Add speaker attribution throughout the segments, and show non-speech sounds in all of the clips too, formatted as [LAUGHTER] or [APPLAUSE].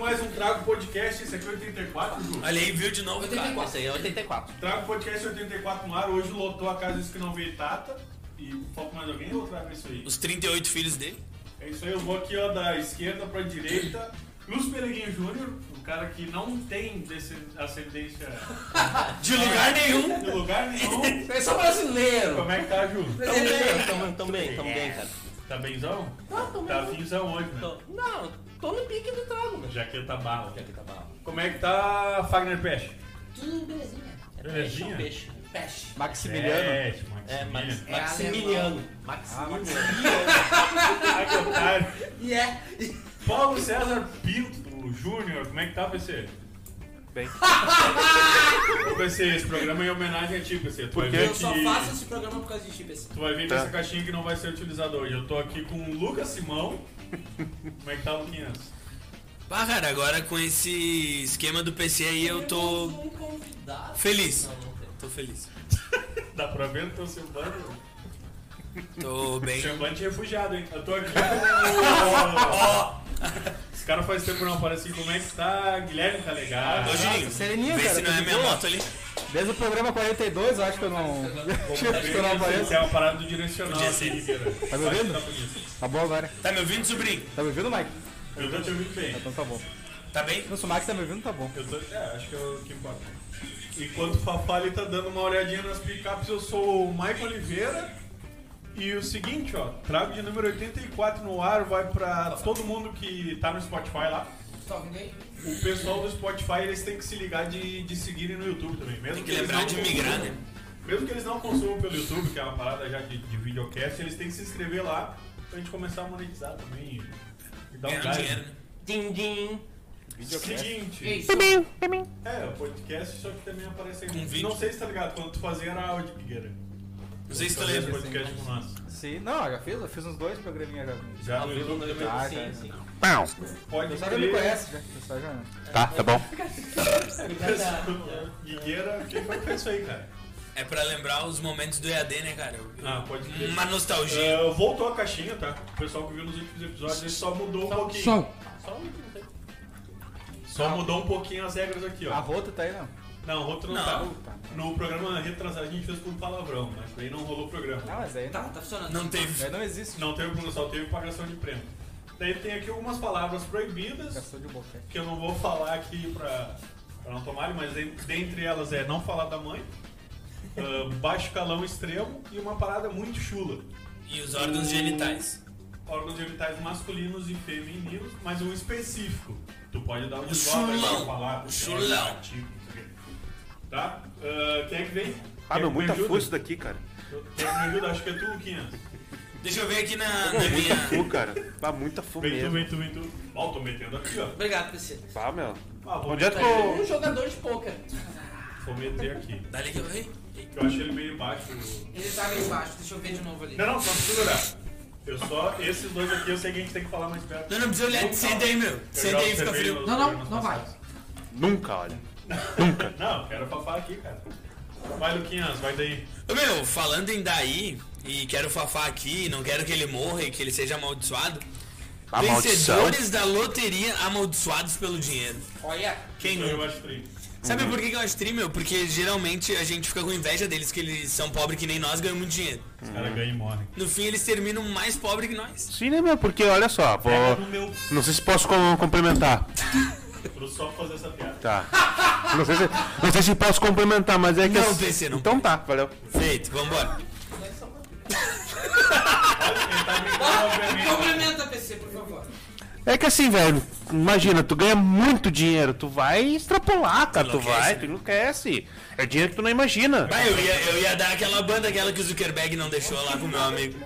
Speaker 1: mais um Trago Podcast, esse aqui é 84, Ju.
Speaker 2: Olha aí, viu de novo, cara.
Speaker 3: 84, aí é 84.
Speaker 1: Trago Podcast 84 no ar, hoje lotou a casa dos que não vê Tata. E falta mais alguém ou traga isso aí?
Speaker 2: Os 38 filhos dele.
Speaker 1: É isso aí, eu vou aqui ó, da esquerda pra direita. Luz Pereguinho Júnior, um cara que não tem desce- ascendência
Speaker 2: De lugar nenhum.
Speaker 1: de lugar nenhum.
Speaker 3: Ah, é. Eu sou brasileiro.
Speaker 1: Como é que tá, Ju?
Speaker 3: Tamo bem, tamo, tamo bem, tamo bem, cara.
Speaker 1: Tá benzão?
Speaker 3: Não, tamo
Speaker 1: Tá
Speaker 3: bem.
Speaker 1: finzão hoje, né?
Speaker 3: Tô- Não, tô no pique do trago, meu.
Speaker 1: Jaqueta barro.
Speaker 3: Aqui tá bala.
Speaker 1: Como é que tá, Fagner Peste?
Speaker 4: Tudo belezinha.
Speaker 3: É peixe
Speaker 1: Belezinha?
Speaker 3: ou peixe?
Speaker 4: Peste.
Speaker 5: Maximiliano.
Speaker 1: Peste,
Speaker 3: É,
Speaker 1: Maximiliano.
Speaker 3: Max,
Speaker 4: É
Speaker 3: Maximiliano. Maximiliano.
Speaker 1: Ai, Ah, que otário.
Speaker 4: E é.
Speaker 1: Paulo César Pinto Júnior, como é que tá, PC?
Speaker 5: Bem.
Speaker 1: Ô, PC, esse programa é em homenagem a ti, PC. Tu vai
Speaker 5: quê?
Speaker 1: ver
Speaker 4: Eu
Speaker 1: que... é?
Speaker 4: só faço esse programa por causa de assim. ti, PC.
Speaker 1: Tu vai ver que
Speaker 5: Tá.
Speaker 1: essa caixinha que não vai ser utilizada hoje. Eu tô aqui com o Lucas Simão. Como é que tá, Luquinhas?
Speaker 2: Ah, cara, agora com esse esquema do PC aí eu tô
Speaker 4: Um convidado.
Speaker 2: feliz.
Speaker 4: Não, não tem.
Speaker 2: Tô feliz.
Speaker 1: Dá pra ver no teu semblante?
Speaker 2: Tô
Speaker 1: [LAUGHS]
Speaker 2: bem.
Speaker 1: Semblante é refugiado, hein? Eu tô
Speaker 5: [LAUGHS]
Speaker 1: aqui com... Esse cara faz tempo que não aparece. Como é que tá? Guilherme tá ligado?
Speaker 2: Ô, Juninho,
Speaker 5: Sereninho,
Speaker 2: vê
Speaker 5: cara,
Speaker 2: se não
Speaker 5: tá
Speaker 2: é
Speaker 5: de
Speaker 2: minha
Speaker 5: boa.
Speaker 2: moto ali.
Speaker 5: Desde o programa 42, eu acho que eu não. [LAUGHS] acho que eu não
Speaker 1: Isso
Speaker 5: apareço.
Speaker 1: é uma parada do direcional
Speaker 2: Podia
Speaker 1: aqui,
Speaker 2: ser.
Speaker 1: Ribeira.
Speaker 5: Tá me ouvindo?
Speaker 1: Tá bonito.
Speaker 5: Tá bom agora.
Speaker 2: Tá me ouvindo, sobrinho?
Speaker 5: Tá me ouvindo, Mike?
Speaker 1: Eu tô te ouvindo bem.
Speaker 5: Então tá bom.
Speaker 2: Tá bem?
Speaker 5: Não, Se o Max tá me ouvindo, tá bom.
Speaker 1: Eu tô, é, acho que é o que importa. Enquanto o Fafali tá dando uma olhadinha nas picapes, eu sou o Maicon Oliveira. E o seguinte, ó, trago de número 84 no ar, vai pra todo mundo que tá no Spotify lá.
Speaker 4: Tá ouvindo aí?
Speaker 1: O pessoal do Spotify, eles têm que se ligar de, de seguirem no YouTube também. Mesmo
Speaker 2: Tem que
Speaker 1: eles
Speaker 2: lembrar
Speaker 1: não
Speaker 2: de
Speaker 1: consumam-
Speaker 2: migrar, né?
Speaker 1: Mesmo que eles não consumam pelo YouTube, que é uma parada já de, de videocast, eles têm que se inscrever lá pra gente começar a monetizar também. e- E dar um
Speaker 2: Ganhar um
Speaker 1: gás.
Speaker 2: dinheiro, né?
Speaker 3: Din, din.
Speaker 1: Seguinte.
Speaker 4: É isso.
Speaker 1: É, o podcast, só que também aparece aí.
Speaker 2: Um vídeo.
Speaker 1: Não sei se tá ligado, quando tu fazia era áudio, Figueira.
Speaker 2: Não sei se tá tu
Speaker 1: Fazia
Speaker 2: lembra.
Speaker 1: podcast com nós.
Speaker 5: Sim. Não, eu já fiz, eu fiz uns dois programinhas já.
Speaker 1: Já
Speaker 4: Tá
Speaker 3: Ao
Speaker 1: no
Speaker 3: vivo
Speaker 1: YouTube
Speaker 3: no
Speaker 1: também.
Speaker 3: YouTube,
Speaker 5: Ah,
Speaker 3: sim,
Speaker 5: cara.
Speaker 3: sim.
Speaker 5: O
Speaker 1: Pode
Speaker 5: pessoal já me
Speaker 1: crer.
Speaker 5: conhece, já. O pessoal já.
Speaker 6: Tá, tá bom.
Speaker 1: [LAUGHS] Pessoal, Figueira, quem foi que fez isso aí, cara?
Speaker 2: É pra lembrar os momentos do EAD, né, cara? Eu-
Speaker 1: Ah, pode crer.
Speaker 2: Uma nostalgia.
Speaker 1: Ah, voltou a caixinha, tá? O pessoal que viu nos últimos episódios, ele só mudou um pouquinho.
Speaker 4: Só um não tem.
Speaker 1: Só mudou um pouquinho as regras aqui,
Speaker 5: A
Speaker 1: ó.
Speaker 5: rota tá aí, não.
Speaker 1: Não, outro não,
Speaker 2: Não.
Speaker 1: tá. No programa retrasado a gente fez com um palavrão, mas daí não rolou o programa.
Speaker 5: Não, mas aí não.
Speaker 4: Tá, tá funcionando.
Speaker 2: Não teve.
Speaker 5: Aí não existe.
Speaker 1: Não teve programa, só teve pagação de prêmio. Daí tem aqui algumas palavras proibidas.
Speaker 5: Gastou de boca.
Speaker 1: que eu não vou falar aqui pra, pra não tomarem, mas en- dentre elas é não falar da mãe, ah, baixo calão extremo e uma parada muito chula.
Speaker 2: E os órgãos genitais.
Speaker 1: Órgãos genitais masculinos e femininos, mas um específico. Tu pode dar um
Speaker 2: O
Speaker 1: desvio
Speaker 2: chulão.
Speaker 1: pra falar. um
Speaker 2: O chulão.
Speaker 1: Tá? Ah, quem é que vem?
Speaker 6: Ah, meu, muita força
Speaker 1: força.
Speaker 6: daqui, cara.
Speaker 1: Quem é que me ajuda? Acho que é tu, Luquinhas.
Speaker 2: Deixa eu ver aqui na,
Speaker 1: [LAUGHS]
Speaker 2: na
Speaker 6: Muita
Speaker 2: minha.
Speaker 6: fu, cara. Ah, muita fu
Speaker 1: Vem tu,
Speaker 6: mesmo.
Speaker 1: vem tu, vem tu. Ó, tô metendo aqui, ó.
Speaker 4: Obrigado, PC.
Speaker 6: Pá, meu.
Speaker 1: Ah, vou,
Speaker 6: Onde é que
Speaker 1: meter-
Speaker 4: Um jogador de poker.
Speaker 1: vou meter aqui.
Speaker 2: Dá ali que eu vi.
Speaker 1: que Eu achei ele meio baixo.
Speaker 4: Ele tá meio baixo, deixa eu ver de novo ali.
Speaker 1: Não, não, só segurar. Eu só, esses dois aqui eu sei que a gente tem que falar mais perto.
Speaker 2: Não, não precisa olhar.
Speaker 1: Não,
Speaker 2: Senta aí, meu.
Speaker 1: Eu já
Speaker 2: Senta aí, fica
Speaker 1: observei
Speaker 2: frio.
Speaker 1: nos
Speaker 4: Não, não,
Speaker 1: programas
Speaker 4: não vai.
Speaker 1: passados.
Speaker 2: Tá.
Speaker 6: Nunca, olha.
Speaker 1: Não, eu quero papar aqui, cara. Vai, Luquinhas, vai daí.
Speaker 2: Ô, Meu, falando em daí, e quero o Fafá aqui, não quero que ele morra e que ele seja amaldiçoado.
Speaker 6: A maldição.
Speaker 2: Vencedores da loteria amaldiçoados pelo dinheiro.
Speaker 4: Olha.
Speaker 2: Quem
Speaker 1: Eu
Speaker 2: nunca?
Speaker 1: acho tri.
Speaker 2: Sabe por que que eu acho tri, meu? Porque geralmente a gente fica com inveja deles, que eles são pobres que nem nós, ganham muito dinheiro.
Speaker 1: Os caras ganham e morrem.
Speaker 2: No fim, eles terminam mais pobres que nós.
Speaker 6: Sim, né, meu? Porque olha só, vou.
Speaker 1: Pega no meu
Speaker 6: Não sei se posso com- complementar.
Speaker 1: pro só pra fazer essa piada.
Speaker 6: Tá. Não sei se, não sei se posso complementar, mas é que.
Speaker 2: Não,
Speaker 6: as-
Speaker 2: PC, não.
Speaker 6: Então tá, valeu.
Speaker 2: Feito, vambora.
Speaker 1: Ele tá brincando, obviamente.
Speaker 4: Complementa, PC, por favor.
Speaker 6: É que assim, velho, imagina, tu ganha muito dinheiro, tu vai extrapolar, cara, tu,
Speaker 2: enlouquece,
Speaker 6: vai,
Speaker 2: né?
Speaker 6: tu enlouquece. É dinheiro que tu não imagina.
Speaker 2: Bah, eu ia, eu ia dar aquela banda, aquela que o Zuckerberg não deixou lá com o meu amigo.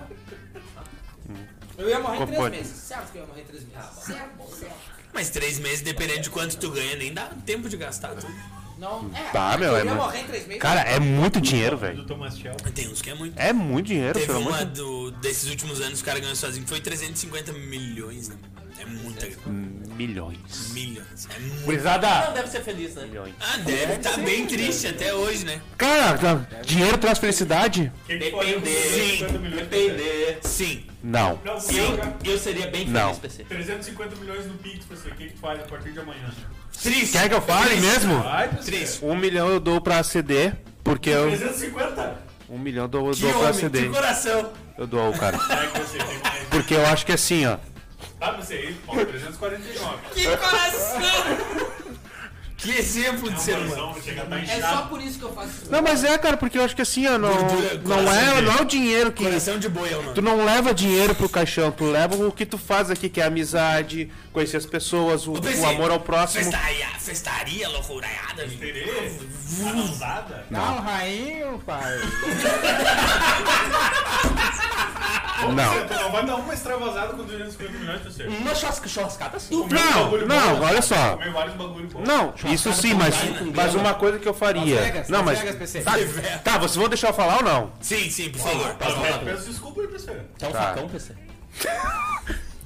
Speaker 4: Eu ia morrer em três
Speaker 6: Compõe.
Speaker 4: meses. Certo que eu ia morrer em três meses. Certo, certo.
Speaker 2: Mas três meses, dependendo de quanto tu ganha, nem dá tempo de gastar tá? tudo.
Speaker 4: Não, é.
Speaker 6: Tá, meu,
Speaker 4: eu
Speaker 6: é
Speaker 4: ia
Speaker 6: muito-
Speaker 4: morrer em três meses.
Speaker 6: Cara, é muito dinheiro, velho.
Speaker 1: Do Thomas Shell.
Speaker 2: Tem uns que é muito.
Speaker 6: É muito dinheiro,
Speaker 2: Teve
Speaker 6: pelo amor
Speaker 2: uma
Speaker 6: de Hum.
Speaker 2: do, desses últimos anos que o cara ganhou sozinho, que foi 350 milhões, né? É muita grana.
Speaker 6: Milhões.
Speaker 2: Milhões. É muito.
Speaker 6: Gurizada!
Speaker 3: Não deve ser feliz, né?
Speaker 6: Milhões.
Speaker 2: Ah, deve tá bem triste até hoje, né?
Speaker 6: Cara, tá- dinheiro traz felicidade?
Speaker 1: Quem que pode
Speaker 3: Depender.
Speaker 1: com 350
Speaker 3: Sim.
Speaker 1: milhões?
Speaker 3: Depender.
Speaker 2: Sim.
Speaker 6: Não.
Speaker 1: Não, se eu jogar
Speaker 3: Eu, eu seria bem
Speaker 6: Não.
Speaker 3: feliz, PC.
Speaker 1: 350 milhões no Pix, PC, o que que tu faz a partir de amanhã?
Speaker 2: Triste.
Speaker 6: Quer que eu fale
Speaker 2: Triste.
Speaker 6: mesmo?
Speaker 1: Vai, PC.
Speaker 2: Triste.
Speaker 6: Um milhão eu dou pra CD, porque eu.
Speaker 1: 350?
Speaker 6: Um milhão eu dou, eu
Speaker 2: Que
Speaker 6: dou pra
Speaker 2: homem,
Speaker 6: CD.
Speaker 2: que coração.
Speaker 6: Eu dou, cara.
Speaker 1: Vai, PC, tem mais.
Speaker 6: Porque eu acho que assim, ó.
Speaker 1: Tá, PC, ó, 349.
Speaker 2: Que coração. que exemplo de ser
Speaker 1: Não,
Speaker 2: humano.
Speaker 1: não, vou chegar tá
Speaker 4: É
Speaker 1: inchado.
Speaker 4: só por isso que eu faço isso.
Speaker 6: Não, mas é, cara, porque eu acho que assim, ó. Não,
Speaker 2: Gordura,
Speaker 6: não, é,
Speaker 2: coração
Speaker 6: não é o dinheiro que.
Speaker 2: Coração de boi é o nome.
Speaker 6: Tu não leva dinheiro pro caixão, tu leva o que tu faz aqui, que é a amizade, conhecer as pessoas, o,
Speaker 2: Ô,
Speaker 6: o
Speaker 2: PC,
Speaker 6: amor ao próximo.
Speaker 2: Festaria, festaria, loucuraiada. gente.
Speaker 1: Tereza? Anãozada?
Speaker 5: Não, rainho, pai.
Speaker 2: [LAUGHS]
Speaker 6: Não.
Speaker 1: Tu não vai dar uma extravasada com 250 milhões, PC.
Speaker 3: Uma churrasca- churrascada sim.
Speaker 1: Comer um
Speaker 6: Não,
Speaker 1: bagulho
Speaker 6: não,
Speaker 1: bom,
Speaker 6: olha só.
Speaker 1: Comer vários bagulho bom.
Speaker 6: Não, isso sim, mas, mas uma coisa que eu faria.
Speaker 5: Las Vegas,
Speaker 6: não,
Speaker 5: Las
Speaker 6: mas.
Speaker 5: Vegas, PC.
Speaker 6: Tá, tá, vocês vão deixar eu falar ou não?
Speaker 2: Sim, sim, por favor.
Speaker 1: Tá, pede- Peço desculpa aí, PC.
Speaker 3: Tá um
Speaker 6: Tá.
Speaker 3: facão, PC.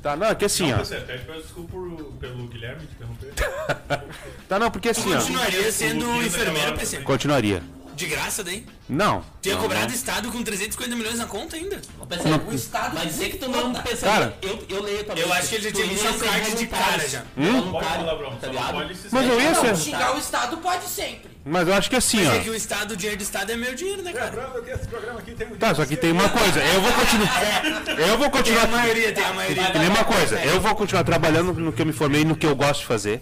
Speaker 6: Tá, não, é que assim,
Speaker 1: Não,
Speaker 6: ó.
Speaker 1: PC, pede peço desculpa pro- pelo Guilherme te interromper.
Speaker 6: Tá, não, porque assim, ó.
Speaker 2: Continuaria sendo
Speaker 1: Luquinha
Speaker 2: enfermeiro,
Speaker 1: daquela hora
Speaker 2: PC.
Speaker 6: Continuaria.
Speaker 2: De graça, né? daí.
Speaker 6: Não.
Speaker 2: Tinha
Speaker 6: Não,
Speaker 2: cobrado
Speaker 6: não.
Speaker 2: Estado com 350 milhões na conta ainda.
Speaker 3: Ô, PC, o é um Estado. Mas dizer que tu não pensa.
Speaker 6: Cara.
Speaker 3: eu, eu leio também.
Speaker 2: Eu acho que ele já tinha visto as cartas de cara já.
Speaker 1: Pode falar,
Speaker 3: Voluntário,
Speaker 1: Bruno. só
Speaker 3: tá
Speaker 1: não
Speaker 3: ligado?
Speaker 1: pode se
Speaker 6: Mas eu ia
Speaker 3: é-
Speaker 4: Não,
Speaker 6: ser.
Speaker 4: xingar o Estado pode sempre.
Speaker 6: Mas eu acho que assim,
Speaker 2: É que
Speaker 6: ó.
Speaker 2: o Estado, o dinheiro do Estado é meu dinheiro, né, cara?
Speaker 1: Lembrando que esse programa aqui tem um
Speaker 6: Tá, só que tem uma coisa. Eu vou continuar. Eu vou
Speaker 2: É, Tem a
Speaker 6: continuar.
Speaker 2: maioria, tem a maioria.
Speaker 6: E nem uma coisa, eu vou continuar trabalhando no que eu me formei, no que eu gosto de fazer.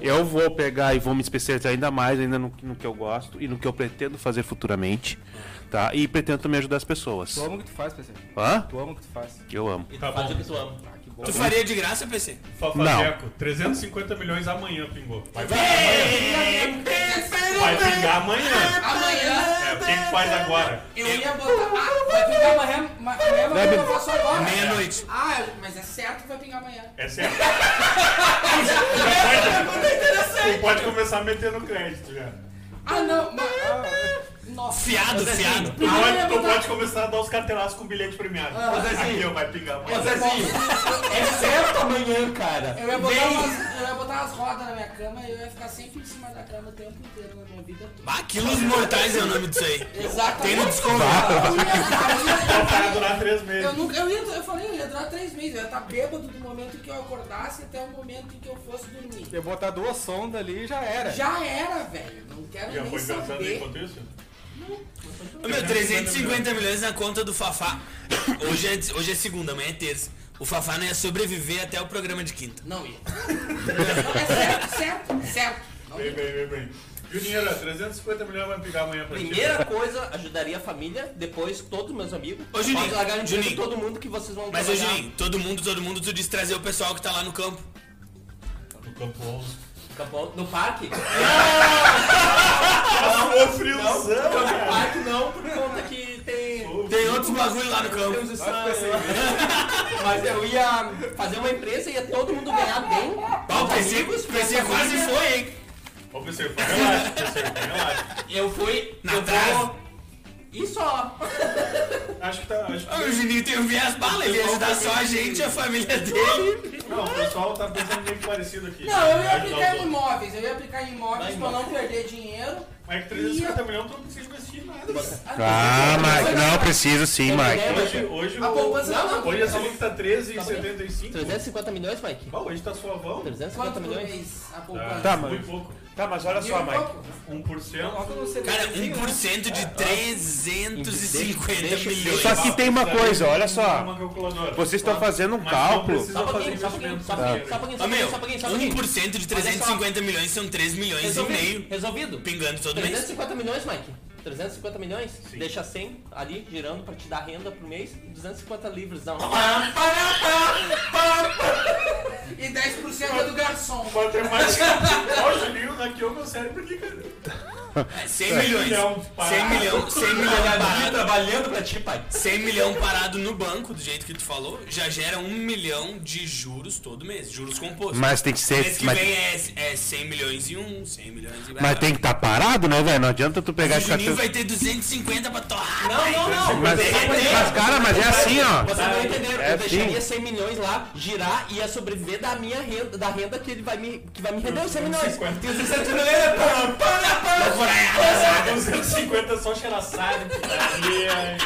Speaker 6: Eu vou pegar e vou me especializar ainda mais ainda no, no que eu gosto e no que eu pretendo fazer futuramente, tá? E pretendo também ajudar as pessoas.
Speaker 5: Tu ama o que tu faz, PC.
Speaker 6: Hã?
Speaker 5: Tu ama o que tu faz. Ah,
Speaker 6: Eu amo.
Speaker 1: Tá
Speaker 3: Faz
Speaker 1: bom.
Speaker 3: o que tu ama.
Speaker 2: Tu faria de graça, PC?
Speaker 1: Fafazeco, 350 milhões amanhã pingou. Vai,
Speaker 2: É
Speaker 1: vai pingar amanhã.
Speaker 4: Amanhã
Speaker 1: É, o que que faz agora?
Speaker 4: eu ia botar. Ah, vai pingar amanhã. ma- Amanhã vai pingar, eu faço agora.
Speaker 2: Meia-noite.
Speaker 4: Ah, eu- mas é certo que vai pingar amanhã.
Speaker 1: É
Speaker 4: [LAUGHS]
Speaker 1: certo.
Speaker 4: é
Speaker 1: Tu pode começar a meter no crédito já.
Speaker 4: Ah, não. Mas, nossa.
Speaker 2: Fiado,
Speaker 6: é
Speaker 2: fiado.
Speaker 6: assim.
Speaker 1: Tu
Speaker 4: Ah,
Speaker 1: pode,
Speaker 4: eu
Speaker 1: tu
Speaker 4: vou dar-
Speaker 1: pode começar a dar os cartelaços com bilhete premiado.
Speaker 4: Ah, é assim,
Speaker 1: Aqui eu vai pingar amanhã.
Speaker 3: É certo amanhã, cara.
Speaker 4: Eu ia, botar umas, eu ia botar umas rodas na minha cama e eu ia ficar sempre em cima da cama o tempo inteiro na minha vida toda.
Speaker 2: Ah, quilos mortais é o nome disso aí.
Speaker 4: Exatamente.
Speaker 2: Tem no desconto.
Speaker 4: Eu ia-
Speaker 1: Vai
Speaker 2: [LAUGHS]
Speaker 1: parar durar três
Speaker 4: eu ia-
Speaker 1: meses.
Speaker 4: Eu, nunca, eu, ia, eu falei, eu ia durar três meses. Eu ia estar bêbado do momento que eu acordasse até o momento em que eu fosse dormir.
Speaker 5: Eu botar duas sondas ali e já era.
Speaker 4: Já era, velho. Não quero
Speaker 1: Já
Speaker 4: nem
Speaker 1: foi pensando
Speaker 4: saber.
Speaker 1: enquanto isso?
Speaker 2: Ô, Meu, 350 milhões na conta do Fafá. Hoje é, hoje é segunda, amanhã é terça. O Fafá não ia sobreviver até o programa de quinta.
Speaker 4: Não ia. é certo, certo, certo. Não
Speaker 1: Vem,
Speaker 4: ia.
Speaker 1: vem, vem, vem. Juninho, 350 milhões vai pingar amanhã pra ti.
Speaker 3: Primeira coisa, ajudaria a família, depois todos meus amigos.
Speaker 2: Ô, Juninho,
Speaker 3: Pode largar o dinheiro de
Speaker 2: Juninho.
Speaker 3: todo mundo que vocês vão
Speaker 2: Mas, ô,
Speaker 3: trabalhar.
Speaker 2: Juninho, todo mundo, todo mundo, tu diz trazer o pessoal que tá lá no campo.
Speaker 1: Tá No campo 11.
Speaker 3: Fica bom. No parque?
Speaker 1: Ô, friozão,
Speaker 3: No
Speaker 1: cara.
Speaker 3: parque não, por conta que tem...
Speaker 2: Tem outros bagulho lá no campo.
Speaker 3: Mas eu ia fazer uma empresa e ia todo mundo ganhar bem.
Speaker 2: Ó, o PC, o PC quase foi, hein?
Speaker 1: Ô, PC, foi relaxa, PC, foi relaxa.
Speaker 3: Eu fui...
Speaker 2: Na
Speaker 3: eu
Speaker 2: trave.
Speaker 3: vou... E só.
Speaker 1: Acho que tá. Acho que
Speaker 2: Ô, O Juninho tem que ver as balas, ele ia ajudar só a gente e a família dele.
Speaker 1: Não, o pessoal tá pensando meio que parecido aqui.
Speaker 4: Não, eu
Speaker 1: Acho
Speaker 4: ia
Speaker 1: que
Speaker 4: aplicar em
Speaker 1: não.
Speaker 4: imóveis. Eu ia aplicar em
Speaker 3: Vai,
Speaker 4: imóveis pra
Speaker 3: irmão.
Speaker 4: não perder dinheiro.
Speaker 1: Mas é que 350 milhões tu não precisa investir em nada. cara.
Speaker 6: Ah, Mike, não preciso sim, Mike.
Speaker 1: Hoje, hoje,
Speaker 4: A
Speaker 1: o,
Speaker 4: poupança não, não.
Speaker 1: hoje a Selic tá 13,75.
Speaker 3: 350 milhões, Mike?
Speaker 1: Bom, hoje tá suavão.
Speaker 3: 350
Speaker 4: Quanto por
Speaker 3: milhões?
Speaker 4: mês a poupança?
Speaker 6: Tá,
Speaker 1: Muito
Speaker 6: mas-
Speaker 1: pouco.
Speaker 6: Tá, mas olha
Speaker 4: Mil e pouco?
Speaker 1: 1%.
Speaker 2: Cara, 1% de 350
Speaker 3: Deixa-
Speaker 2: milhões.
Speaker 6: Só que tem uma coisa, olha só.
Speaker 1: Uma calculadora.
Speaker 6: Vocês estão fazendo um
Speaker 1: Mas não
Speaker 6: cálculo.
Speaker 1: precisa
Speaker 3: Só pra
Speaker 1: fazer
Speaker 3: quem, só pra quem,
Speaker 1: investimento com
Speaker 3: só pra quem,
Speaker 1: dinheiro.
Speaker 3: só pra quem, só
Speaker 2: Ô,
Speaker 3: pra
Speaker 2: meu,
Speaker 3: quem, só pra quem, só um pra quem.
Speaker 2: 1% de 350 milhões são 3 milhões e meio
Speaker 3: Resolvido.
Speaker 2: pingando todo mês.
Speaker 3: 350 milhões, Mike. 350 milhões? Deixa 100 ali girando pra te dar renda por mês e 250 livres. Não.
Speaker 4: E 10% é do garçom.
Speaker 1: Matemática. Ó, o Juninho né, hackeou meu cérebro aqui, cara.
Speaker 2: 100 milhões. 100
Speaker 1: milhão parado.
Speaker 2: milhão, 100 milhão parado.
Speaker 3: trabalhando pra ti, pai.
Speaker 2: 100 milhão parado no banco, do jeito que tu falou, já gera 1 milhão de juros todo mês, juros compostos.
Speaker 6: Mas tem que
Speaker 2: Mês
Speaker 6: ser.
Speaker 2: que
Speaker 6: mas-
Speaker 2: vem é, é 100 milhões e um, 100 milhões e
Speaker 6: Mas tem que estar parado, né, velho? Não adianta tu pegar
Speaker 2: O
Speaker 6: e ficar.
Speaker 2: Juninho vai ter 250 pra torrar.
Speaker 3: Não, não, não.
Speaker 6: Mas, mas, cara, mas é assim, ó.
Speaker 3: Você não entendeu,
Speaker 6: É
Speaker 3: eu deixaria 100 milhões lá, girar e ia sobreviver da minha renda, da renda que ele vai me, que vai me render os 100 milhões. Tem os 600 milhões, pá, pá, pá, pá.
Speaker 1: 250 só cheiraçado, putaria.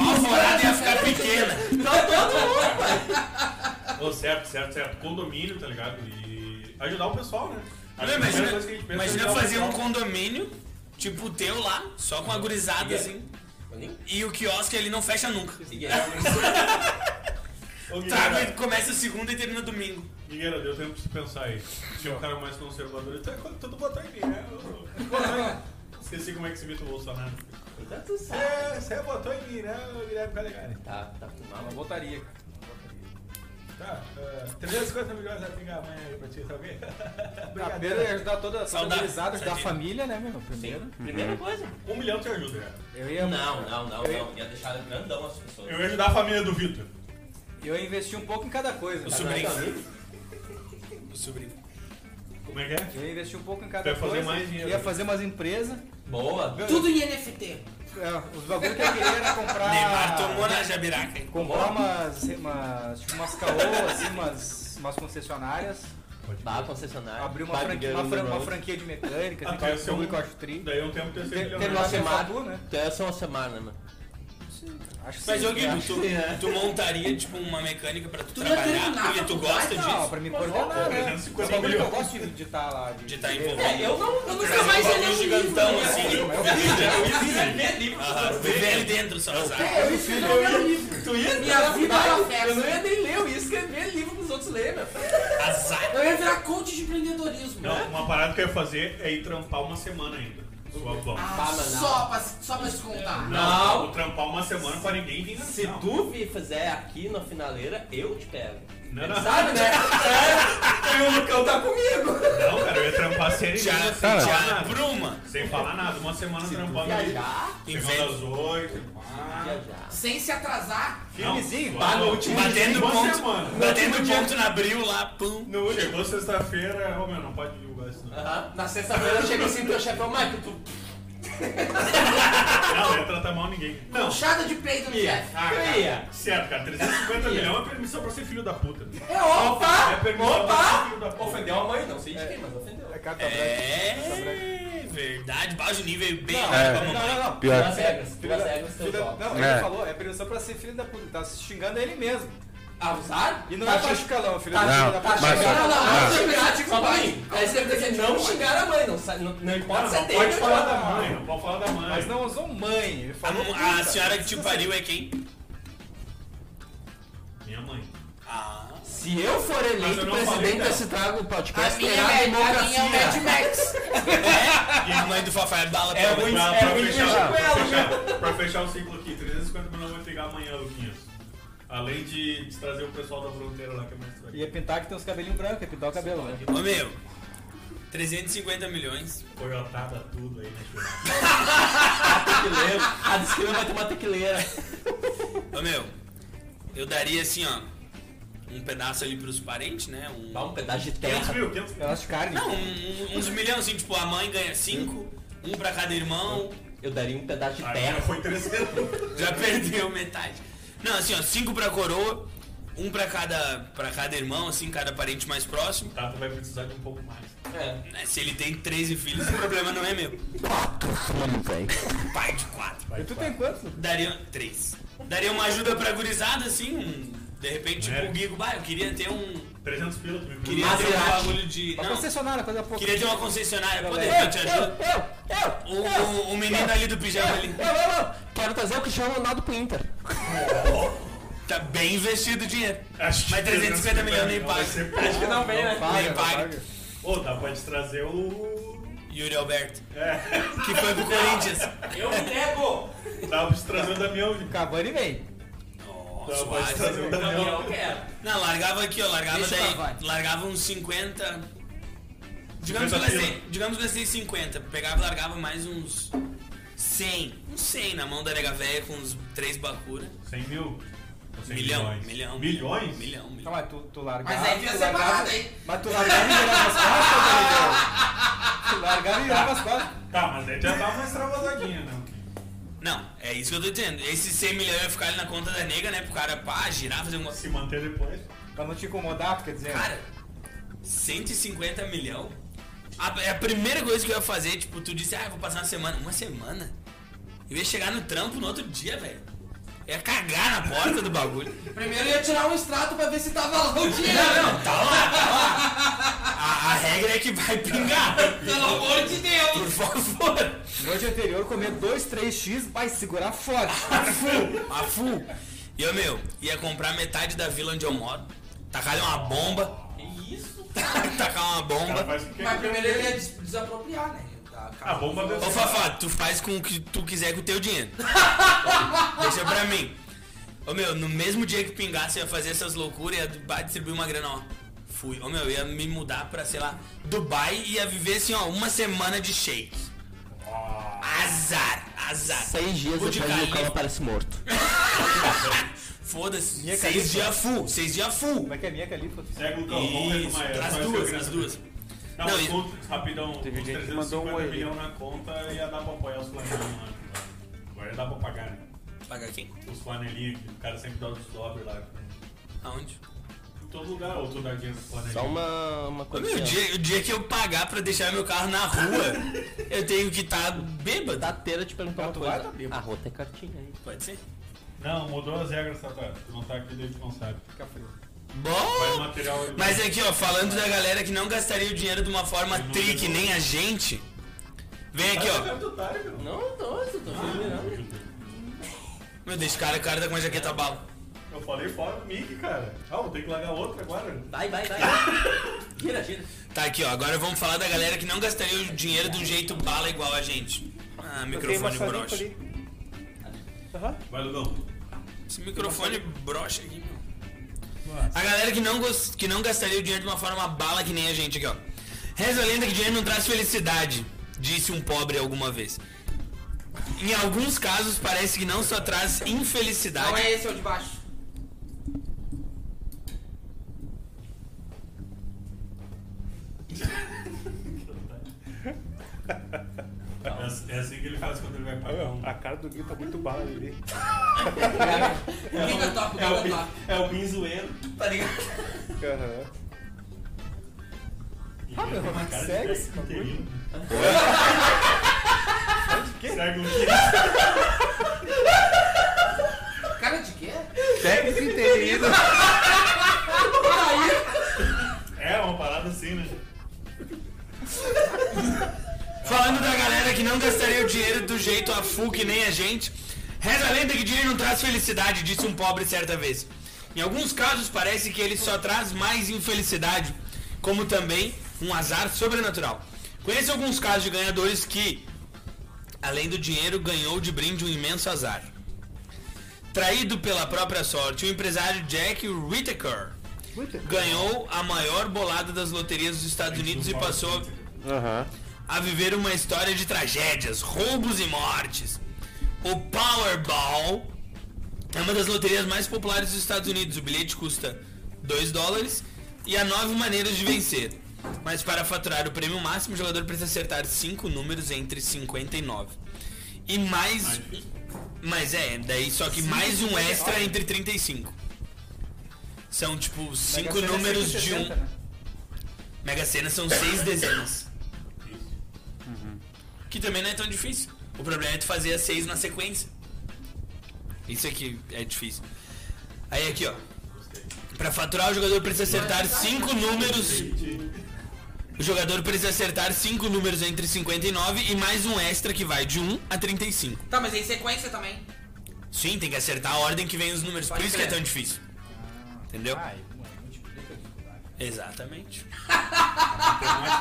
Speaker 2: A alvorada ia ficar pequena.
Speaker 3: Não, todo mundo, pai.
Speaker 1: Ô, certo, certo, certo. Condomínio, tá ligado? E ajudar o pessoal, né? Acho que a primeira
Speaker 2: Tá Imagina,
Speaker 1: coisa que a gente pensa é
Speaker 2: imagina
Speaker 1: ajudar o
Speaker 2: fazer um
Speaker 1: pessoal.
Speaker 2: condomínio, tipo o teu lá, só com a gurizada assim. E o quiosque ele não fecha nunca.
Speaker 1: Ô,
Speaker 2: Traga
Speaker 1: Guigueira,
Speaker 2: começa segunda e termina domingo.
Speaker 1: Guigueira, deu tempo pra você pensar aí. Se é um cara mais conservador, então é quando tudo botar em mim, né? Eu- botar em- Esqueci como é que se imita o Bolsonaro. É, Você botou em mim, né, ô, Guilherme Calegari?
Speaker 3: Tá, tá com mal.
Speaker 5: Não votaria, cara.
Speaker 1: Tá, é, 350 milhões vai pingar amanhã aí pra ti, tá sabe?
Speaker 5: Primeiro é ajudar toda a
Speaker 2: Saudade.
Speaker 5: organizada, ajudar a
Speaker 2: Saudade.
Speaker 5: família, né, meu? Primeiro.
Speaker 3: Primeira coisa.
Speaker 1: [LAUGHS] Um milhão te ajuda, cara.
Speaker 5: Eu ia,
Speaker 3: Uhum. Não, não, não, não. Ia deixar grandão as pessoas.
Speaker 1: Eu ia ajudar a família do Vitor.
Speaker 5: eu ia investir um pouco em cada coisa.
Speaker 2: O
Speaker 3: Tá,
Speaker 5: cara.
Speaker 2: sobrinho. O sobrinho.
Speaker 1: Como é que é?
Speaker 5: Eu ia investir um pouco em cada
Speaker 1: Tu ia fazer
Speaker 5: coisa.
Speaker 1: mais dinheiro.
Speaker 2: né?
Speaker 5: Ia fazer umas empresas.
Speaker 3: Boa.
Speaker 4: Tudo em NFT.
Speaker 5: É, os bagulho que eu queria era comprar.
Speaker 2: Neymar tomou na jabiraca. hein?
Speaker 5: Comprar umas. umas tipo, umas caô, assim, umas, umas concessionárias.
Speaker 3: Bah, concessionário.
Speaker 5: Abrir uma, franquia, uma, fran- uma franquia de mecânica,
Speaker 1: Ah,
Speaker 5: assim,
Speaker 1: tu
Speaker 5: que é
Speaker 1: ia
Speaker 5: um
Speaker 1: ser um...
Speaker 5: bagulho que eu acho tri.
Speaker 1: Daí é um tempo terceiro
Speaker 5: Ter-
Speaker 1: milhão.
Speaker 5: Terminar a
Speaker 2: assim,
Speaker 5: semana, né?
Speaker 3: Tu ia ser uma semana, mano.
Speaker 5: Acho que
Speaker 2: Mas
Speaker 5: sim, né?
Speaker 2: ô Guido,
Speaker 5: acho.
Speaker 2: tu, tu montaria tipo uma mecânica pra tu,
Speaker 4: Tu não
Speaker 2: trabalhar?
Speaker 4: terminava
Speaker 2: Porque tu
Speaker 4: a
Speaker 2: gosta
Speaker 4: faculdade,
Speaker 5: Não,
Speaker 2: disso?
Speaker 5: pra me coordenar, né?
Speaker 1: 350
Speaker 5: É um bagulho que eu
Speaker 1: milhões.
Speaker 5: gosto de- de estar lá.
Speaker 2: De tá estar
Speaker 4: É,
Speaker 2: envolvido.
Speaker 4: eu não. Eu nunca
Speaker 2: Trazer
Speaker 4: mais ia
Speaker 2: bagulho
Speaker 4: ler um livro.
Speaker 2: gigantão
Speaker 4: né?
Speaker 2: assim.
Speaker 5: é
Speaker 1: né?
Speaker 2: Aham, Viver ali dentro só azar.
Speaker 4: É, eu ia ler um livro.
Speaker 3: Tu ia
Speaker 4: Minha vida era uma
Speaker 3: Eu não
Speaker 4: festa.
Speaker 3: ia nem ler, eu ia escrever livro pros outros lerem, meu.
Speaker 2: Azar.
Speaker 4: Eu ia virar coach de empreendedorismo.
Speaker 1: Não, uma parada que eu ia fazer é ir trampar uma semana ainda. Suavão.
Speaker 4: Ah,
Speaker 3: Fala, Tá, não.
Speaker 4: só pra, só pra se contar.
Speaker 1: Não, vou trampar uma semana pra ninguém vir na
Speaker 3: Se
Speaker 1: não.
Speaker 3: tu vir fizer aqui na finaleira, eu te pego.
Speaker 1: Não, não, não,
Speaker 4: [LAUGHS]
Speaker 3: Sabe, né? É, e o Lucão tá comigo.
Speaker 1: cara, eu ia trampar sério
Speaker 2: Já,
Speaker 1: sem falar
Speaker 2: já,
Speaker 1: nada.
Speaker 2: bruma.
Speaker 1: Sem falar nada, uma semana trampando ali.
Speaker 3: Viajar,
Speaker 1: Chegando às oito.
Speaker 3: viajar.
Speaker 4: Sem se atrasar.
Speaker 1: Filmezinho,
Speaker 2: Pá, no último batendo
Speaker 1: tipo, uma
Speaker 2: ponto,
Speaker 1: semana.
Speaker 2: batendo ponto na abril lá, pum.
Speaker 1: No último- Chegou sexta-feira, ô meu, não pode divulgar isso não.
Speaker 3: Aham. Na sexta-feira eu chego assim, teu chefão, Michael, tu...
Speaker 1: Não, não ia tratar mal ninguém. Não.
Speaker 4: Puxada de peito no chefe.
Speaker 1: Ah, cara,
Speaker 3: Ia.
Speaker 1: Certo, cara, 350 milhões é permissão pra ser filho da puta.
Speaker 4: É óbvio.
Speaker 1: É permissão pra ser filho da puta.
Speaker 3: Ofendeu a mãe, não sei de quem, mas ofendeu.
Speaker 5: É carta
Speaker 2: É verdade, baixo nível bem
Speaker 6: É.
Speaker 2: alto pra
Speaker 5: branca.
Speaker 2: mamãe.
Speaker 5: Tá Não, não, não.
Speaker 6: Pior.
Speaker 3: As regras,
Speaker 5: Filho
Speaker 3: as
Speaker 5: da-
Speaker 3: regras
Speaker 5: filho
Speaker 3: são
Speaker 5: da-
Speaker 3: jogos.
Speaker 5: Não, ele
Speaker 6: É.
Speaker 5: falou, é permissão pra ser filho da puta. Tá se xingando ele mesmo.
Speaker 3: Abusar?
Speaker 5: E não
Speaker 3: Tá
Speaker 5: é pra
Speaker 3: che-
Speaker 5: xingar, não, filho
Speaker 3: tá
Speaker 5: da
Speaker 6: Não,
Speaker 5: puta.
Speaker 3: Tá
Speaker 6: Mas-
Speaker 3: chegando lá,
Speaker 6: Ah.
Speaker 3: não xingar, tipo, mãe. Aí você deve dizer, não xingar a mãe, não, sa- não, não importa
Speaker 1: Não,
Speaker 3: se é
Speaker 1: não
Speaker 3: dele
Speaker 1: pode
Speaker 3: ou
Speaker 1: falar
Speaker 3: não.
Speaker 1: da mãe, não pode falar da mãe.
Speaker 5: Mas não usou mãe. Ele falou.
Speaker 2: A, a
Speaker 5: puta.
Speaker 2: senhora que te pariu é quem?
Speaker 1: Minha mãe.
Speaker 2: Ah,
Speaker 3: Se eu for
Speaker 1: Mas eu
Speaker 3: eleito
Speaker 1: não falei,
Speaker 3: presidente
Speaker 1: não.
Speaker 3: desse trago
Speaker 4: A
Speaker 3: podcast,
Speaker 4: minha,
Speaker 3: terá
Speaker 4: é, a minha é o Mad
Speaker 3: democracia. [LAUGHS]
Speaker 4: Max.
Speaker 2: e a mãe do Fafá é bala pra
Speaker 3: É
Speaker 2: mãe.
Speaker 3: ruim.
Speaker 1: Pra, pra
Speaker 3: ruim
Speaker 1: fechar,
Speaker 3: mexer
Speaker 1: pra, fechar, pra fechar o ciclo aqui, 350 milhões vai pegar amanhã, Luquinhas. Além de de trazer o pessoal da fronteira lá que é mais
Speaker 5: Ia pintar que tem uns cabelinhos brancos, ia pintar o cabelo, né?
Speaker 2: Ô meu, 350 milhões.
Speaker 1: Coiotada tudo aí, né?
Speaker 3: Tequileiro. A da esquina vai ter uma tequileira.
Speaker 2: Ô meu, eu daria assim, ó, um pedaço ali pros parentes, né? Um,
Speaker 3: Dá um pedaço de
Speaker 1: 500
Speaker 3: terra.
Speaker 1: mil, 500 mil.
Speaker 5: Pedaço de carne.
Speaker 2: não, um- uns milhões assim, tipo, a mãe ganha 5, um pra cada irmão.
Speaker 3: Eu daria um pedaço de
Speaker 1: A minha
Speaker 3: terra.
Speaker 1: foi 300.
Speaker 2: Já [LAUGHS] perdeu metade. Não, assim, ó, cinco pra coroa, um pra cada, pra cada irmão, assim, cada parente mais próximo.
Speaker 1: Tá, tu vai precisar de um pouco mais.
Speaker 3: É.
Speaker 2: Né, Se ele tem 13 filhos, o problema não é meu. Pai de quatro.
Speaker 5: E tu tem quantos?
Speaker 2: Daria três. Daria uma ajuda pra gurizada, assim, um, de repente, tipo,
Speaker 1: É.
Speaker 2: o Guigo, bah, eu queria ter um...
Speaker 1: 300 pila, tu me
Speaker 2: Queria
Speaker 1: pergunta.
Speaker 2: ter um
Speaker 3: Maserati.
Speaker 2: bagulho de...
Speaker 5: Pra
Speaker 2: Não,
Speaker 5: concessionária, coisa pouca.
Speaker 2: queria ter uma concessionária. Pô, de
Speaker 5: Eu,
Speaker 2: repente, ajuda.
Speaker 3: Eu,
Speaker 2: O, o, o menino ali do pijama ali
Speaker 3: eu, eu, eu. Quero trazer o Cristiano Ronaldo pro Inter.
Speaker 2: tá bem investido o dinheiro.
Speaker 1: Acho que
Speaker 2: Mas 350 milhões nem
Speaker 1: vai
Speaker 2: paga.
Speaker 1: ser
Speaker 3: Acho que não vem, né?
Speaker 5: Paga,
Speaker 2: Nem paga.
Speaker 5: paga.
Speaker 1: Ô, dá pra te trazer o.
Speaker 2: Yuri Alberto,
Speaker 1: É,
Speaker 2: que foi pro Corinthians.
Speaker 3: Eu me nego.
Speaker 1: dá pra te trazer o Damião. gente.
Speaker 5: Cavani vem.
Speaker 1: Dá pra
Speaker 2: Nossa,
Speaker 1: te
Speaker 2: quase.
Speaker 1: trazer o Damião.
Speaker 3: quero.
Speaker 2: Não, largava aqui, ó, largava
Speaker 5: Deixa
Speaker 2: daí.
Speaker 5: pra vai.
Speaker 2: Largava uns 50. Digamos que eu
Speaker 1: 50
Speaker 2: gastei,
Speaker 1: pila.
Speaker 2: digamos que eu gastei 50. Pegava e largava mais uns 100. Uns 100 na mão da nega velha com uns 3 bacura.
Speaker 1: 100 mil? Ou 100
Speaker 2: Milhão,
Speaker 1: milhões?
Speaker 2: milhão.
Speaker 1: Milhões?
Speaker 2: Milhão,
Speaker 5: Não,
Speaker 2: milhão.
Speaker 5: mas tu, tu largava.
Speaker 3: é
Speaker 4: Mas aí
Speaker 5: tu
Speaker 4: fica
Speaker 5: largava-
Speaker 4: separado, hein?
Speaker 5: Mas tu largava e virava as costas, tá virava as costas.
Speaker 1: Tá, mas aí já dá uma extravasadinha, né?
Speaker 2: Não, é isso que eu tô dizendo. Esse 100 milhões ia ficar ali na conta da nega, né? Pro cara, pá, girar, fazer um
Speaker 1: Se
Speaker 2: negócio.
Speaker 1: manter depois.
Speaker 5: Pra não te incomodar, tu quer dizer?
Speaker 2: Cara, 150 milhão? A, é a primeira coisa que eu ia fazer, tipo, tu disse, ah, eu vou passar uma semana. Uma semana? Eu ia chegar no trampo no outro dia, velho. Ia cagar na porta do bagulho.
Speaker 4: Primeiro eu ia tirar um extrato pra ver se tava lá o dinheiro.
Speaker 2: [LAUGHS] Não, não, tá lá, tá lá. A, a regra é que vai pingar.
Speaker 4: Pelo amor de Deus.
Speaker 2: Por favor.
Speaker 5: Noite anterior, comer 2, 3x, vai segurar forte.
Speaker 2: A full. E eu, meu, ia comprar metade da vila onde eu moro. Tacar uma bomba. [LAUGHS]
Speaker 4: Que isso?
Speaker 2: tacar uma
Speaker 1: O cara
Speaker 2: bomba.
Speaker 1: faz o que
Speaker 4: Mas primeiro ele ia
Speaker 1: quer.
Speaker 4: des- desapropriar, né? Da-
Speaker 1: A bomba
Speaker 2: é Ô,
Speaker 1: desse.
Speaker 2: Fafá, tu faz com o que tu quiser com o teu dinheiro.
Speaker 1: [LAUGHS]
Speaker 2: Deixa pra mim. Ô, meu, no mesmo dia que pingasse, eu ia fazer essas loucuras, ia Dubai distribuir uma grana, ó. Fui. Ô, meu, eu ia me mudar pra, sei lá, Dubai e ia viver, assim, ó, uma semana de shake.
Speaker 1: Ah,
Speaker 2: Azar, azar.
Speaker 3: Seis dias
Speaker 2: Burj
Speaker 3: depois o
Speaker 2: Khalifa.
Speaker 3: cara aparece morto.
Speaker 2: [LAUGHS] Foda-se.
Speaker 5: Minha
Speaker 2: Seis
Speaker 5: cabeça.
Speaker 2: dias full, seis dias full.
Speaker 5: Como é que é minha califa?
Speaker 1: Segue o né, cão, vamos
Speaker 2: Isso,
Speaker 1: retomar
Speaker 2: nas
Speaker 1: só
Speaker 2: duas,
Speaker 1: esse
Speaker 2: nas
Speaker 1: eu
Speaker 2: duas.
Speaker 1: Não,
Speaker 2: Não,
Speaker 1: os
Speaker 2: e-
Speaker 1: outros, rapidão, os
Speaker 6: Teve gente que
Speaker 1: 350
Speaker 6: mandou um oi.
Speaker 1: milhões na conta ia dar pra apoiar os flanelinhos lá. tipo, Agora dá pra pagar, né?
Speaker 2: Pagar quem?
Speaker 1: Os flanelinhos que o cara sempre dá os dobre lá. Em
Speaker 2: Aonde?
Speaker 1: todo lugar, ou tu dá dinheiro pro flanelinho.
Speaker 3: Só uma, uma
Speaker 2: Ô,
Speaker 3: coisa. assim,
Speaker 2: meu, o dia, o dia que eu pagar pra deixar meu carro na [LAUGHS] rua, eu tenho que estar tá bêbado.
Speaker 3: Da teira te perguntar uma
Speaker 5: tu vai,
Speaker 3: coisa.
Speaker 5: tá bêbado.
Speaker 3: Ah, Rô, tem cartinha aí.
Speaker 2: Pode ser.
Speaker 1: Não, mudou as regras, Tata. Tu não tá aqui, daí tu não sabe.
Speaker 5: Fica é frio.
Speaker 1: Vai o
Speaker 2: Bom!
Speaker 1: material...
Speaker 2: Mas é aqui, ó, falando da galera que não gastaria o dinheiro de uma forma tri que nem a gente. Vem aqui,
Speaker 1: é
Speaker 2: ó.
Speaker 1: ó.
Speaker 3: Não, não, eu tô ah.
Speaker 2: Meu Deus, cara, o cara tá com uma jaqueta bala.
Speaker 1: Eu falei fora do mic, cara. Ah, vou ter que largar outra agora.
Speaker 3: Vai, vai, vai. gira, gira.
Speaker 2: Tá aqui, ó. Agora vamos falar da galera que não gastaria o dinheiro de um jeito bala igual a gente. Ah, microfone broxa.
Speaker 1: Vai, Lugão.
Speaker 2: Esse microfone broxa aqui, meu. A galera que não, gos- que não gastaria o dinheiro de uma forma bala que nem a gente aqui, ó. Reza a lenda que dinheiro não traz felicidade, disse um pobre alguma vez. Em alguns casos parece que não só traz
Speaker 4: Não
Speaker 2: infelicidade.
Speaker 4: é esse, é o de baixo.
Speaker 1: É, é assim que ele faz quando ele vai pagar um.
Speaker 6: A cara do Gui tá muito bala ali.
Speaker 4: Liga top,
Speaker 1: É o
Speaker 4: liga top.
Speaker 1: Bin- É o Bin zoeiro.
Speaker 4: Tá ligado?
Speaker 1: Ah, meu, mas
Speaker 5: segue esse bagulho?
Speaker 1: Segue o que?
Speaker 4: Cara de quê?
Speaker 6: Segue esse interino.
Speaker 1: É uma parada assim, né?
Speaker 2: Falando da galera que não gastaria o dinheiro do jeito a full que nem a gente. Reza a lenda que dinheiro não traz felicidade, disse um pobre certa vez. Em alguns casos parece que ele só traz mais infelicidade, como também um azar sobrenatural. Conheço alguns casos de ganhadores que, além do dinheiro, ganhou de brinde um imenso azar. Traído pela própria sorte, o empresário Jack Whittaker ganhou a maior bolada das loterias dos Estados Unidos e passou
Speaker 6: Aham.
Speaker 2: a viver uma história de tragédias, roubos e mortes. O Powerball é uma das loterias mais populares dos Estados Unidos. O bilhete custa 2 dólares e há nove maneiras de vencer. Mas para faturar o prêmio máximo, o jogador precisa acertar cinco números entre 59. E mais. um. Mas é, daí só que mais um extra entre 35. São tipo cinco
Speaker 5: Mega Sena é
Speaker 2: números de um.
Speaker 5: 160, né?
Speaker 2: Mega Sena são seis dezenas. Que também não é tão difícil. O problema é tu fazer as seis na sequência. Isso aqui é difícil. Aí aqui, ó. Pra faturar o jogador precisa acertar cinco números. O jogador precisa acertar cinco números entre 59 e mais um extra que vai de 1 a 35.
Speaker 4: Tá, mas em sequência também.
Speaker 2: Sim, tem que acertar a ordem que vem os números. Por
Speaker 4: Pode
Speaker 2: isso que é
Speaker 4: crer.
Speaker 2: tão difícil. Entendeu?
Speaker 5: Ai, mano, é multiplica aqui.
Speaker 2: Exatamente.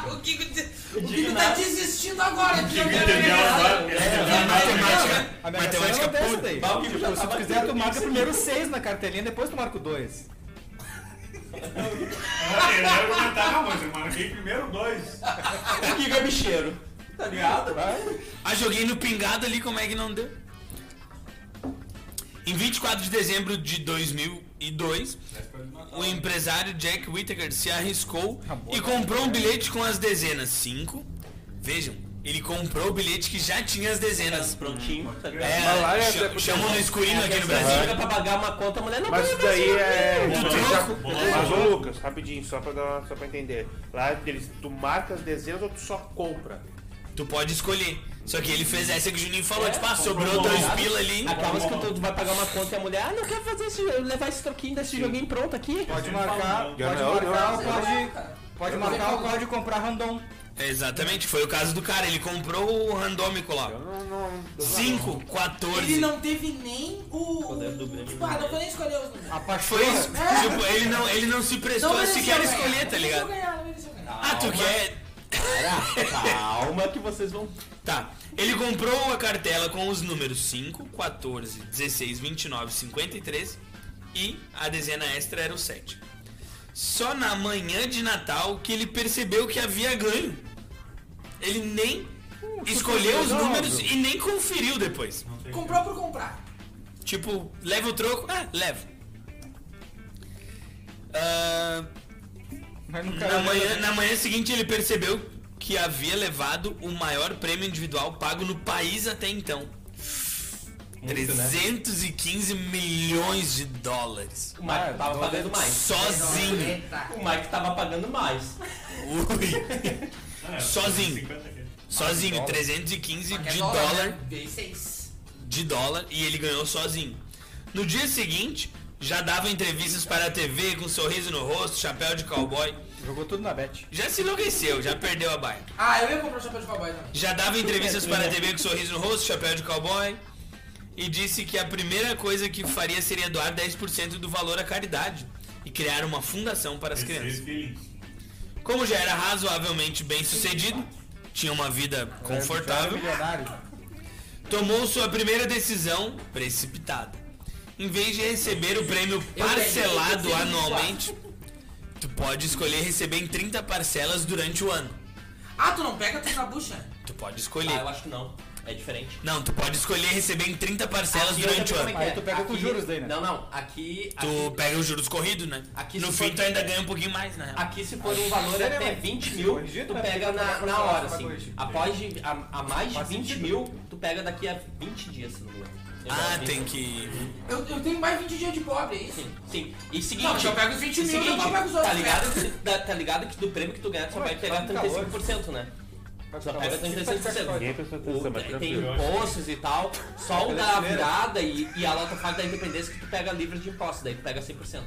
Speaker 4: O Kiko, de... o Kiko tá desistindo agora de jogar
Speaker 1: Entendeu
Speaker 4: Mega
Speaker 1: agora?
Speaker 2: É matemática.
Speaker 5: A Mega
Speaker 2: Matemática
Speaker 5: Sena não desce daí.
Speaker 2: pura.
Speaker 5: Tipo, se tu quiser, tu marca primeiro 6 na cartelinha, depois tu marca o 2.
Speaker 1: Ah, ele vai comentar, mas eu marquei primeiro dois.
Speaker 3: O Giga é bicheiro. Tá ligado?
Speaker 2: Ah, joguei no pingado ali, como é que não deu? Em 24 de dezembro de 2002, o empresário Jack
Speaker 6: Tá
Speaker 2: Whittaker se arriscou
Speaker 6: né?
Speaker 5: Acabou,
Speaker 2: e comprou um bilhete com as dezenas 5, vejam, Ele comprou o bilhete que já tinha as dezenas.
Speaker 3: Prontinho, tá ligado?
Speaker 2: É,
Speaker 6: Mas lá é
Speaker 2: cha-
Speaker 6: até É, porque-
Speaker 2: chamam no escurinho aqui no
Speaker 3: Brasil
Speaker 2: Brasil.
Speaker 3: pra pagar uma conta, a mulher não
Speaker 6: Mas
Speaker 3: ganha
Speaker 6: isso daí
Speaker 3: Brasil,
Speaker 6: é.
Speaker 3: né?
Speaker 2: Tu
Speaker 6: Mas,
Speaker 2: troca?
Speaker 6: mas, ô Lucas, rapidinho, só pra, dar, só pra entender. Lá eles, tu marca as dezenas ou tu só compra?
Speaker 2: Tu pode escolher. Só que ele fez essa que o Juninho falou,
Speaker 3: É,
Speaker 2: tipo, ah, sobrou dois
Speaker 6: um
Speaker 2: pila ali.
Speaker 3: Acabas que tu vai pagar uma conta e a mulher, ah, não quero fazer esse, levar esse troquinho desse joguinho pronto aqui.
Speaker 5: Pode marcar, pode
Speaker 6: Ganhou,
Speaker 5: marcar,
Speaker 6: ganhou.
Speaker 5: pode, pode marcar ou pode comprar random.
Speaker 2: Exatamente, foi o caso do cara. Ele comprou o randômico lá.
Speaker 6: Não, não.
Speaker 2: 5,
Speaker 4: Ele
Speaker 2: 14.
Speaker 4: não teve nem o.
Speaker 3: Poder do
Speaker 4: o-
Speaker 3: Grêmio.
Speaker 4: Tipo, ah, não vou nem escolher os números.
Speaker 2: Foi
Speaker 5: Apaixona.
Speaker 2: isso. Tipo, ele não, ele não se prestou a
Speaker 4: mereceu
Speaker 2: sequer
Speaker 4: ganhar,
Speaker 2: escolher,
Speaker 4: Então não
Speaker 2: tá
Speaker 4: mereceu
Speaker 2: ligado?
Speaker 4: ganhar, não mereceu ganhar.
Speaker 2: Ah, tu quer.
Speaker 3: Calma que vocês vão.
Speaker 2: Tá. Ele comprou a cartela com os números 5, 14, 16, 29, 53 e a dezena extra era o 7. Só na manhã de Natal que ele percebeu que havia ganho. Ele nem escolheu os números e nem conferiu depois.
Speaker 4: Comprou por comprar.
Speaker 2: Tipo, leva o troco? Ah, levo. Ah,
Speaker 5: Mas no né?
Speaker 2: na,
Speaker 5: cara
Speaker 2: manhã, na manhã seguinte ele percebeu que havia levado o maior prêmio individual pago no país até então. 315 milhões de dólares.
Speaker 3: O Mike tava pagando mais.
Speaker 2: Sozinho.
Speaker 4: é
Speaker 3: O Mike tava pagando mais.
Speaker 2: Ui.
Speaker 1: Ah, é,
Speaker 2: Sozinho.
Speaker 1: 50 aqui.
Speaker 2: Sozinho, 315
Speaker 4: É
Speaker 2: de dólar.
Speaker 4: né? Dei seis.
Speaker 2: de dólar e ele ganhou sozinho. No dia seguinte, já dava entrevistas para a TV com um sorriso no rosto, chapéu de cowboy.
Speaker 5: Jogou tudo na bet.
Speaker 2: Já se enlouqueceu, já perdeu a baia.
Speaker 4: Ah, eu ia comprar o chapéu de cowboy também.
Speaker 2: Já dava entrevistas para a TV com sorriso no rosto, chapéu de cowboy. E disse que a primeira coisa que faria seria doar 10% do valor à caridade e criar uma fundação para as crianças. Como já era razoavelmente bem sucedido, tinha uma vida
Speaker 5: Era
Speaker 2: confortável,
Speaker 5: é milionário.
Speaker 2: tomou sua primeira decisão precipitada. Em vez de receber o prêmio parcelado anualmente, tu pode escolher receber em 30 parcelas durante o ano.
Speaker 4: Ah, tu não pega tu na bucha?
Speaker 2: Tu pode
Speaker 3: Ah, eu
Speaker 2: escolher.
Speaker 3: acho que não. É diferente.
Speaker 2: Não, tu pode escolher receber em 30 parcelas
Speaker 3: Aqui eu
Speaker 2: durante o
Speaker 3: já vi
Speaker 2: ano.
Speaker 3: como é que
Speaker 5: Aí tu pega com
Speaker 3: Aqui-
Speaker 5: juros daí, né?
Speaker 3: Não, não. Aqui.
Speaker 2: Tu
Speaker 3: aqui-
Speaker 2: pega os juros corridos, né?
Speaker 3: Aqui
Speaker 2: no
Speaker 3: se
Speaker 2: fim
Speaker 3: for-
Speaker 2: tu ainda ganha um pouquinho mais, na real.
Speaker 3: Aqui se for um valor até 20 mil, tu pega na, na hora, assim. Após de, a, a mais de 20 mil, tu pega daqui a 20 dias, se não me engano. Eu
Speaker 2: Ah,
Speaker 3: acho
Speaker 2: tem
Speaker 3: que-
Speaker 2: que.
Speaker 4: Eu, eu tenho mais 20 dias de pobre, é isso?
Speaker 3: Sim, sim. E seguinte.
Speaker 4: Não, mas eu pego os 20 mil,
Speaker 3: seguinte,
Speaker 4: eu não pego os
Speaker 3: Tá
Speaker 4: outros,
Speaker 3: ligado, que, tá, tá ligado que do prêmio que tu ganha, tu só
Speaker 5: Ué,
Speaker 3: vai pegar
Speaker 5: tá com calor.
Speaker 3: 35%, né?
Speaker 5: Vai
Speaker 3: Só
Speaker 5: ficar
Speaker 3: pega
Speaker 5: mais-
Speaker 3: 36%.
Speaker 6: Ninguém prestou
Speaker 3: O-
Speaker 6: atenção, mas tá
Speaker 3: tem
Speaker 6: tranquilo.
Speaker 3: impostos e tal, só o da
Speaker 5: Brasileiro.
Speaker 3: virada e, e a nota falta da independência que tu pega livre de impostos, daí tu pega 100%.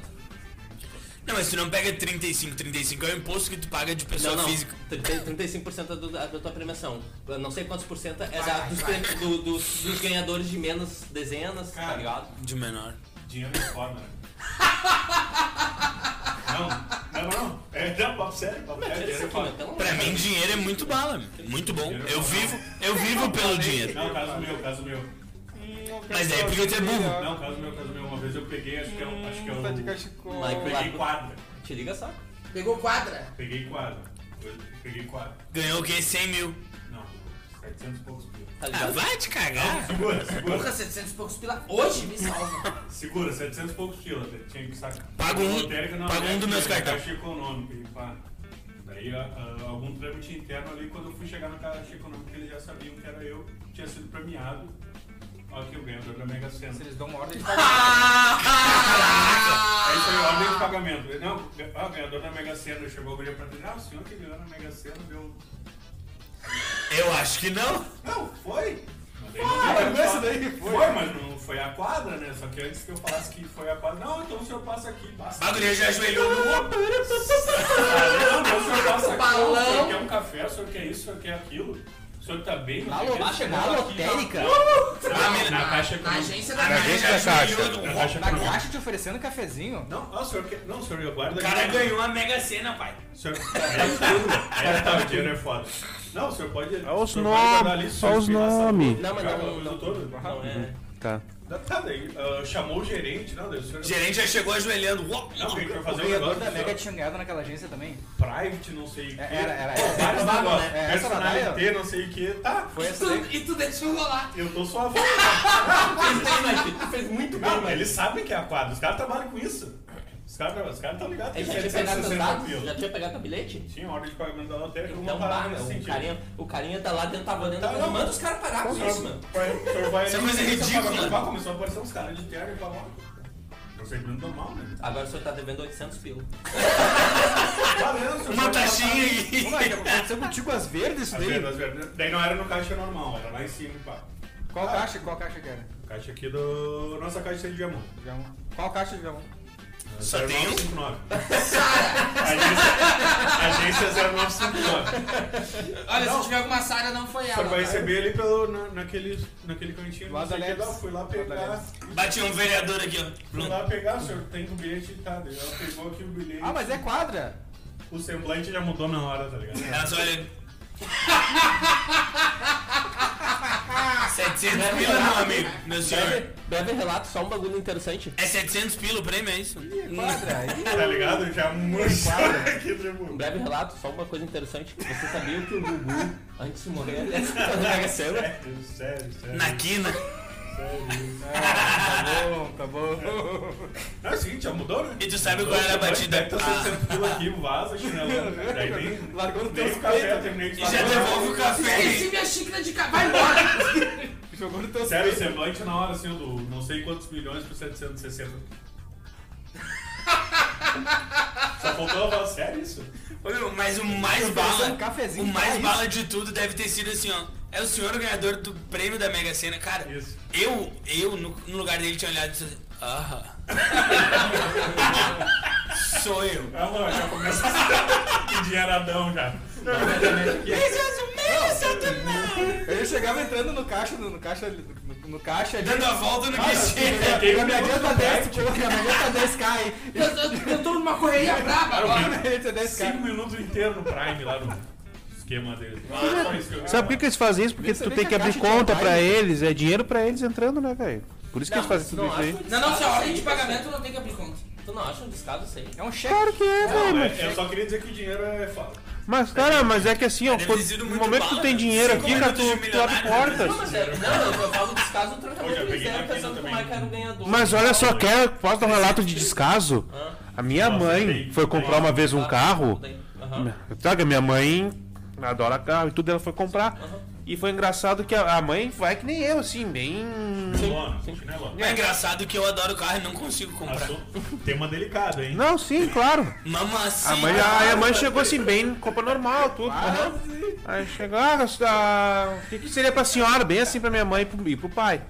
Speaker 2: Não, mas tu não pega 35, 35 é o imposto que tu paga de pessoa
Speaker 3: Não, não.
Speaker 2: física.
Speaker 3: Tu tem 35% do- da, da tua premiação. Eu Não sei quantos por cento é da, dos, prêmios- do- dos, dos ganhadores de menos dezenas, tá
Speaker 1: Cara.
Speaker 3: ligado?
Speaker 2: De menor.
Speaker 1: Dinheiro é foda, né? Não, não, não. É, não, papo sério, papo sério.
Speaker 3: Isso
Speaker 1: Dinheiro é
Speaker 3: aqui, meu,
Speaker 1: foda.
Speaker 3: pelo amor
Speaker 2: Pra
Speaker 3: de
Speaker 2: mim,
Speaker 3: Deus.
Speaker 2: dinheiro é muito bala, meu. muito bom. Eu vivo, eu vivo pelo dinheiro.
Speaker 1: Não, caso meu, caso meu.
Speaker 5: Hum,
Speaker 2: Mas é porque tu é burro.
Speaker 1: Não, caso meu, caso meu. Uma vez eu peguei, acho que é o. Acho que é
Speaker 5: Hum, Tá de
Speaker 1: o
Speaker 5: cachecol.
Speaker 3: Mas-
Speaker 1: peguei quadra.
Speaker 3: Te liga só. tá
Speaker 4: Pegou quadra?
Speaker 1: Peguei quadra. Peguei quadra.
Speaker 2: Ganhou o quê? 100 mil.
Speaker 1: Não, 700 e poucos mil.
Speaker 2: Ah,
Speaker 3: Tá ligado?
Speaker 2: vai te cagar.
Speaker 1: Segura, segura.
Speaker 4: Porra, 700 e poucos pila hoje me salva.
Speaker 1: Segura, 700 e poucos pila. né? Tinha que sacar.
Speaker 2: Pago um-
Speaker 1: Lotérica não,
Speaker 2: pago um
Speaker 1: né?
Speaker 2: dos meus
Speaker 1: Tinha
Speaker 2: cartão.
Speaker 1: Caixa econômica e pá. Daí a- a- algum trâmite interno ali, quando eu fui chegar na caixa econômica, eles já sabiam que era eu, tinha sido premiado. Olha que o ganhador da Mega Sena.
Speaker 5: Se eles dão uma ordem de
Speaker 1: Aí foi ordem de pagamento. Ele, Não, ah, o ganhador da Mega Sena chegou a brilhar pra mim. Ah, o senhor que ganhou na Mega Sena deu.
Speaker 2: Eu acho que não.
Speaker 6: [LAUGHS]
Speaker 1: Não, foi! Mas daí
Speaker 5: mas
Speaker 1: não foi,
Speaker 5: essa daí
Speaker 1: foi.
Speaker 5: foi.
Speaker 1: mas não foi a quadra, né? Só que antes que eu falasse que foi a quadra. Não, então o senhor passa aqui, passa.
Speaker 2: Bagulho já ajoelhou
Speaker 4: Tá
Speaker 2: no
Speaker 1: Não, não, o senhor passa aqui.
Speaker 4: Balão.
Speaker 1: O senhor quer um café, o senhor quer isso, o senhor quer aquilo. O senhor tá bem, não sei o quê.
Speaker 5: Ah, chegou na lotérica?
Speaker 1: Na, na, na caixa
Speaker 4: Na
Speaker 1: econômica.
Speaker 4: agência
Speaker 2: A
Speaker 4: da
Speaker 6: Na
Speaker 2: mina já
Speaker 6: agência da
Speaker 2: ajoelhou
Speaker 6: Caixa.
Speaker 2: no
Speaker 1: Na caixa
Speaker 5: Na
Speaker 1: econômica.
Speaker 5: caixa te oferecendo um cafezinho?
Speaker 1: Não, ah, o senhor quer. Não, o senhor guarda
Speaker 2: O cara ganhou a Mega Sena, pai.
Speaker 1: Senhor, é, tá, o dinheiro é foda. Não, o senhor pode.
Speaker 6: Olha É os
Speaker 1: o senhor pode guardar
Speaker 6: nomes,
Speaker 1: se
Speaker 6: só
Speaker 1: o
Speaker 6: os
Speaker 1: senhor passar
Speaker 6: nomes.
Speaker 1: tudo,
Speaker 3: Não, mas
Speaker 1: jogar
Speaker 3: não,
Speaker 1: a coisa
Speaker 3: não.
Speaker 1: toda.
Speaker 3: Não, é.
Speaker 6: Tá.
Speaker 1: Tá, tá, daí, ah, chamou o gerente, não, daí o senhor.
Speaker 2: O gerente já chegou ajoelhando. Uou,
Speaker 1: Não,
Speaker 2: uou.
Speaker 1: porque foi
Speaker 5: O
Speaker 1: fazer um
Speaker 5: ganhador
Speaker 1: negócio
Speaker 5: da
Speaker 1: do
Speaker 5: Mega
Speaker 1: senhor.
Speaker 5: tinha ganhado naquela agência também?
Speaker 1: Private, não sei o que.
Speaker 5: É, era- era- era.
Speaker 1: Vários
Speaker 5: Era
Speaker 1: negócios.
Speaker 5: né? Essa era
Speaker 1: Personalité, não sei o que. Tá,
Speaker 5: Foi
Speaker 4: E
Speaker 5: essa daí?
Speaker 4: tu, e tu deixou rolar.
Speaker 1: eu tô sua avó.
Speaker 3: Fez bem, Mike. Tu fez muito bem,
Speaker 1: Não, mas
Speaker 3: Mike.
Speaker 1: eles sabem que é a quadra, os caras trabalham com isso. Os caras os cara tá ligado que
Speaker 3: Ele É, já tinha pegado teus
Speaker 1: 760
Speaker 3: dados? Já
Speaker 1: pila.
Speaker 3: tinha pegado teu bilhete?
Speaker 1: Tinha ordem de pagamento da lotérica,
Speaker 3: Então,
Speaker 1: uma
Speaker 3: bah,
Speaker 1: parada
Speaker 3: meu,
Speaker 1: nesse
Speaker 3: o
Speaker 1: sentido.
Speaker 3: carinha, o carinha tá lá dentro, tá olhando, tá,
Speaker 1: Tá, não.
Speaker 3: manda os caras parar com isso, mano.
Speaker 1: Vai- o senhor vai ali,
Speaker 2: Essa coisa é
Speaker 1: começa a
Speaker 2: ridícula.
Speaker 1: pagar, pá, Começou a aparecer uns caras de terno e falar. Procedimento normal,
Speaker 3: [LAUGHS]
Speaker 1: né?
Speaker 3: Agora o senhor tá devendo 800 pila.
Speaker 1: Valeu, senhor.
Speaker 2: Uma taxinha aí.
Speaker 5: Ô, Mike, é aconteceu contigo as verdes isso
Speaker 1: As
Speaker 5: daí?
Speaker 1: verdas, as verdas. Daí não era no caixa normal, era lá em cima, pá.
Speaker 5: Qual caixa? Qual caixa que era?
Speaker 1: Caixa aqui do. Nossa caixa de diamante.
Speaker 5: Digamos. Qual caixa, digamos?
Speaker 2: Só tem um? [LAUGHS]
Speaker 1: 0959. Agência, agência 0959.
Speaker 4: Olha, se tiver alguma Sara, não foi
Speaker 1: Você
Speaker 4: ela.
Speaker 1: vai
Speaker 4: tá?
Speaker 1: receber ali pelo, na, naquele, naquele cantinho.
Speaker 5: Lá
Speaker 1: não sei
Speaker 5: da
Speaker 1: o que
Speaker 5: Leves.
Speaker 1: lá, Fui lá
Speaker 5: Lá da
Speaker 1: pegar.
Speaker 5: Leves.
Speaker 2: Bati um vereador aqui, ó.
Speaker 1: Fui
Speaker 2: Pronto.
Speaker 1: lá pegar, senhor. Tem o bilhete, tá? Daí Ela pegou aqui o bilhete.
Speaker 5: Ah, mas é quadra.
Speaker 1: O semblante já mudou na hora, tá ligado?
Speaker 2: Ela só olha.
Speaker 5: é
Speaker 2: 700 pila, meu amigo.
Speaker 5: né?
Speaker 2: Meu senhor.
Speaker 3: Deve, deve relato só um bagulho interessante.
Speaker 2: É 700 pila o prêmio, é isso?
Speaker 5: Quadra. Ih,
Speaker 1: Tá ligado? Já murchou aqui,
Speaker 3: Um
Speaker 1: tipo.
Speaker 3: breve relato, só uma coisa interessante. Você sabia que o Gugu, antes de morrer, ele acertou na Mega Sena?
Speaker 1: Sério, É, sério, sério.
Speaker 2: Na quina.
Speaker 1: sério.
Speaker 5: tá bom, tá bom.
Speaker 1: Não, é o seguinte, já mudou, né?
Speaker 2: E tu sabe qual era a batida?
Speaker 1: Tá
Speaker 2: Ah,
Speaker 1: 600 pila aqui, vaza, chinelo. Daí nem.
Speaker 5: [LAUGHS] Largou no
Speaker 1: Nem
Speaker 5: teu
Speaker 1: o café,
Speaker 5: peito.
Speaker 1: terminei de
Speaker 2: e já devolve o café.
Speaker 4: Esqueci
Speaker 2: Tá.
Speaker 4: minha xícara de café. Vai embora.
Speaker 5: Jogou no teu
Speaker 1: Sério, o
Speaker 5: peito.
Speaker 1: semblante na hora, assim, do não sei quantos milhões por
Speaker 2: [LAUGHS]
Speaker 1: 760. Só faltou ela falar, sério isso?
Speaker 2: Ô, meu, Mas o mais
Speaker 5: Eu
Speaker 2: bala.
Speaker 5: pensei um cafezinho
Speaker 2: O
Speaker 5: pra
Speaker 2: mais
Speaker 5: isso.
Speaker 2: bala de tudo deve ter sido assim, ó. É o senhor o ganhador do prêmio da Mega Sena, cara.
Speaker 1: Isso.
Speaker 2: Eu, eu, no, no lugar dele, tinha olhado e disse assim,
Speaker 5: [LAUGHS]
Speaker 2: ah. Sou eu.
Speaker 1: Ah, mano, já começa a [LAUGHS] que dinheiradão já.
Speaker 5: Eu chegava entrando no caixa, no, no caixa, ali, no, no caixa ali.
Speaker 2: Dando a volta no
Speaker 5: Na
Speaker 1: É,
Speaker 2: guichê.
Speaker 5: minha adianta 10, tipo, na minha adianta 10 cai.
Speaker 4: Eu, eu, eu tô numa correria braba
Speaker 5: Na
Speaker 4: agora.
Speaker 5: minha tá adianta 10
Speaker 1: 5
Speaker 5: cai.
Speaker 1: minutos inteiro no Prime lá no esquema dele. Ah, Só isso que eu-
Speaker 6: Sabe por que, que eles fazem isso? Porque
Speaker 5: Nem
Speaker 6: tu
Speaker 5: sabia
Speaker 6: tem
Speaker 5: que
Speaker 6: que
Speaker 5: a
Speaker 6: abrir
Speaker 5: caixa tinha
Speaker 6: conta
Speaker 5: mais,
Speaker 6: pra
Speaker 5: né?
Speaker 6: eles, é dinheiro pra eles entrando, né, velho? Por isso que eles fazem tudo
Speaker 3: não
Speaker 6: isso aí.
Speaker 3: acho um
Speaker 4: Não, não, se é
Speaker 3: descaso
Speaker 4: ordem
Speaker 3: isso
Speaker 4: de
Speaker 3: aí.
Speaker 4: pagamento, não tem que abrir conta.
Speaker 3: Tu não acha um descaso isso aí?
Speaker 5: É um cheque.
Speaker 6: Claro que é,
Speaker 1: Não,
Speaker 6: velho.
Speaker 1: é- eu só queria dizer que o dinheiro é foda.
Speaker 6: Mas, cara, mas é que assim, ó,
Speaker 2: Deve ter
Speaker 6: quando-
Speaker 2: sido
Speaker 6: no
Speaker 2: muito
Speaker 6: momento que tu
Speaker 2: bala,
Speaker 6: tem
Speaker 2: né?
Speaker 6: dinheiro
Speaker 2: Cinco
Speaker 6: aqui, cara, tu,
Speaker 2: minutos de
Speaker 6: tu abre
Speaker 2: milionário, né?
Speaker 6: portas.
Speaker 3: Não, mas é, não, eu, eu falo descaso no
Speaker 1: Pô, já
Speaker 3: tratamento que eles
Speaker 1: peguei
Speaker 3: deram
Speaker 1: na
Speaker 3: pensando é
Speaker 1: fila
Speaker 3: que
Speaker 1: também.
Speaker 3: o Mike era o ganhador.
Speaker 6: Mas olha só, quer, posso dar um relato de descaso? A minha
Speaker 1: Nossa,
Speaker 6: mãe
Speaker 1: tem-
Speaker 6: foi
Speaker 1: tem-
Speaker 6: comprar uma vez um
Speaker 3: Ah,
Speaker 6: carro.
Speaker 3: daí, aham.
Speaker 6: Sabe, a minha mãe adora carro e tudo, ela foi comprar. E foi engraçado que a a mãe vai que nem eu, assim, bem.
Speaker 1: Chinelona, chinelona.
Speaker 2: É engraçado que eu adoro carro e não consigo
Speaker 6: Tá
Speaker 2: comprar.
Speaker 1: Assunto- Tema delicado, hein?
Speaker 6: Não, sim, claro.
Speaker 2: Mamacita.
Speaker 6: A mãe, a, a mãe chegou assim, bem, compra normal, tudo. aham. Aí chegou, ah, ah, o que, que seria pra senhora? Bem assim pra minha mãe e pro, e pro pai.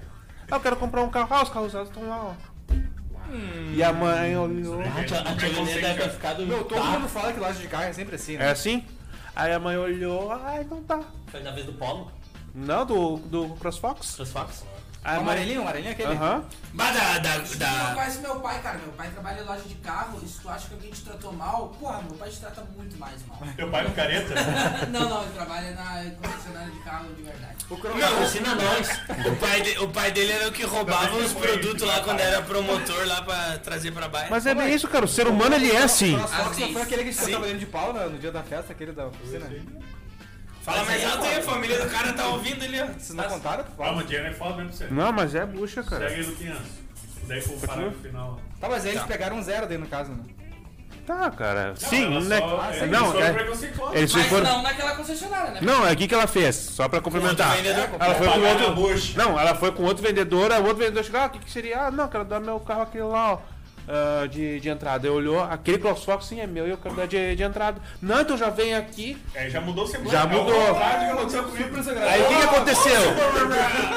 Speaker 6: Ah, eu quero comprar um carro, ah, os carros usados estão lá, ó. E a mãe olhou.
Speaker 3: A tia- a tia Lene deve ter ficado
Speaker 5: Meu, todo
Speaker 3: tá,
Speaker 5: mundo fala que loja de carro é sempre assim,
Speaker 6: É
Speaker 5: né?
Speaker 6: assim? Aí a mãe olhou, ah, então tá.
Speaker 3: Foi na vez do Polo,
Speaker 6: Não, do, do CrossFox.
Speaker 3: dos Fox.
Speaker 5: O
Speaker 6: Aí a mãe.
Speaker 5: amarelinho, o amarelinho é aquele.
Speaker 6: Aham.
Speaker 2: Bah, da, da,
Speaker 4: Não
Speaker 2: da...
Speaker 4: conhece meu pai, cara. Meu pai trabalha em loja de carro. E se tu acha que alguém te tratou mal, porra, meu pai te trata muito mais
Speaker 2: [LAUGHS]
Speaker 4: mal.
Speaker 1: Teu pai é um careta?
Speaker 6: [LAUGHS]
Speaker 4: não, não, ele trabalha na concessionária de carro de verdade.
Speaker 5: O cromo.
Speaker 2: Não, ensina nós. O pai, de- o pai dele era o que roubava os produtos lá quando era promotor lá pra trazer pra baixo.
Speaker 6: Mas é bem isso, cara. O ser humano ele é assim.
Speaker 5: O Fox
Speaker 4: Assim.
Speaker 5: foi aquele que ficou trabalhando de pau no, no dia da festa, aquele da oficina.
Speaker 2: Fala mais alto aí, a família do cara tá ouvindo ali, ó.
Speaker 5: Vocês não contaram?
Speaker 1: Ah, mas dinheiro é foda mesmo pra você.
Speaker 6: Não, mas é bucha, cara.
Speaker 1: Segue aí, Luquinhas. Daí pro parágrafo final.
Speaker 5: Tá, mas aí eles pegaram um zero daí no caso, né?
Speaker 6: Tá, cara. Sim,
Speaker 1: ela
Speaker 6: né?
Speaker 1: só- é, eles
Speaker 6: Não,
Speaker 1: foram
Speaker 6: é.
Speaker 1: preconceituosos.
Speaker 6: Eles
Speaker 4: Mas
Speaker 6: foram.
Speaker 4: não naquela concessionária, né?
Speaker 6: Não, é aqui que ela fez, só pra complementar.
Speaker 2: Outro vendedor.
Speaker 6: Ela foi com
Speaker 1: Pagar na
Speaker 6: outro.
Speaker 1: bucha.
Speaker 6: Não, ela foi com outro vendedor, aí o outro vendedor chegou, ah, o que, que seria? Ah, não, quero dar meu carro aquele lá, ó. ah, de, de entrada. Aí olhou, aquele CrossFox sim é meu e eu quero dar de, de entrada. Não, então já vem aqui.
Speaker 1: É, já mudou o semblante.
Speaker 6: Já
Speaker 1: É o
Speaker 6: mudou.
Speaker 1: contrário do que aconteceu comigo.
Speaker 6: Aí o que, que aconteceu?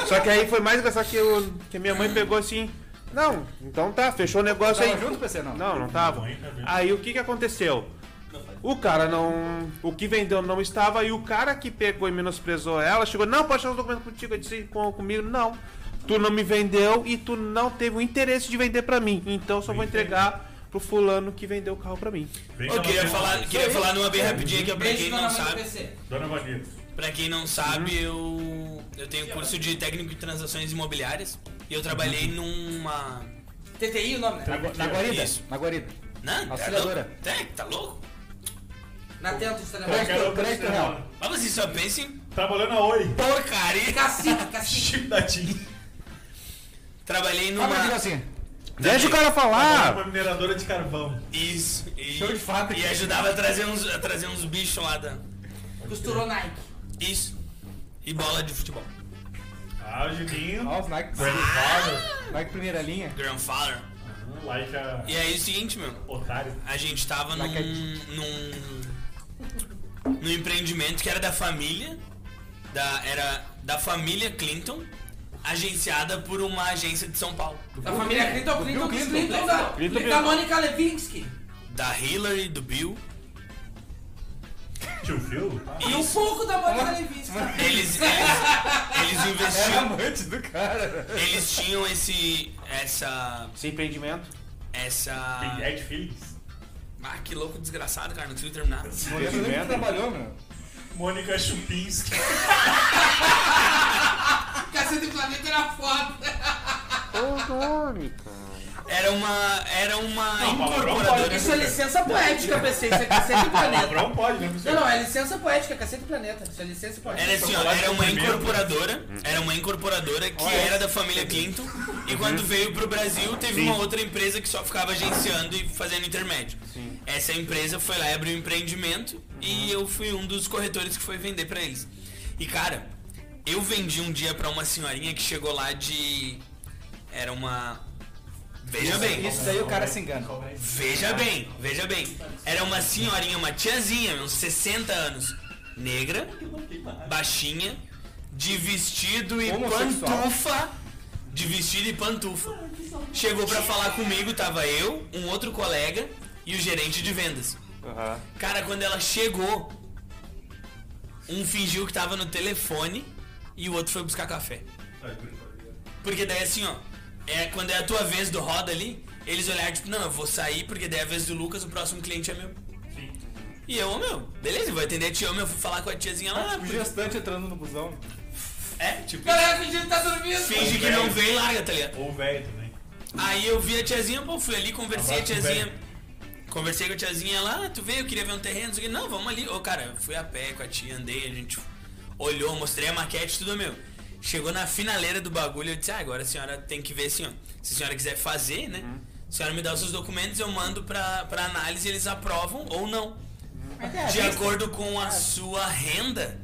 Speaker 6: Só que aí foi mais engraçado que, eu, que minha mãe pegou assim. Não, então tá, fechou o negócio aí.
Speaker 5: Tava junto, PC, não?
Speaker 6: Não, não tava. Aí o que que aconteceu? O cara não. O que vendeu não estava e o cara que pegou e menosprezou ela chegou: Não, pode achar os documentos contigo. Eu disse: com, Comigo, não. Tu não me vendeu e tu não teve o interesse de vender pra mim. Então eu só vou entregar pro fulano que vendeu o carro pra mim.
Speaker 5: É.
Speaker 1: Vem
Speaker 2: Eu
Speaker 1: cá,
Speaker 2: queria
Speaker 1: Luquinhas.
Speaker 2: falar, queria falar numa bem rapidinha que é pra
Speaker 4: Beijo
Speaker 2: quem
Speaker 4: dona
Speaker 2: não
Speaker 4: mãe do
Speaker 2: sabe.
Speaker 4: PC.
Speaker 1: Dona Vanilla.
Speaker 2: Pra quem não sabe,
Speaker 5: Uhum.
Speaker 2: eu eu tenho curso de técnico de transações imobiliárias e eu trabalhei
Speaker 5: Uhum.
Speaker 2: numa
Speaker 4: TTI o nome, né?
Speaker 2: Tá.
Speaker 5: Na
Speaker 6: é
Speaker 5: guarida?
Speaker 2: Isso.
Speaker 5: Na guarida.
Speaker 2: não, tá
Speaker 5: Auxiliadora.
Speaker 2: louco? Tá, tá louco?
Speaker 4: Na tenta de
Speaker 1: Eu
Speaker 4: televisão.
Speaker 1: quero outra
Speaker 5: crédito
Speaker 1: cena.
Speaker 5: real.
Speaker 2: Mas vocês só pensam em
Speaker 1: Trabalhando a Oi. [LAUGHS]
Speaker 2: porcaria.
Speaker 5: assim.
Speaker 4: Cacique, cacique.
Speaker 1: Chip da TIM.
Speaker 2: Trabalhei
Speaker 5: Fala
Speaker 2: numa
Speaker 5: pra assim.
Speaker 6: Deixa o cara
Speaker 1: Trabalhava
Speaker 6: falar!
Speaker 1: numa mineradora de carvão.
Speaker 2: Isso. E,
Speaker 5: Show de fato é. aqui.
Speaker 2: E ajudava a trazer uns, a trazer uns bichos lá da.
Speaker 4: Costurou Nike.
Speaker 2: Isso. E bola de futebol.
Speaker 1: Ah, o Juninho.
Speaker 5: Ó, os Nike,
Speaker 1: Grandfather.
Speaker 5: Nike primeira linha.
Speaker 2: Grandfather.
Speaker 1: Like a
Speaker 2: E aí é o seguinte, meu.
Speaker 1: é otário.
Speaker 2: A gente tava num, num. num empreendimento que era da família. Da, era da família Clinton, agenciada por uma agência de São Paulo.
Speaker 4: Da família Clinton,
Speaker 5: Bill
Speaker 4: Clinton, Clinton,
Speaker 5: Clinton,
Speaker 4: da,
Speaker 6: Clinton
Speaker 4: da
Speaker 6: mesmo.
Speaker 4: Mônica Levinsky.
Speaker 2: Da Hillary, do Bill.
Speaker 1: Tio Phil? Tá.
Speaker 4: E um pouco da
Speaker 2: Ah.
Speaker 4: Mônica Levinsky.
Speaker 2: Eles, eles, eles
Speaker 5: Era
Speaker 2: investiam.
Speaker 5: amante do cara. né?
Speaker 2: Eles tinham esse. essa.
Speaker 6: Sem empreendimento?
Speaker 2: essa.
Speaker 1: Tem Ed Phillips?
Speaker 2: Ah, que louco desgraçado, cara, não consegui terminar.
Speaker 5: Eu lembro que trabalhou, meu.
Speaker 1: Mônica Chupinski. [LAUGHS]
Speaker 4: [LAUGHS] Cacete do Planeta era foda.
Speaker 2: Era uma. Era uma
Speaker 1: Não, palavrão
Speaker 2: incorporadora.
Speaker 1: pode.
Speaker 4: Isso é licença poética, eu pensei. Isso é Cacete do Planeta.
Speaker 1: Palavrão pode, né,
Speaker 4: Não,
Speaker 1: professor?
Speaker 4: não, é licença poética, Cacete do Planeta. Isso é licença
Speaker 2: Era
Speaker 4: poética.
Speaker 2: assim, ó, era uma incorporadora, era uma incorporadora que era da família Clinton e
Speaker 5: Uhum.
Speaker 2: quando veio pro Brasil teve uma outra empresa que só ficava agenciando e fazendo intermédio. Essa empresa foi lá e abriu um empreendimento e
Speaker 5: Uhum.
Speaker 2: eu fui um dos corretores que foi vender pra eles. E cara, eu vendi um dia pra uma senhorinha que chegou lá de era uma Veja bem,
Speaker 5: Isso daí o cara se engana.
Speaker 2: Veja bem, veja bem. Era uma senhorinha, uma tiazinha, uns 60 anos. Negra, baixinha, de vestido e
Speaker 5: Homossexual.
Speaker 2: pantufa. De vestido e pantufa. Chegou pra falar comigo, tava eu, um outro colega e o gerente de vendas.
Speaker 6: Aham.
Speaker 2: Cara, quando ela chegou, um fingiu que tava no telefone e o outro foi buscar café.
Speaker 1: Tá,
Speaker 2: Porque daí assim, ó, é quando é a tua vez do roda ali, eles olharam tipo, não, eu vou sair porque daí é a vez do Lucas, o próximo cliente é meu. E eu, ô, meu, beleza, vou atender a tia, ô, meu, fui falar com a tiazinha lá,
Speaker 5: O
Speaker 2: porque-
Speaker 5: gestante entrando no busão.
Speaker 2: é, tipo,
Speaker 4: Caraca, o Gino tá dormindo.
Speaker 2: finge que não veio e larga, tá ligado?
Speaker 1: Ou velho também.
Speaker 2: Aí eu vi a tiazinha, pô, fui ali, conversei a
Speaker 1: Abraço,
Speaker 2: tiazinha.
Speaker 1: velho.
Speaker 2: Conversei com a tiazinha lá, "Ah, tu veio, eu queria ver um terreno, não sei o que. Não, vamos ali. Ô, cara, eu fui a pé com a tia, andei, a gente olhou, mostrei a maquete, tudo meu. Chegou na finaleira do bagulho, eu disse, ah, agora a senhora tem que ver assim, ó. Se a senhora quiser fazer, né? A senhora me dá os seus documentos, eu mando pra, pra análise, eles aprovam ou não. De acordo com a sua renda,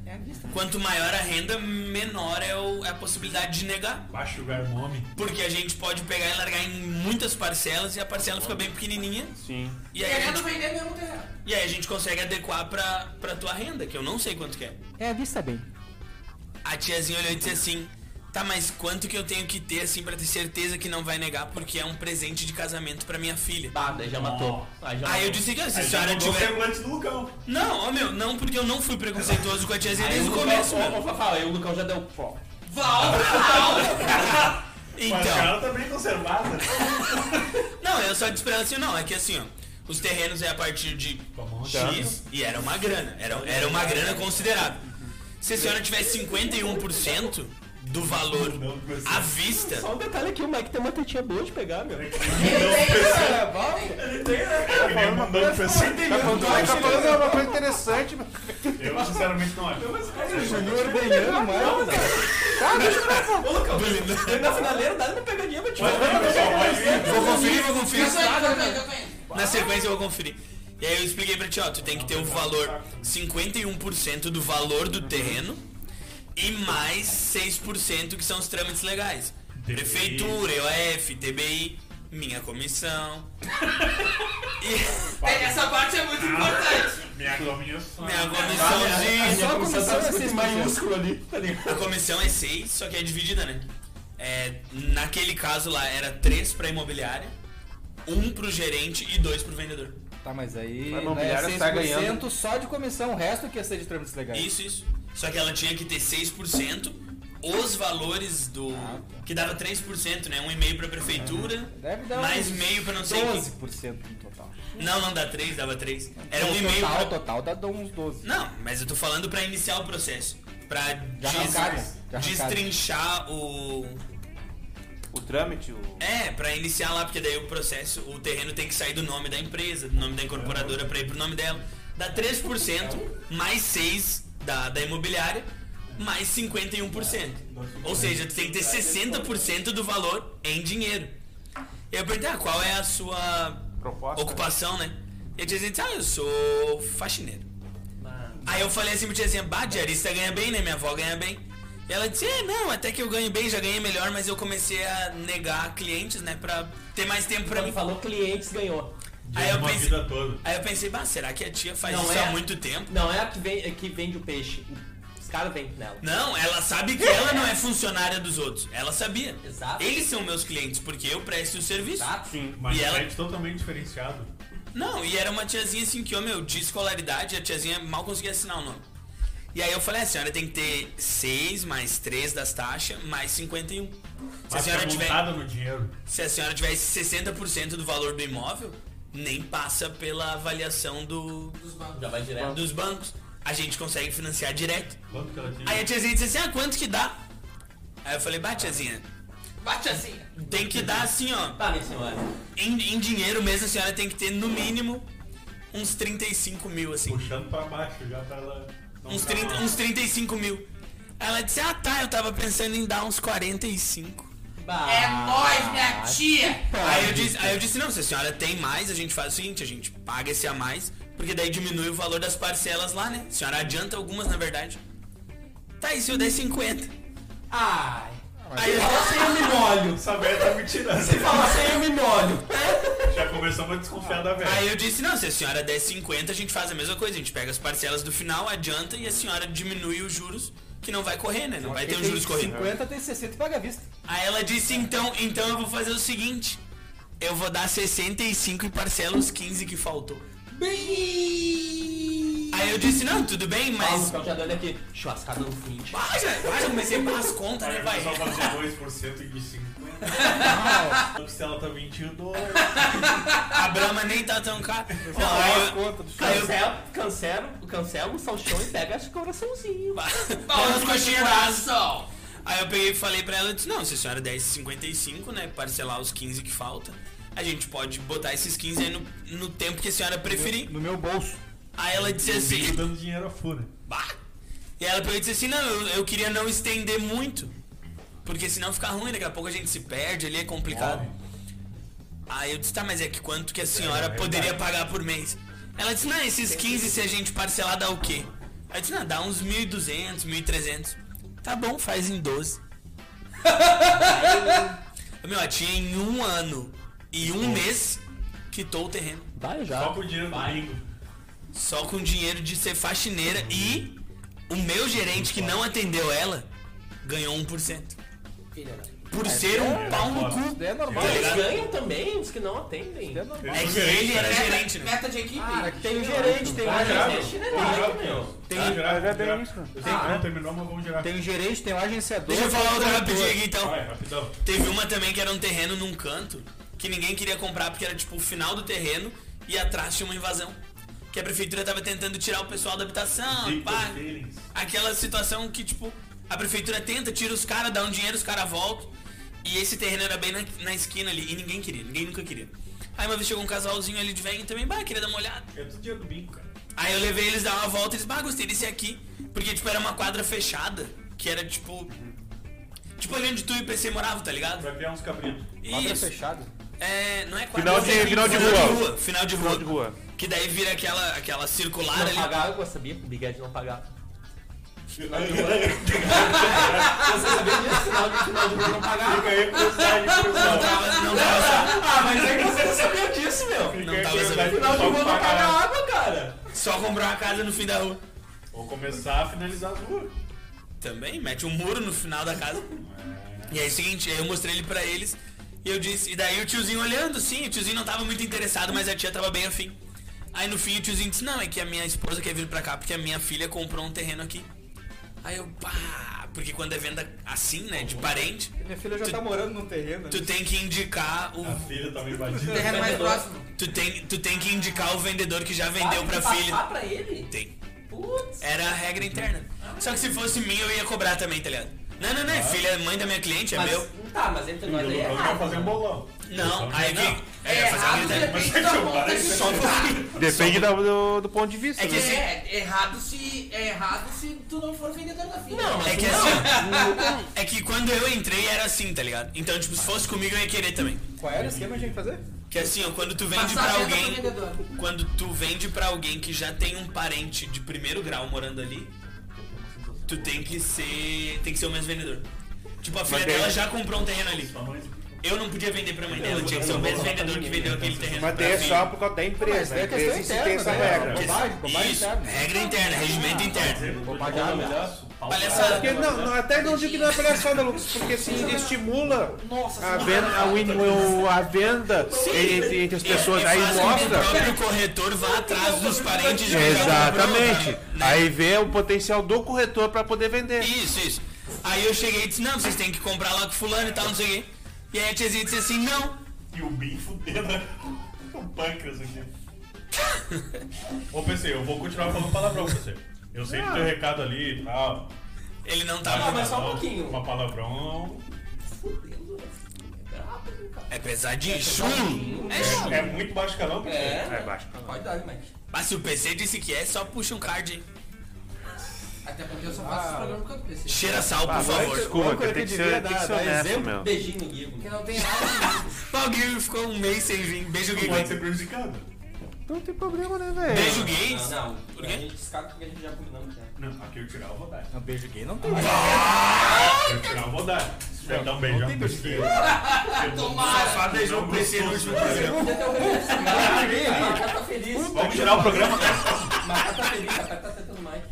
Speaker 2: quanto maior a renda, menor é, o- é a possibilidade de negar.
Speaker 1: Baixa o Garmome.
Speaker 2: Porque a gente pode pegar e largar em muitas parcelas e a parcela fica bem pequenininha.
Speaker 6: Sim.
Speaker 2: E aí a
Speaker 4: Querendo
Speaker 2: gente,
Speaker 4: vender mesmo terreno.
Speaker 2: e aí a gente consegue adequar pra, pra tua renda, que eu não sei quanto que é.
Speaker 5: É, vista bem.
Speaker 2: A tiazinha olhou e disse assim: Tá, mas quanto que eu tenho que ter assim pra ter certeza que não vai negar? Porque é um presente de casamento pra minha filha.
Speaker 3: Bah, Ah, daí já matou. Aí já
Speaker 2: Aí eu
Speaker 3: matou.
Speaker 2: disse que ó, se a
Speaker 1: Aí já
Speaker 2: senhora
Speaker 1: mudou o
Speaker 2: tiver.
Speaker 1: semblante do Lucão.
Speaker 2: Não, ó meu, não, porque eu não fui preconceituoso com a tiazinha
Speaker 3: Aí
Speaker 2: desde
Speaker 3: o
Speaker 2: o
Speaker 3: Lucão-
Speaker 2: começo,
Speaker 3: Ô, ô,
Speaker 2: meu.
Speaker 3: Fafá, aí o Lucão já deu pó.
Speaker 1: Mas
Speaker 2: [LAUGHS] Então.
Speaker 1: ela também é conservada.
Speaker 2: [LAUGHS] Não, eu só disse pra ela assim, não, é que assim, ó, os terrenos é a partir de
Speaker 1: Tá
Speaker 2: X e era uma grana, era, era uma grana considerável. Se a senhora tiver 51% do valor à vista,
Speaker 3: Só um detalhe aqui, o Mike tem uma tetinha boa de pegar, meu.
Speaker 5: É, bom.
Speaker 1: Ele mandou pro PC.
Speaker 5: Tá falando, tá falando é uma coisa interessante, mano.
Speaker 1: Eu sinceramente não olho.
Speaker 5: O Junior ordenhando, mano.
Speaker 2: [LAUGHS]
Speaker 3: Na finaleira, dá uma pegadinha pra te
Speaker 1: Mas,
Speaker 3: ver.
Speaker 1: pessoal, pode vir.
Speaker 2: vou conferir, vou conferir.
Speaker 4: Eu tô indo, eu
Speaker 2: né?
Speaker 4: tô indo, eu tô indo.
Speaker 2: Na sequência eu vou conferir. E aí eu expliquei pra ti, ó, tu tem que ter o valor 51% do valor do terreno e mais 6% que são os trâmites legais.
Speaker 1: TBI.
Speaker 2: Prefeitura, EOF, TBI, minha comissão. E
Speaker 4: É, Essa parte é muito
Speaker 1: Ah,
Speaker 4: importante.
Speaker 1: Minha comissão.
Speaker 2: minha
Speaker 5: É
Speaker 2: comissãozinha.
Speaker 5: só a comissão é seis maiúsculo.
Speaker 3: ali, tá ligado?
Speaker 2: A comissão é 6, só que é dividida, né? É, naquele caso lá era 3 pra imobiliária, 1 um pro gerente e 2 pro vendedor.
Speaker 5: Tá, mas aí né,
Speaker 6: Mas
Speaker 5: é
Speaker 6: imobiliário
Speaker 5: 6%
Speaker 6: tá ganhando.
Speaker 5: só de comissão, o resto que ia ser de trâmites legais.
Speaker 2: Isso, isso. Só que ela tinha que ter 6%, os valores do.
Speaker 5: Ah,
Speaker 2: Que dava 3%, né? Um e-mail pra prefeitura,
Speaker 5: tá. Deve dar
Speaker 2: mais
Speaker 5: uns
Speaker 2: meio pra não sei o
Speaker 5: 12% no total.
Speaker 2: que. Não, não dá 3, dava 3. Era um
Speaker 5: No
Speaker 2: e-mail.
Speaker 5: Então total,
Speaker 2: Pra...
Speaker 5: total, dá dá uns 12.
Speaker 2: Não, mas eu tô falando pra iniciar o processo. Pra
Speaker 5: De arrancada, de arrancada.
Speaker 2: destrinchar o.
Speaker 6: O trâmite, o.
Speaker 2: É, pra iniciar lá, porque daí o processo, o terreno tem que sair do nome da empresa, do nome da incorporadora pra ir pro nome dela. Dá 3%, mais 6% da, da imobiliária, mais 51%. Ou seja, tu tem que ter 60% do valor em dinheiro. Eu perguntei, ah, qual é a sua
Speaker 5: Proposta?
Speaker 2: ocupação, né? E a tiazinha disse, ah, eu sou faxineiro. Aí eu falei assim pro tiazinha, bah, diarista ganha bem, né? Minha avó ganha bem. E ela disse, é, não, até que eu ganho bem, já ganhei melhor, mas eu comecei a negar clientes, né? Pra ter mais tempo pra
Speaker 3: Quando
Speaker 2: mim.
Speaker 3: falou clientes, ganhou.
Speaker 2: Aí eu
Speaker 1: uma
Speaker 2: pensei-
Speaker 1: vida toda.
Speaker 2: Aí eu pensei, bah, será que a tia faz
Speaker 3: Não
Speaker 2: isso
Speaker 3: é.
Speaker 2: há muito tempo?
Speaker 3: Não é a que, vem, é que vende o peixe. Os caras vendem nela.
Speaker 2: Não, ela sabe que ela não é funcionária dos outros. Ela sabia.
Speaker 3: Exato.
Speaker 2: Eles são meus clientes, porque eu presto o serviço.
Speaker 3: Exato.
Speaker 1: Mas
Speaker 2: E ela-
Speaker 1: é totalmente diferenciado.
Speaker 2: Não, e era uma tiazinha assim que, ô meu, de escolaridade, a tiazinha mal conseguia assinar o nome. E aí eu falei, "Ah, a senhora tem que ter 6 mais 3 das taxas, mais 51. Se a,
Speaker 1: Mas tá
Speaker 3: é
Speaker 2: senhora tiver,
Speaker 1: montada no dinheiro.
Speaker 2: se a senhora tivesse 60% do valor do imóvel, nem passa pela avaliação do,
Speaker 4: Dos bagulhos.
Speaker 3: Já vai direto.
Speaker 2: dos bancos. A gente consegue financiar direto.
Speaker 1: Quanto que ela tinha?
Speaker 2: Aí a tiazinha disse assim, ah, quanto que dá? Aí eu falei, bah, tiazinha,
Speaker 4: Bate assim.
Speaker 2: tem que dar assim, ó.
Speaker 3: Tá, minha senhora.
Speaker 2: Em, em dinheiro mesmo, a senhora tem que ter no mínimo uns 35 mil, assim.
Speaker 1: Puxando pra baixo, já pra ela. não
Speaker 2: Uns,
Speaker 1: ficar
Speaker 2: 30,
Speaker 1: mal.
Speaker 2: uns 35 mil. Ela disse, ah tá, eu tava pensando em dar uns 45.
Speaker 3: Bah.
Speaker 4: É nóis, minha tia!
Speaker 2: aí, eu disse, aí eu disse, não, se a senhora tem mais, a gente faz o seguinte, a gente paga esse a mais, porque daí diminui o valor das parcelas lá, né? A senhora adianta algumas, na verdade. Tá, e se eu der 50?
Speaker 3: Ai.
Speaker 2: Aí eu
Speaker 3: Fala sem Ah, eu me molho.
Speaker 1: Essa velha tá me tirando.
Speaker 3: Se fala sem eu me molho.
Speaker 1: Já começamos a desconfiar da velha.
Speaker 2: Aí eu disse, não, se a senhora der 50, a gente faz a mesma coisa, a gente pega as parcelas do final, adianta e a senhora diminui os juros, que não vai correr, né? Não vai ter
Speaker 5: Quem
Speaker 2: os juros
Speaker 5: tem
Speaker 2: correndo.
Speaker 5: 50 tem 60 e paga à vista.
Speaker 2: Aí ela disse, então, então eu vou fazer o seguinte, eu vou dar 65 e parcela os 15 que faltou. Aí eu disse, não, tudo bem,
Speaker 3: Mas...
Speaker 2: mas...
Speaker 3: Fala, já dando aqui. Churrascada no frente.
Speaker 2: Ah, já, ah, já comecei a pagar as contas, né,
Speaker 1: Vai só
Speaker 2: vai?
Speaker 1: fazer 2% de 50. Se ela tá mentindo,
Speaker 2: A Brahma nem tá tão cara. Não,
Speaker 5: Paga as
Speaker 2: aí eu...
Speaker 5: contas do
Speaker 2: Aí eu-
Speaker 3: Cancelo, cancelo, cancelo o salchão e pega esse coraçãozinho.
Speaker 2: [LAUGHS] Olha as coxinhas da ação. Aí eu peguei e falei pra ela, eu disse, não, se a senhora der esses 55, né, parcelar os 15 que falta, a gente pode botar esses 15 aí no, no tempo que a senhora preferir.
Speaker 5: No meu bolso.
Speaker 2: Aí ela disse
Speaker 1: tô
Speaker 2: assim,
Speaker 1: dando dinheiro a fura.
Speaker 2: bah. E ela pegou e disse assim, não, eu, eu queria não estender muito, porque senão fica ruim, daqui a pouco a gente se perde ali, é complicado. Aí eu disse, tá, mas é que quanto que a senhora poderia pagar por mês? Ela disse, não, esses 15 se a gente parcelar dá o quê? Aí eu disse, não, dá uns 1.200, 1.300. Tá bom, faz em 12. Meu, a tia em um ano e um mês quitou o terreno.
Speaker 3: Vai já.
Speaker 1: Só com o dinheiro do bingo.
Speaker 2: Só com dinheiro de ser faxineira e o meu gerente que não atendeu ela ganhou 1%.
Speaker 3: Filha da-
Speaker 2: Por ser um pau no cu.
Speaker 5: É normal.
Speaker 2: Tá
Speaker 3: Eles
Speaker 2: ligado?
Speaker 3: ganham também, os que não atendem.
Speaker 5: É normal.
Speaker 2: É que ele era gerente, né?
Speaker 4: Meta de equipe?
Speaker 3: Tem o gerente, tem o
Speaker 1: Tá grave.
Speaker 3: gerente, né?
Speaker 1: Tá grave, meu.
Speaker 5: Tem-
Speaker 1: Tá grave,
Speaker 6: Mas é
Speaker 1: tá grave.
Speaker 6: bem isso.
Speaker 1: Eu sei que não terminou, mas vamos girar.
Speaker 5: Tem o gerente, tem o agenciador.
Speaker 2: Deixa eu falar outra rapidinho aqui então.
Speaker 1: Vai, rapidão.
Speaker 2: Teve uma também que era um terreno num canto que ninguém queria comprar porque era tipo o final do terreno e atrás tinha uma invasão. Que a prefeitura tava tentando tirar o pessoal da habitação,
Speaker 1: Victor
Speaker 2: pá.
Speaker 1: Feelings.
Speaker 2: Aquela situação que, tipo, a prefeitura tenta, tira os caras, dá um dinheiro, os caras voltam. E esse terreno era bem na, na esquina ali e ninguém queria, ninguém nunca queria. Aí uma vez chegou um casalzinho ali de velho também, bah, queria dar uma olhada.
Speaker 1: É tudo dinheiro do bingo, cara.
Speaker 2: Aí eu levei eles dar uma volta e eles, bah, gostei desse aqui. Porque, tipo, era uma quadra fechada, que era tipo. Tipo ali onde tu e o PC moravam, tá ligado?
Speaker 1: Pra criar uns cabritos.
Speaker 5: Quadra
Speaker 2: Isso.
Speaker 5: fechado.
Speaker 2: É, não é quadra,
Speaker 6: Final de-
Speaker 2: é
Speaker 6: final de rua.
Speaker 2: Final de rua.
Speaker 6: Final de rua.
Speaker 2: Que daí vira aquela, aquela circular
Speaker 3: Não
Speaker 2: ali.
Speaker 3: pagar água, sabia? O Bigode não pagar.
Speaker 1: Fica
Speaker 3: Você sabia disso? Final de final de rua não pagar.
Speaker 1: aí com o
Speaker 2: Não
Speaker 1: pessoal.
Speaker 2: tava, não tava só,
Speaker 3: Ah, mas é que você não sabia disso, meu.
Speaker 1: Fica
Speaker 2: Não
Speaker 1: aí
Speaker 2: tava
Speaker 1: com curiosidade
Speaker 2: sabendo.
Speaker 1: pro
Speaker 3: Final de
Speaker 1: pessoal
Speaker 3: rua não
Speaker 1: pagar.
Speaker 3: paga água, cara.
Speaker 2: só comprar uma casa no fim da rua.
Speaker 1: Vou começar a finalizar as ruas.
Speaker 2: Também, mete um muro no final da casa. E aí, é seguinte, aí eu mostrei ele pra eles. E eu disse, e daí o tiozinho olhando, sim, o tiozinho não tava muito interessado, mas a tia tava bem afim. Aí no fim o tiozinho disse, não, é que a minha esposa quer vir pra cá porque a minha filha comprou um terreno aqui. Aí eu, pá, porque quando é venda assim, né, de parente,
Speaker 5: Minha filha já tá morando num terreno.
Speaker 2: tu tem que indicar o.
Speaker 1: A filha tá meio batida.
Speaker 4: Terreno mais próximo.
Speaker 2: Tu tem, tu tem que indicar o vendedor que já vendeu pra filha.
Speaker 3: Passar pra ele?
Speaker 2: Tem.
Speaker 3: Putz.
Speaker 2: Era a regra interna. Só que se fosse minha, eu ia cobrar também, tá ligado? Não, não, não, é filha, é mãe da minha cliente, é
Speaker 3: Mas,
Speaker 2: meu.
Speaker 3: Tá, mas entre nós aí é
Speaker 1: Lucão vai
Speaker 3: errado.
Speaker 1: fazer um bolão.
Speaker 2: Não, aí que. É,
Speaker 4: É
Speaker 2: fazer uma
Speaker 4: errado
Speaker 2: gritaria.
Speaker 4: depende da volta que
Speaker 2: Só
Speaker 4: tu
Speaker 2: um
Speaker 6: Depende da- do, do ponto de vista.
Speaker 2: É que
Speaker 6: né?
Speaker 2: assim.
Speaker 4: É, é errado se, é errado se tu não for vendedor da filha.
Speaker 3: Não, mas-
Speaker 2: É que assim. É que quando eu entrei era assim, tá ligado? Então, tipo, se fosse comigo eu ia querer também.
Speaker 5: Qual era o esquema que a gente ia fazer?
Speaker 2: Que assim, ó, quando tu vende
Speaker 4: Passar
Speaker 2: pra
Speaker 4: a venda
Speaker 2: alguém.
Speaker 4: pro vendedor.
Speaker 2: Quando tu vende pra alguém que já tem um parente de primeiro grau morando ali, tu tem que ser. tem que ser o mesmo vendedor. Tipo, a filha
Speaker 6: Mas tem-
Speaker 2: dela já comprou um terreno ali. Eu não podia vender pra mãe dela, tinha que ser o mesmo vendedor que vendeu aquele terreno.
Speaker 6: Mas
Speaker 2: pra
Speaker 6: tem
Speaker 2: mim.
Speaker 6: só por causa da empresa.
Speaker 5: é assim, Mas
Speaker 6: a
Speaker 5: é questão
Speaker 6: empresa em si tem
Speaker 5: interna,
Speaker 6: essa
Speaker 5: né?
Speaker 6: regra.
Speaker 5: É bobagem, bobagem
Speaker 2: Isso,
Speaker 5: interna.
Speaker 2: regra interna, regimento interno.
Speaker 5: Vou pagar melhor.
Speaker 2: Palhaçada.
Speaker 6: Porque não, não, até não digo que não é palhaçada, Lucas, porque se estimula a venda, a, win, o- a venda entre, entre as
Speaker 3: É,
Speaker 6: pessoas.
Speaker 2: E- e
Speaker 6: Aí
Speaker 2: faz com que
Speaker 6: mostra.
Speaker 2: O próprio corretor vá atrás dos
Speaker 3: um
Speaker 2: parentes de quem já comprou,
Speaker 6: Exatamente.
Speaker 2: tá? Né?
Speaker 6: Aí vê o potencial do corretor pra poder vender.
Speaker 2: Isso, isso. Aí eu cheguei e disse, não, vocês têm que comprar lá com fulano e tal, não sei o quê. E aí a tiazinha disse assim, não.
Speaker 1: E o Bin fudendo o pâncreas aqui. Ô, PC, eu vou continuar falando palavrão com você. Eu sei que teu recado ali e tal.
Speaker 2: Ele não tá tava.
Speaker 3: Ah, mas só um pouquinho.
Speaker 1: Uma palavrão
Speaker 2: É pesadinho, chulo. É chulo.
Speaker 1: é muito baixo calão, PC.
Speaker 6: É
Speaker 3: É,
Speaker 6: baixo.
Speaker 3: pode dar, mas.
Speaker 2: Mas se o PC disse que é, só puxa um card, hein?
Speaker 4: Até porque eu só faço esse programa por causa do PC.
Speaker 2: Cheira
Speaker 6: Ah,
Speaker 2: sal, por favor.
Speaker 6: Desculpa,
Speaker 5: Uma coisa
Speaker 6: que tem
Speaker 5: que
Speaker 6: que ser,
Speaker 5: devia
Speaker 6: tem que ser
Speaker 5: dar- dar
Speaker 6: honesto,
Speaker 5: exemplo.
Speaker 6: meu.
Speaker 3: Beijinho no Guigo.
Speaker 4: Porque não tem nada.
Speaker 2: O Gui ficou um mês sem vir. Beijo, Gui.
Speaker 1: Pode ser prejudicado.
Speaker 6: Não tem problema, né, velho?
Speaker 2: Beijo, Gui.
Speaker 3: Não, não.
Speaker 2: Por quê?
Speaker 3: A gente descarta porque a gente já combinou que é.
Speaker 1: Não, aqui eu tirar, eu vou dar.
Speaker 5: Um beijo gay não tem.
Speaker 1: Eu tirar, eu vou dar. Se der um beijão.
Speaker 5: tem
Speaker 1: PC.
Speaker 5: beijo.
Speaker 2: Tomara. Só beijou o PC no último programa.
Speaker 3: [LAUGHS] Macá tá feliz.
Speaker 1: Vamos tirar o programa, cara.
Speaker 3: Macá tá feliz, Macá tá tentando mais.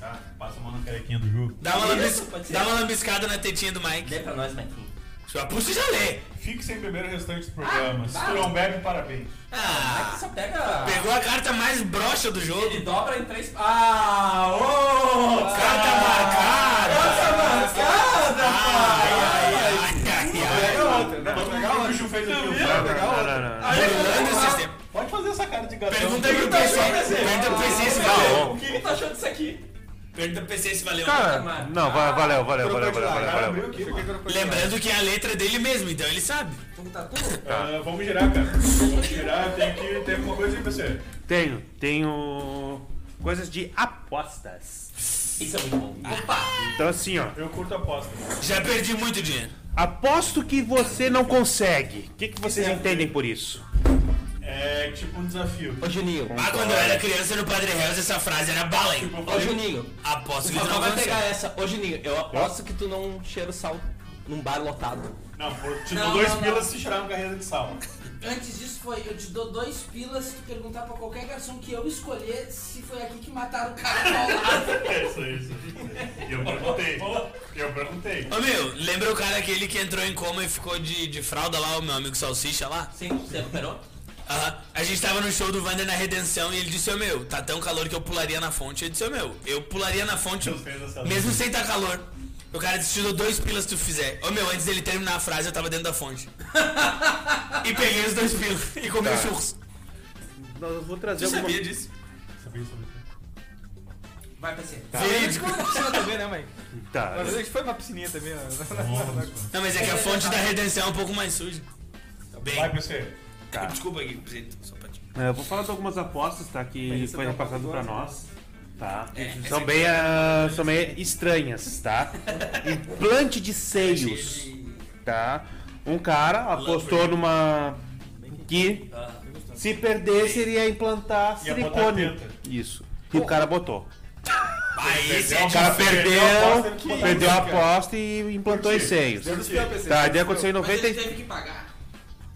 Speaker 1: Tá, passa a mão na carequinha do jogo.
Speaker 2: Dá uma, lambis...
Speaker 3: Isso, pode ser.
Speaker 2: Dá uma lambiscada na tetinha do Mike.
Speaker 3: Lê pra nós, Maquinho.
Speaker 2: Só puxa e já lê.
Speaker 1: Fique sem beber o restante do programa. Se tu não bebe, parabéns.
Speaker 2: Ah,
Speaker 3: Só pega.
Speaker 2: pegou a carta mais broxa do
Speaker 3: Ele
Speaker 2: jogo.
Speaker 3: dobra em três. Ah! Ô!
Speaker 2: Carta marcada.
Speaker 3: Nossa, marcada!
Speaker 2: Ai, ai, ai, ai, ai.
Speaker 1: O bicho fez aqui, eu
Speaker 6: Não, não, não, não, não.
Speaker 2: Burlando o sistema.
Speaker 1: Pode fazer essa cara de gatão.
Speaker 2: Pergunta pro PC. Pergunta pro PC se valeu.
Speaker 3: O que tu achou disso aqui?
Speaker 2: Pergunta pro PC se valeu.
Speaker 6: Cara, não,
Speaker 3: Ah,
Speaker 6: va- valeu, valeu, valeu, valeu, valeu,
Speaker 1: Cara,
Speaker 6: valeu.
Speaker 3: né?
Speaker 1: abriu aqui, mano.
Speaker 2: Lembrando que é a letra dele mesmo, então ele sabe.
Speaker 3: Tu tá tu?
Speaker 1: Ah, vamos girar, cara. Vamos girar, tem que ter alguma coisa aí, PC.
Speaker 6: Tenho, tenho coisas de apostas.
Speaker 3: Isso é muito bom. Opa!
Speaker 6: Então assim, ó.
Speaker 1: Eu curto aposta.
Speaker 2: Já perdi muito dinheiro.
Speaker 6: Aposto que você não consegue. O que, que vocês entendem por isso?
Speaker 1: É tipo um desafio.
Speaker 3: Ô Juninho.
Speaker 2: Ah, quando eu era criança no Padre Hells, essa frase era bala,
Speaker 1: Tipo,
Speaker 2: hein?
Speaker 3: Ô Juninho.
Speaker 2: Aposto
Speaker 3: O
Speaker 2: que tu
Speaker 3: papai
Speaker 2: não
Speaker 3: vai
Speaker 2: consegue.
Speaker 3: pegar essa. Ô Juninho, eu aposto que tu não cheira o sal num bar lotado.
Speaker 1: Não, por te
Speaker 4: Não,
Speaker 1: dou dois
Speaker 4: não,
Speaker 1: pilas
Speaker 4: não.
Speaker 1: se tirar uma carreira de sal. [LAUGHS]
Speaker 4: Antes disso foi, eu te dou dois pilas se tu perguntar pra qualquer garçom que eu escolher se foi aqui que mataram o cara do meu lado.
Speaker 1: É isso aí, isso aí. Eu perguntei. Eu perguntei.
Speaker 2: Ô meu, lembra o cara aquele que entrou em coma e ficou de, de fralda lá, o meu amigo Salsicha lá?
Speaker 3: Sim, você recuperou?
Speaker 2: Aham. A gente tava no show do Wander na Redenção e ele disse, ô meu, tá tão calor que eu pularia na fonte. Eu disse, ô meu, eu pularia na fonte
Speaker 1: Eu fiz essa-
Speaker 2: mesmo sem tá calor. O cara disse, te dou dois pilas se tu fizer. Ô meu, antes dele terminar a frase, eu tava dentro da
Speaker 3: [LAUGHS]
Speaker 2: fonte. e peguei os dois pilas e comi os churros.
Speaker 6: Eu vou trazer
Speaker 2: Eu
Speaker 6: alguma
Speaker 2: sabia disso.
Speaker 1: Sabia, sabia.
Speaker 4: Vai pra cima.
Speaker 2: Verídico.
Speaker 5: piscina também, né, mãe?
Speaker 6: Tá.
Speaker 5: Mas a gente foi pra piscininha também, [LAUGHS] né?
Speaker 2: Não, mas é que a fonte da redenção é um pouco mais suja.
Speaker 1: Vai,
Speaker 2: Bem,
Speaker 1: PC.
Speaker 6: tá.
Speaker 2: desculpa aqui, presidente, só pra ti.
Speaker 6: É, eu vou falar de algumas apostas, tá? Que
Speaker 5: Mas isso
Speaker 6: foi
Speaker 5: tá
Speaker 6: repassado pra
Speaker 5: duas, né?
Speaker 6: nós. Tá?
Speaker 2: É, essa
Speaker 6: são,
Speaker 2: aqui
Speaker 6: bem, ah, são bem estranhas, tá? Implante de seios. Tá? Um cara apostou numa. Que se perdesse, ele ia implantar
Speaker 1: Ia botar
Speaker 6: silicone.
Speaker 1: teta.
Speaker 6: Isso. E o cara botou.
Speaker 2: Aí, esse é
Speaker 6: O cara
Speaker 1: Perdeu a aposta, ele
Speaker 6: perdeu,
Speaker 1: botou
Speaker 6: perdeu a
Speaker 1: teta, cara.
Speaker 6: aposta e implantou os seios. Tá,
Speaker 5: Tá,
Speaker 6: e daí aconteceu em
Speaker 4: Mas ele
Speaker 6: 90.
Speaker 4: teve que pagar.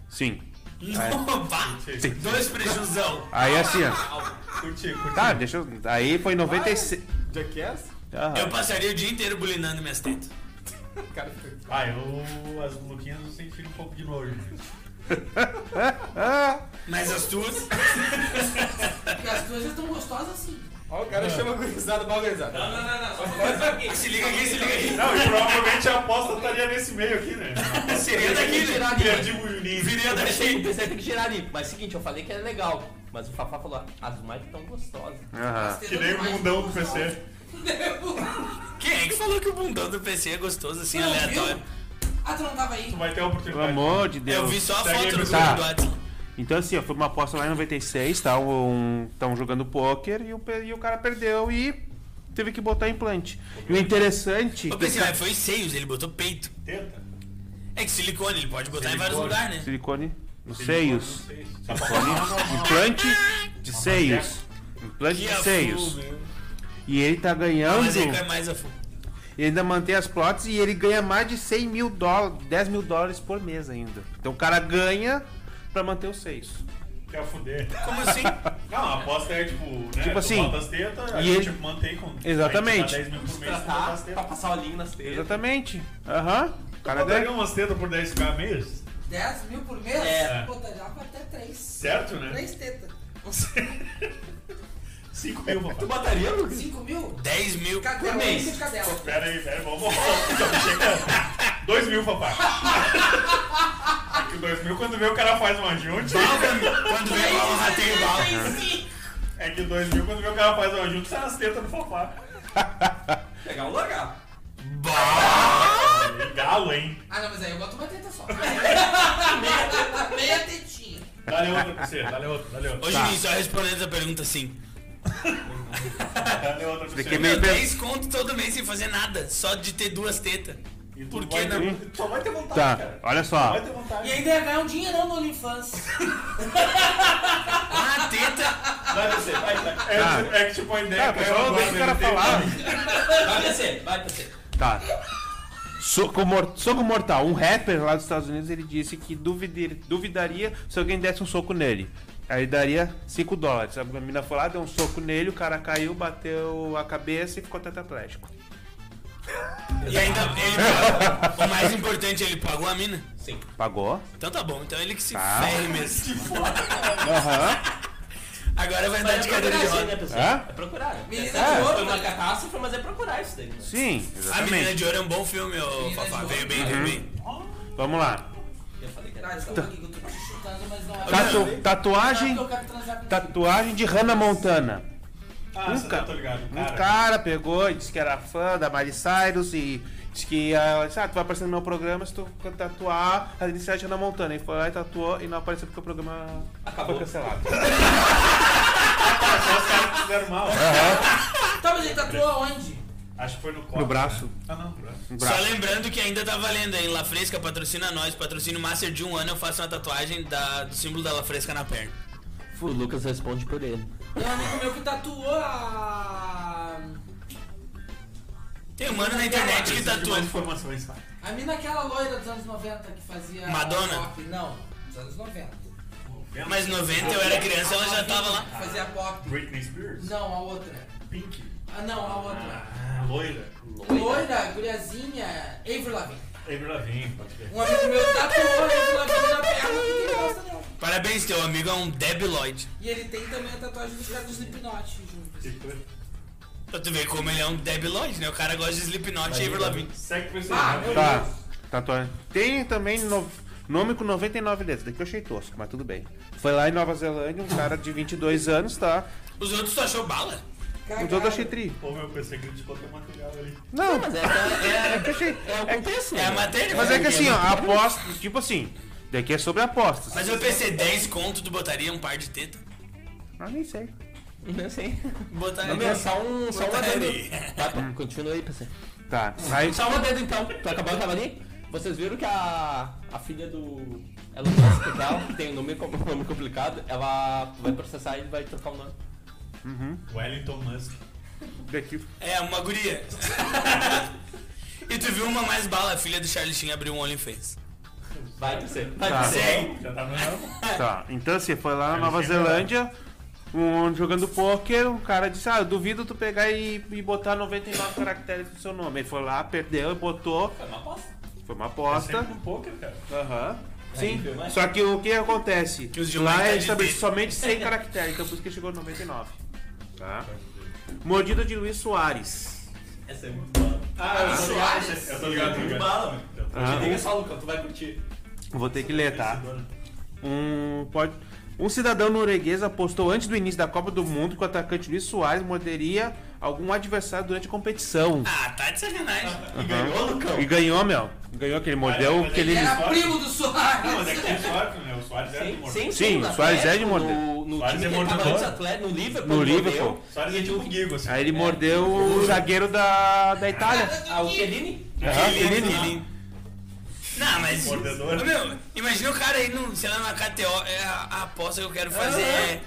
Speaker 6: Sim.
Speaker 2: Não, vá.
Speaker 6: Sim.
Speaker 2: Dois prejuzão.
Speaker 6: Aí assim, ó.
Speaker 1: Curti, curti.
Speaker 6: Tá, deixa eu. Aí foi em 96.
Speaker 5: Jackass?
Speaker 6: Aham.
Speaker 2: Eu passaria o dia inteiro bulinando minhas tetas.
Speaker 5: O cara foi.
Speaker 1: Ah, eu. As Luquinhas eu senti um pouco de nojo.
Speaker 2: Mas as tuas.
Speaker 4: Porque as duas já estão gostosas assim.
Speaker 5: Ó, o cara chama gurizada, mal gurizada.
Speaker 3: Não, não, não, não. Só uma coisa aqui.
Speaker 2: é Se liga aqui, se liga aqui.
Speaker 1: Não, e provavelmente a aposta estaria nesse meio aqui, né?
Speaker 2: Seria daqui, né?
Speaker 1: Perdi o Juninho.
Speaker 2: Viria
Speaker 3: O
Speaker 2: daqui.
Speaker 3: PC tem que girar ali. Mas é seguinte, eu falei que era legal. Mas o Fafá falou, as mais tão gostosas.
Speaker 6: Aham.
Speaker 1: Que nem o mundão do PC.
Speaker 2: Quem é que falou que o bundão do PC é gostoso assim,
Speaker 4: Não,
Speaker 2: aleatório.
Speaker 4: viu? Ah, tu não tava aí.
Speaker 1: Tu vai ter a
Speaker 6: Pelo
Speaker 1: oportunidade.
Speaker 6: amor de Deus.
Speaker 2: Eu vi só a
Speaker 1: Segue aí,
Speaker 2: foto no
Speaker 1: pessoal.
Speaker 2: grupo
Speaker 6: Tá.
Speaker 2: do WhatsApp.
Speaker 6: Então assim, ó, foi uma aposta lá em 96, tá? Um, tão jogando pôquer e o, pe- e o cara perdeu e teve que botar implante. E o interessante.
Speaker 2: Ô,
Speaker 6: que esse
Speaker 2: PC,
Speaker 6: cara-
Speaker 2: mas "Ah, foi seios, ele botou peito.
Speaker 1: Tenta.
Speaker 2: É que silicone, ele pode botar em vários
Speaker 1: Silicone.
Speaker 2: lugares, né?
Speaker 6: Silicone nos
Speaker 1: Não
Speaker 6: seios.
Speaker 1: sei.
Speaker 6: é Implante de seios. Implante
Speaker 2: Que
Speaker 6: de
Speaker 2: afu,
Speaker 6: seios. E ele tá ganhando.
Speaker 2: Mas aí cai mais a fundo.
Speaker 6: Ele ainda mantém as plots e ele ganha mais de 100 mil dólares, 10 mil dólares por mês ainda. Então o cara ganha pra manter os seis.
Speaker 1: Quer fuder.
Speaker 2: Como assim?
Speaker 1: Não, a aposta é tipo, né?
Speaker 6: Tipo
Speaker 1: tu
Speaker 6: assim,
Speaker 1: bota as tetas, a
Speaker 6: e
Speaker 1: gente
Speaker 6: ele-
Speaker 1: mantém com.
Speaker 6: Exatamente.
Speaker 1: a gente dá 10 mil por mês, tu bota
Speaker 3: Tá,
Speaker 1: as
Speaker 3: pra
Speaker 1: tetas.
Speaker 3: passar o linho nas telhas.
Speaker 6: Exatamente. Aham. O cara
Speaker 1: Tu pega
Speaker 6: ganha.
Speaker 1: umas tetas por 10k mês?
Speaker 4: 10 mil por mês?
Speaker 1: É.
Speaker 4: Pô, tá já com até 3.
Speaker 1: Certo, né?
Speaker 4: 3 tetas.
Speaker 1: 5 mil,
Speaker 3: Tu
Speaker 1: papai.
Speaker 3: botaria, Lucas?
Speaker 4: 5 mil?
Speaker 2: 10 mil.
Speaker 4: Cadela,
Speaker 3: mês.
Speaker 4: um cadela.
Speaker 1: Pera aí, pera aí, vamos voltar. 2 é mil, papai. 2 mil, quando vê o cara faz um uma junta.
Speaker 2: Quando vem lá o rateio bala.
Speaker 1: É que 2 mil, quando vê o cara faz uma junta, sai as tetas do Fafá.
Speaker 3: Pegar um lugar.
Speaker 1: E Galo, hein?
Speaker 4: Ah, não, mas aí eu boto uma teta só. meia, teta, meia tetinha.
Speaker 1: Dá-lhe outra pra você, dá-lhe outra, dá-lhe outra.
Speaker 2: Hoje
Speaker 6: Tá.
Speaker 2: Juninho, só respondendo essa pergunta assim. sim.
Speaker 1: Dá-lhe outra pra
Speaker 6: Daqui
Speaker 1: você.
Speaker 6: a meio
Speaker 2: Meu,
Speaker 6: tempo.
Speaker 2: 10 conto todo mês sem fazer nada, só de ter duas tetas.
Speaker 1: E tu
Speaker 2: Por
Speaker 1: vai
Speaker 2: que
Speaker 1: ter-
Speaker 2: não?
Speaker 1: tu Só vai ter vontade,
Speaker 6: Tá,
Speaker 1: um cara.
Speaker 6: olha
Speaker 1: Só vai
Speaker 6: só.
Speaker 1: ter vontade.
Speaker 4: E ainda ia ganhar um dinheirão no OnlyFans.
Speaker 2: Ah, teta!
Speaker 1: Vai você, vai, vai. É,
Speaker 6: Tá.
Speaker 1: é que tipo a ideia
Speaker 6: Tá,
Speaker 1: que eu
Speaker 6: pessoal,
Speaker 1: agora,
Speaker 6: deixa o cara
Speaker 1: ele tem-
Speaker 6: falar.
Speaker 3: Vai PC, vai PC.
Speaker 6: Tá. Soco, mor- soco mortal. Um rapper lá dos Estados Unidos ele disse que duvidir- duvidaria se alguém desse um soco nele. Aí daria 5 dólares. A menina foi lá, deu um soco nele, o cara caiu, bateu a cabeça e ficou tetraplégico.
Speaker 2: E ainda ele pagou. O mais importante, ele pagou a mina.
Speaker 6: Pagou?
Speaker 2: Então tá bom, então ele que se
Speaker 6: Tá.
Speaker 2: ferre mesmo.
Speaker 6: Aham.
Speaker 2: Agora vai andar
Speaker 3: Mas
Speaker 2: de
Speaker 3: é
Speaker 2: cadeira
Speaker 3: procurar
Speaker 2: de
Speaker 3: isso aí,
Speaker 2: roda.
Speaker 3: né, PC?
Speaker 6: Hã?
Speaker 3: É procurar. né?
Speaker 4: Menina
Speaker 3: Essa
Speaker 4: de ouro,
Speaker 3: Foi uma
Speaker 4: né?
Speaker 3: catástrofe, mas é procurar isso daí. né?
Speaker 6: Sim,
Speaker 2: A Menina
Speaker 6: exatamente.
Speaker 2: de Ouro é um bom filme, ô
Speaker 4: Menina de
Speaker 2: Fafá.
Speaker 4: Ouro.
Speaker 2: Veio bem,
Speaker 3: Uhum.
Speaker 2: veio bem.
Speaker 6: Vamos lá.
Speaker 3: Eu falei que
Speaker 4: Tá,
Speaker 3: era.
Speaker 4: desculpa, Guigo, eu tô te chutando, mas não é.
Speaker 2: Tá.
Speaker 6: Tatu-
Speaker 4: Não,
Speaker 6: tatuagem,
Speaker 4: porque eu quero transar com
Speaker 6: tatuagem de Hannah Montana.
Speaker 1: Ah,
Speaker 6: Um
Speaker 1: você
Speaker 6: ca-
Speaker 1: tá tô ligado.
Speaker 6: Um
Speaker 1: Cara,
Speaker 6: cara pegou e disse que era fã da Miley Cyrus e disse que ia, disse, ah, tu vai aparecer no meu programa se tu tatuar a iniciais de Hannah Montana. E foi lá e tatuou e não apareceu porque o programa
Speaker 3: Acabou.
Speaker 6: foi cancelado.
Speaker 1: só os caras que fizeram mal.
Speaker 6: É.
Speaker 4: Tá, mas ele tatuou aonde?
Speaker 1: Acho que foi no corpo.
Speaker 6: No braço.
Speaker 1: Ah, não, no braço.
Speaker 6: No
Speaker 2: Só
Speaker 6: braço.
Speaker 2: lembrando que ainda tá valendo aí, La Fresca patrocina nós, patrocina o Master de um ano, eu faço uma tatuagem da- do símbolo da La Fresca na perna.
Speaker 3: O Lucas responde por ele.
Speaker 4: Tem um amigo meu que tatuou a.
Speaker 2: Tem um mano na internet que
Speaker 1: Preciso de
Speaker 2: tatua.
Speaker 1: mais informações, tá?
Speaker 4: A mina aquela loira dos anos 90 que fazia.
Speaker 2: Madonna?
Speaker 4: Pop. Não, dos anos 90.
Speaker 2: Mas 90 eu era criança, ela já tava lá. Ah.
Speaker 4: Que fazia pop.
Speaker 1: Britney Spears?
Speaker 4: Não, a outra.
Speaker 1: Pink?
Speaker 4: Ah, não, a outra.
Speaker 1: Ah, loira.
Speaker 4: Loira, guriazinha, Avril Lavigne.
Speaker 1: Avril Lavigne, pode ver.
Speaker 4: Um amigo meu tatuou a Avril Lavigne na perna porque ele gosta dela.
Speaker 2: Parabéns, teu amigo é um debiloid.
Speaker 4: E ele tem também a tatuagem dos caras do Slipknot, junto.
Speaker 1: Tipo, tá
Speaker 2: Pra tu ver como ele é um debiloid, né? O cara gosta de Slipknot e Avril Lavigne.
Speaker 1: Segue pro
Speaker 4: Ah, meu
Speaker 1: Instagram.
Speaker 6: Tá. Tatuagem. Tem também no- nome com 99 letras. Daqui eu achei tosco, mas tudo bem. Foi lá em Nova Zelândia, um cara de 22 anos, tá?
Speaker 2: Os outros tu achou bala?
Speaker 4: Tá
Speaker 6: Os outros eu achei tri.
Speaker 1: Ou meu PC criticou teu material ali.
Speaker 6: Não,
Speaker 3: Mas é, é,
Speaker 6: é que eu achei.
Speaker 3: é, é o contexto,
Speaker 2: É a matéria.
Speaker 6: Mas é que assim, ó, apostas, tipo assim, daqui é sobre apostas.
Speaker 2: Mas eu pensei 10 conto, tu botaria um par de teta?
Speaker 6: Ah, nem sei.
Speaker 3: Não sei.
Speaker 2: Botaria.
Speaker 3: né? Não, meu, só um, só um adendo.
Speaker 2: Botaria.
Speaker 3: Tá, pô, continua aí, PC.
Speaker 6: Tá, aí
Speaker 3: Só um adendo então. Tu acabou, tava ali? Vocês viram que a, a filha do Elon Musk e tal, que tem um nome, com- nome complicado, ela vai processar e vai trocar o nome.
Speaker 1: Wellington Musk.
Speaker 6: daqui.
Speaker 2: É, uma guria. [LAUGHS] e tu viu uma mais bala, a filha do Charlie Sheen abriu um OnlyFans.
Speaker 3: Vai, PC. Vai,
Speaker 6: Tá.
Speaker 3: PC.
Speaker 2: Sim.
Speaker 1: Já tá no ramo.
Speaker 3: É.
Speaker 6: Tá, então assim, foi lá na Nova Zelândia, um, jogando pôquer, um cara disse, ah, eu duvido tu pegar e, e botar 99 caracteres do seu nome. Ele foi lá, perdeu e botou.
Speaker 3: Foi uma aposta.
Speaker 6: Foi uma
Speaker 1: Sempre
Speaker 6: aposta.
Speaker 1: no poker, cara.
Speaker 6: Aham.
Speaker 3: Aí,
Speaker 6: Sim,
Speaker 3: viu, né?
Speaker 6: só que o que acontece?
Speaker 2: Que os de lá
Speaker 6: Lá
Speaker 2: tá
Speaker 6: é
Speaker 2: de
Speaker 6: estabelecido
Speaker 2: dentro.
Speaker 6: somente 100 caracteres, então por isso que chegou no 99. Tá? Mordida de Luiz Soares.
Speaker 3: Essa é muito bala.
Speaker 1: Ah, eu tô ligado. Eu tô ligado, tô
Speaker 3: Muito
Speaker 1: ligado.
Speaker 3: bala, meu.
Speaker 6: Ah.
Speaker 3: Liga só, Lucas, tu vai curtir.
Speaker 6: Vou ter que ler, tá? Um, pode, um cidadão norueguês apostou antes do início da Copa do Mundo que o atacante Luiz Soares morderia algum adversário durante a competição.
Speaker 2: Ah, tá de sacanagem.
Speaker 1: ganhou, Lucão?
Speaker 6: E ganhou, meu. Ganhou aquele modelo
Speaker 1: mas
Speaker 6: é que ele.
Speaker 1: aí
Speaker 4: Era primo do
Speaker 1: Não, mas é
Speaker 4: Soares.
Speaker 1: que tem Soares, né? O Soares era do Morro.
Speaker 3: Sim,
Speaker 6: Sim,
Speaker 3: no
Speaker 6: o Suárez
Speaker 3: Atlético,
Speaker 6: é de morder.
Speaker 3: No, no
Speaker 1: Suárez
Speaker 3: time
Speaker 1: é
Speaker 3: que ele tava
Speaker 1: mordedor.
Speaker 3: antes Atlético, no Liverpool.
Speaker 6: No
Speaker 3: mordeu.
Speaker 6: Liverpool.
Speaker 1: Soares é tipo um Guigo, assim.
Speaker 6: Aí ele mordeu o zagueiro da, da Itália.
Speaker 3: Ah, o Chiellini?
Speaker 6: Aham,
Speaker 2: Ele-
Speaker 6: ele-
Speaker 2: ele- Não,
Speaker 1: Um
Speaker 2: mas.
Speaker 1: Mordedor.
Speaker 2: Ô, Meu, imagina o cara aí, no, sei lá, na KTO. É a, a aposta que eu quero fazer é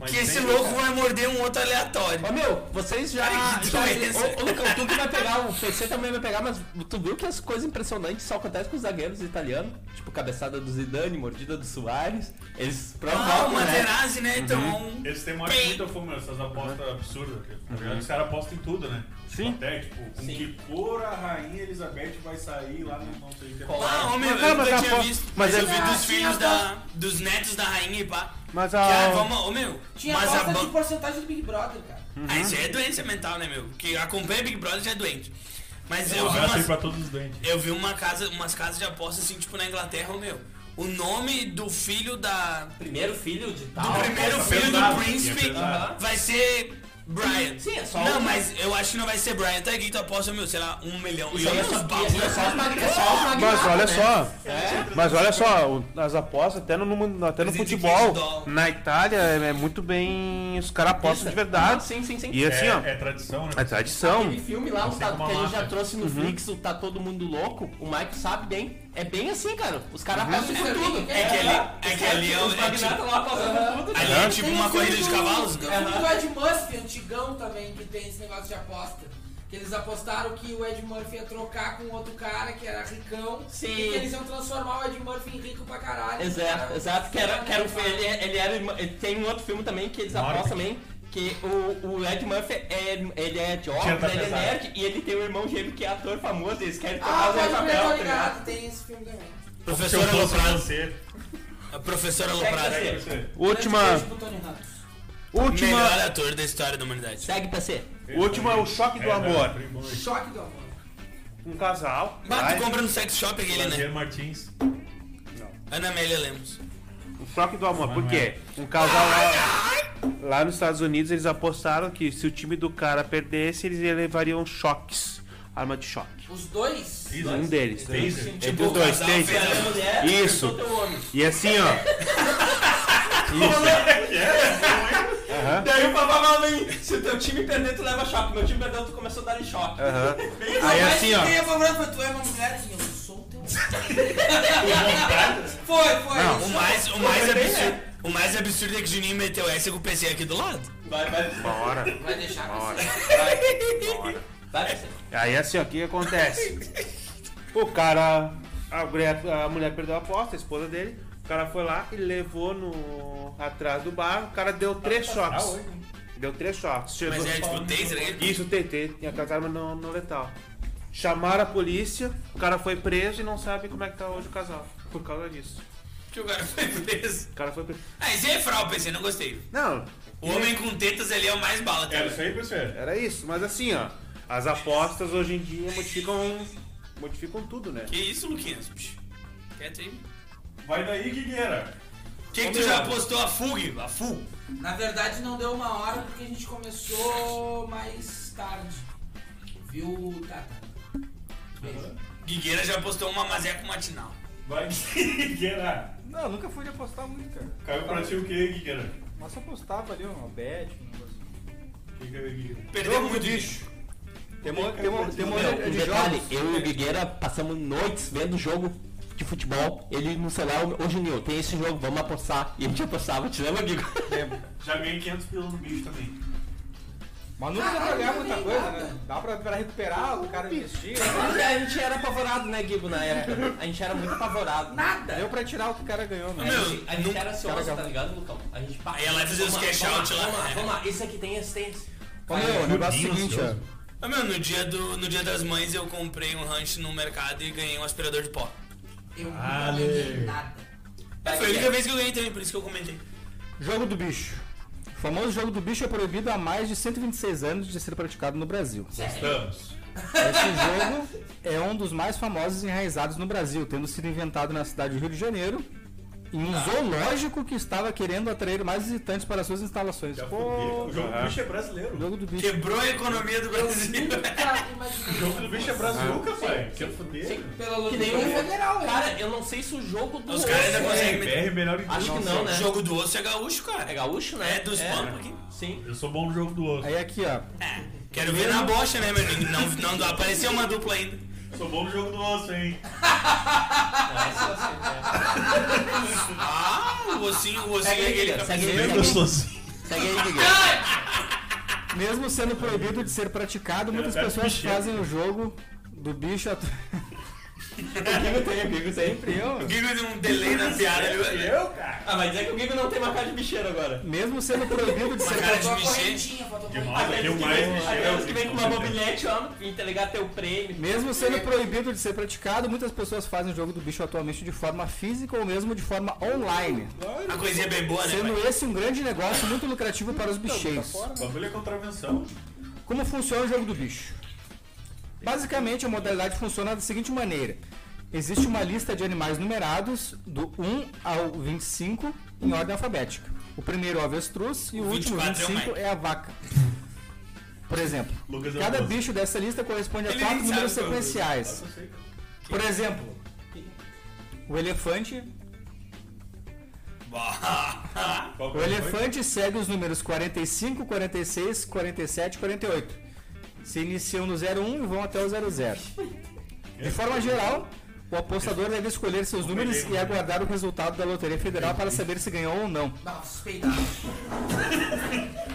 Speaker 1: Mas
Speaker 2: que esse
Speaker 1: tem-
Speaker 2: louco vai morder um outro aleatório.
Speaker 3: Ô meu, vocês já.
Speaker 2: Ai, que
Speaker 3: já
Speaker 2: doença.
Speaker 3: ô, ô, Lucão, tu que vai pegar, o PC também vai pegar, mas tu viu que as coisas impressionantes só acontecem com os zagueiros italianos? Tipo, cabeçada do Zidane, mordida do Soares. Eles
Speaker 2: Ah,
Speaker 3: provocam,
Speaker 2: o
Speaker 1: é.
Speaker 3: né?
Speaker 2: Materazzi, né? Então.
Speaker 1: Eles têm mais
Speaker 2: Bem.
Speaker 1: muita fome, essas apostas absurdas. que- Tá ligado? Os caras apostam em tudo, né?
Speaker 6: Uhum. Sim.
Speaker 1: Até, tipo, com
Speaker 3: Sim.
Speaker 1: que cor a rainha Elizabeth vai sair lá no não sei o que.
Speaker 2: Ah, homem,
Speaker 6: Mas,
Speaker 2: eu
Speaker 6: cara,
Speaker 2: nunca
Speaker 6: mas a
Speaker 2: tinha
Speaker 6: aposta-
Speaker 2: visto.
Speaker 6: mas
Speaker 2: eu
Speaker 6: é-
Speaker 2: vi
Speaker 4: Ah,
Speaker 2: dos
Speaker 4: sim,
Speaker 2: filhos
Speaker 4: a
Speaker 2: da. dos netos da rainha e pá.
Speaker 6: Mas
Speaker 2: Que, ah,
Speaker 6: a.
Speaker 2: vamos, ô meu,
Speaker 4: Tinha
Speaker 2: mas a
Speaker 4: aposta de
Speaker 2: banca.
Speaker 4: porcentagem do Big Brother, cara.
Speaker 2: Ah,
Speaker 6: Uhum.
Speaker 2: isso aí é doença mental, né, meu? Que acompanha Big Brother já é doente. Mas eu,
Speaker 1: Um
Speaker 2: vi
Speaker 1: abraço aí
Speaker 2: umas,
Speaker 1: pra todos os dentes.
Speaker 2: eu vi uma casa, umas casas de aposta assim, tipo na Inglaterra, ô meu. O nome do filho da.
Speaker 3: Primeiro filho de
Speaker 2: Do
Speaker 3: tal.
Speaker 2: primeiro
Speaker 1: tá
Speaker 2: filho
Speaker 1: pesado,
Speaker 2: do príncipe
Speaker 1: é pesado.
Speaker 2: vai ser Brian.
Speaker 3: Sim, é só
Speaker 2: Não,
Speaker 3: um-
Speaker 2: mas eu acho que não vai ser Brian. Tá aqui, tu aposta, meu, sei lá, um milhão.
Speaker 3: Isso aí é só,
Speaker 2: uns bagulho-
Speaker 3: isso é só os magnatas. É só os magnatas,
Speaker 6: Mas olha
Speaker 3: né?
Speaker 6: só.
Speaker 3: É.
Speaker 6: Mas olha só, o- as apostas, até no, no- até no
Speaker 2: 315
Speaker 6: futebol,
Speaker 2: dólares.
Speaker 6: na Itália, é é muito bem. Os caras apostam de
Speaker 3: Ah,
Speaker 6: verdade.
Speaker 3: Sim, sim, sim.
Speaker 6: E assim,
Speaker 1: é,
Speaker 6: ó,
Speaker 1: é tradição, né?
Speaker 6: é tradição.
Speaker 3: Aquele filme lá o
Speaker 1: Assim
Speaker 3: tá-
Speaker 1: como a
Speaker 3: que a gente já
Speaker 1: máfia.
Speaker 3: trouxe no Flix, o Tá Todo Mundo Louco, o Mike sabe bem. É bem assim, cara. Os caras apostam por tudo.
Speaker 2: É que ali, é que ali é,
Speaker 3: Os
Speaker 2: é tipo,
Speaker 3: magnatas lá apostando por tudo.
Speaker 2: ali é
Speaker 6: Aham.
Speaker 2: tipo
Speaker 4: Tem
Speaker 2: uma
Speaker 4: o filme
Speaker 2: corrida de
Speaker 4: do-
Speaker 2: cavalos.
Speaker 4: Tem É, tipo o filme do Ed Murphy, antigão também, que tem esse negócio de aposta. Que eles apostaram que o Ed Murphy ia trocar com outro cara que era ricão.
Speaker 3: Sim.
Speaker 4: E que eles iam transformar o Ed Murphy em rico pra caralho.
Speaker 3: Exato,
Speaker 4: Cara,
Speaker 3: exato. Que era, que era, o- ele, é,
Speaker 4: Ele
Speaker 3: ele era. irmã- ele Tem um outro filme também que eles apostam também. Que o, o Ed Murphy é, ele é
Speaker 1: Tinha
Speaker 3: jovem,
Speaker 1: tá
Speaker 3: ele é
Speaker 1: pesado.
Speaker 3: nerd e ele tem um irmão gêmeo que é ator famoso e eles querem trocar
Speaker 4: Ah,
Speaker 3: o Zé
Speaker 4: pode ver, tô
Speaker 3: papel, tá ligado?
Speaker 4: ligado. Tem esse filme também.
Speaker 1: Se eu
Speaker 2: Professora Assim,
Speaker 1: fosse
Speaker 2: Loprado.
Speaker 1: você,
Speaker 2: Professora Loprado.
Speaker 1: eu sei.
Speaker 6: Última.
Speaker 4: Grande beijo pro Tony Ramos.
Speaker 6: Última.
Speaker 2: Melhor ator da história da humanidade.
Speaker 3: Segue pra ser.
Speaker 6: O último é o choque do
Speaker 1: É, não,
Speaker 6: amor.
Speaker 1: primor.
Speaker 4: Choque do amor.
Speaker 6: Um casal.
Speaker 2: Bah,
Speaker 6: vai,
Speaker 2: Ah, tu compra no sex shop aquele, né?
Speaker 1: Lazier Martins.
Speaker 2: Ana Amélia Lemos.
Speaker 6: O choque do amor. Por quê? Um casal lá, lá nos Estados Unidos, eles apostaram que se o time do cara perdesse, eles levariam choques. Arma de choque.
Speaker 4: Os dois.
Speaker 6: Um deles. né?
Speaker 1: Taser.
Speaker 6: Entre os dois,
Speaker 2: Tipo, um casal
Speaker 6: taser.
Speaker 2: fez a
Speaker 3: mulher,
Speaker 6: Isso.
Speaker 3: eu sou teu homem.
Speaker 6: E assim, ó.
Speaker 3: Daí o papai falava aí, se o teu time perder, tu leva choque. Meu time perdeu, tu começou a dar choque.
Speaker 6: aham. Aí
Speaker 2: um
Speaker 6: assim, ó.
Speaker 4: Quem é favorito pra tu é uma mulher assim, eu sou o teu.
Speaker 6: [LAUGHS]
Speaker 4: foi, foi.
Speaker 6: Não,
Speaker 2: O
Speaker 4: isso.
Speaker 2: mais, o mais
Speaker 3: bem, né?
Speaker 2: absurdo. O mais absurdo é que o Juninho meteu essa com o PC aqui do lado.
Speaker 3: Vai, vai,
Speaker 6: Bora.
Speaker 4: Vai deixar com
Speaker 6: Bora.
Speaker 4: esse-
Speaker 3: vai pra ser.
Speaker 2: Tipo,
Speaker 6: Aí assim, ó, o que acontece? O cara. A mulher, a mulher perdeu a aposta, a esposa dele. O cara foi lá e levou no. atrás do bar. O cara deu três choques. Deu três choques. Chegou-
Speaker 2: Mas é tipo o taser aí.
Speaker 6: Isso, TT, tinha aquelas armas não, não letal. Chamaram a polícia, o cara foi preso e não sabe como é que tá hoje o casal. Por causa disso.
Speaker 2: Que o cara foi preso.
Speaker 6: O cara foi preso.
Speaker 2: Ah, isso aí é frau, PC, não gostei.
Speaker 6: Não,
Speaker 2: O homem com tetas ali é o mais bala, tá?
Speaker 1: Era isso aí, pessoal.
Speaker 6: era isso, mas assim, ó. As apostas hoje em dia modificam. modificam tudo, né?
Speaker 2: Que isso, Luquinhas? Psh, Quieto aí.
Speaker 1: Vai daí, Guigueira.
Speaker 2: Quem que tu já apostou a FUG? A FUG?
Speaker 4: Na verdade não deu uma hora porque a gente começou mais tarde. Viu, Tata? Beijo.
Speaker 2: Guigueira já apostou uma mazeca matinal.
Speaker 1: Vai, [LAUGHS] Guigueira.
Speaker 5: Não, eu nunca fui de apostar muito, cara.
Speaker 1: Caiu pra ti o quê, Guigueira?
Speaker 5: Mas só apostava ali, uma bet, um negócio.
Speaker 1: O que que é Guigueira?
Speaker 2: Perdeu muito bicho.
Speaker 5: Tem uma, tem uma, tem uma
Speaker 3: Meu,
Speaker 5: olhada
Speaker 3: um
Speaker 5: de
Speaker 3: detalhe,
Speaker 5: jogos.
Speaker 3: eu e o Guigueira passamos noites vendo jogo de futebol. Ele no celular, hoje Nil, tem esse jogo, vamos apostar. E a gente apostava, te lembra, Guigo?
Speaker 5: Lembro.
Speaker 1: Já ganhei 500 pila no bicho também.
Speaker 5: Mas nunca dá pra ganhar muita coisa, né? Dá pra, pra recuperar, o cara investir. né?
Speaker 3: A gente era apavorado, né, Guigo, na época? A gente era muito apavorado.
Speaker 5: Deu pra tirar o que o cara ganhou, né?
Speaker 2: Meu,
Speaker 3: A gente
Speaker 2: nunca-
Speaker 3: era ansioso, tá ligado, Lucão? A gente pá,
Speaker 2: Aí ela ia fazer os
Speaker 3: vamos lá,
Speaker 2: cash
Speaker 3: vamos
Speaker 2: out lá. É.
Speaker 3: Vamos lá, vamos lá, esse aqui tem, esse tem. esse.
Speaker 5: Ô, meu, o negócio é o seguinte, ó.
Speaker 2: Ah, meu, no dia, do, no dia das mães eu comprei um rancho no mercado e ganhei um aspirador de pó.
Speaker 4: Eu não
Speaker 1: Ale.
Speaker 4: ganhei nada.
Speaker 2: É, foi a única vez que eu ganhei também, por isso que eu comentei.
Speaker 5: Jogo do bicho. O famoso jogo do bicho é proibido há mais de 126 anos de ser praticado no Brasil.
Speaker 1: Estamos.
Speaker 5: Esse jogo é um dos mais famosos e enraizados no Brasil, tendo sido inventado na cidade do Rio de Janeiro em um
Speaker 2: Ah.
Speaker 5: zoológico que estava querendo atrair mais visitantes para suas instalações.
Speaker 1: Já
Speaker 5: Pô,
Speaker 1: fudeu. O jogo do bicho é brasileiro.
Speaker 5: jogo do bicho.
Speaker 2: Quebrou a economia do Brasil.
Speaker 4: Cara,
Speaker 1: O jogo do
Speaker 4: imagina.
Speaker 1: bicho é brasileiro, pai. Quer fuder?
Speaker 4: Pela lógica.
Speaker 3: Que nem o
Speaker 4: federal, né?
Speaker 3: Cara, eu não sei se o jogo do.
Speaker 2: Os caras ainda
Speaker 3: osso é-
Speaker 2: conseguem meter.
Speaker 1: BR melhor em
Speaker 3: Acho que
Speaker 1: tudo.
Speaker 3: não,
Speaker 2: O
Speaker 3: né?
Speaker 2: jogo do osso é gaúcho, cara.
Speaker 3: É gaúcho, né?
Speaker 2: É dos pampa aqui.
Speaker 3: Sim.
Speaker 1: Eu sou bom no jogo do osso.
Speaker 5: Aí aqui, ó.
Speaker 2: Quero ver na bocha, né, meu amigo? Não, não, apareceu uma dupla ainda.
Speaker 1: Sou bom no jogo do osso, hein?
Speaker 2: Ah, o ossinho, o ossinho
Speaker 3: Segue
Speaker 2: é
Speaker 3: aí,
Speaker 2: aquele
Speaker 3: Guilherme,
Speaker 2: cabeça.
Speaker 3: segue
Speaker 1: Bem
Speaker 3: aí.
Speaker 1: gostosinho.
Speaker 3: Segue aí, Guilherme.
Speaker 5: Mesmo sendo proibido de ser praticado, muitas
Speaker 1: Cara,
Speaker 5: pessoas
Speaker 1: bicheiro.
Speaker 5: fazem o jogo do bicho. atu-
Speaker 3: Gigo tem, o Gigo sempre.
Speaker 2: O Gigo deu um delay na piada. ali.
Speaker 1: Eu, cara?
Speaker 3: Ah, mas é que o Gigo não tem uma cara de bicheiro agora.
Speaker 5: Mesmo sendo proibido de
Speaker 2: Uma
Speaker 5: ser
Speaker 2: cara de
Speaker 4: Faltou a
Speaker 2: mexer.
Speaker 4: correntinha, faltou a
Speaker 1: De
Speaker 4: correntinha.
Speaker 1: mal.
Speaker 3: Aqueles
Speaker 1: deu
Speaker 3: que
Speaker 1: mais
Speaker 3: vem-
Speaker 1: bicheiro, é
Speaker 3: Aqueles que vem com uma
Speaker 1: bicheiro.
Speaker 3: mobilete, ó, pra entregar teu prêmio.
Speaker 5: Mesmo sendo proibido de ser praticado, muitas pessoas fazem o jogo do bicho atualmente de forma física ou mesmo de forma online,
Speaker 2: A coisinha bem boa, né,
Speaker 5: sendo
Speaker 2: pai?
Speaker 5: esse um grande negócio muito lucrativo para
Speaker 1: Então,
Speaker 5: os bicheiros.
Speaker 1: O bagulho é contravenção.
Speaker 5: Como funciona o jogo do bicho? Basicamente, a modalidade funciona da seguinte maneira: existe uma lista de animais numerados do 1 ao 25 em ordem alfabética. O primeiro é o avestruz e o último,
Speaker 2: 24 é o
Speaker 5: 25,
Speaker 2: Mike.
Speaker 5: é a vaca. Por exemplo,
Speaker 1: Lucas é
Speaker 5: cada
Speaker 1: um doce.
Speaker 5: bicho dessa lista corresponde a
Speaker 2: Ele
Speaker 5: quatro
Speaker 2: nem
Speaker 5: números
Speaker 2: sabe qual é o
Speaker 5: sequenciais.
Speaker 1: Eu sei, cara.
Speaker 5: Por exemplo, o elefante.
Speaker 1: Qual que
Speaker 5: O
Speaker 1: é
Speaker 5: elefante segue os números 45, 46, 47 e 48. Se iniciam no 01 e vão até o 00. De forma geral, o apostador deve escolher seus números e aguardar o resultado da Loteria Federal para saber se ganhou ou não.
Speaker 4: Não, suspeitado.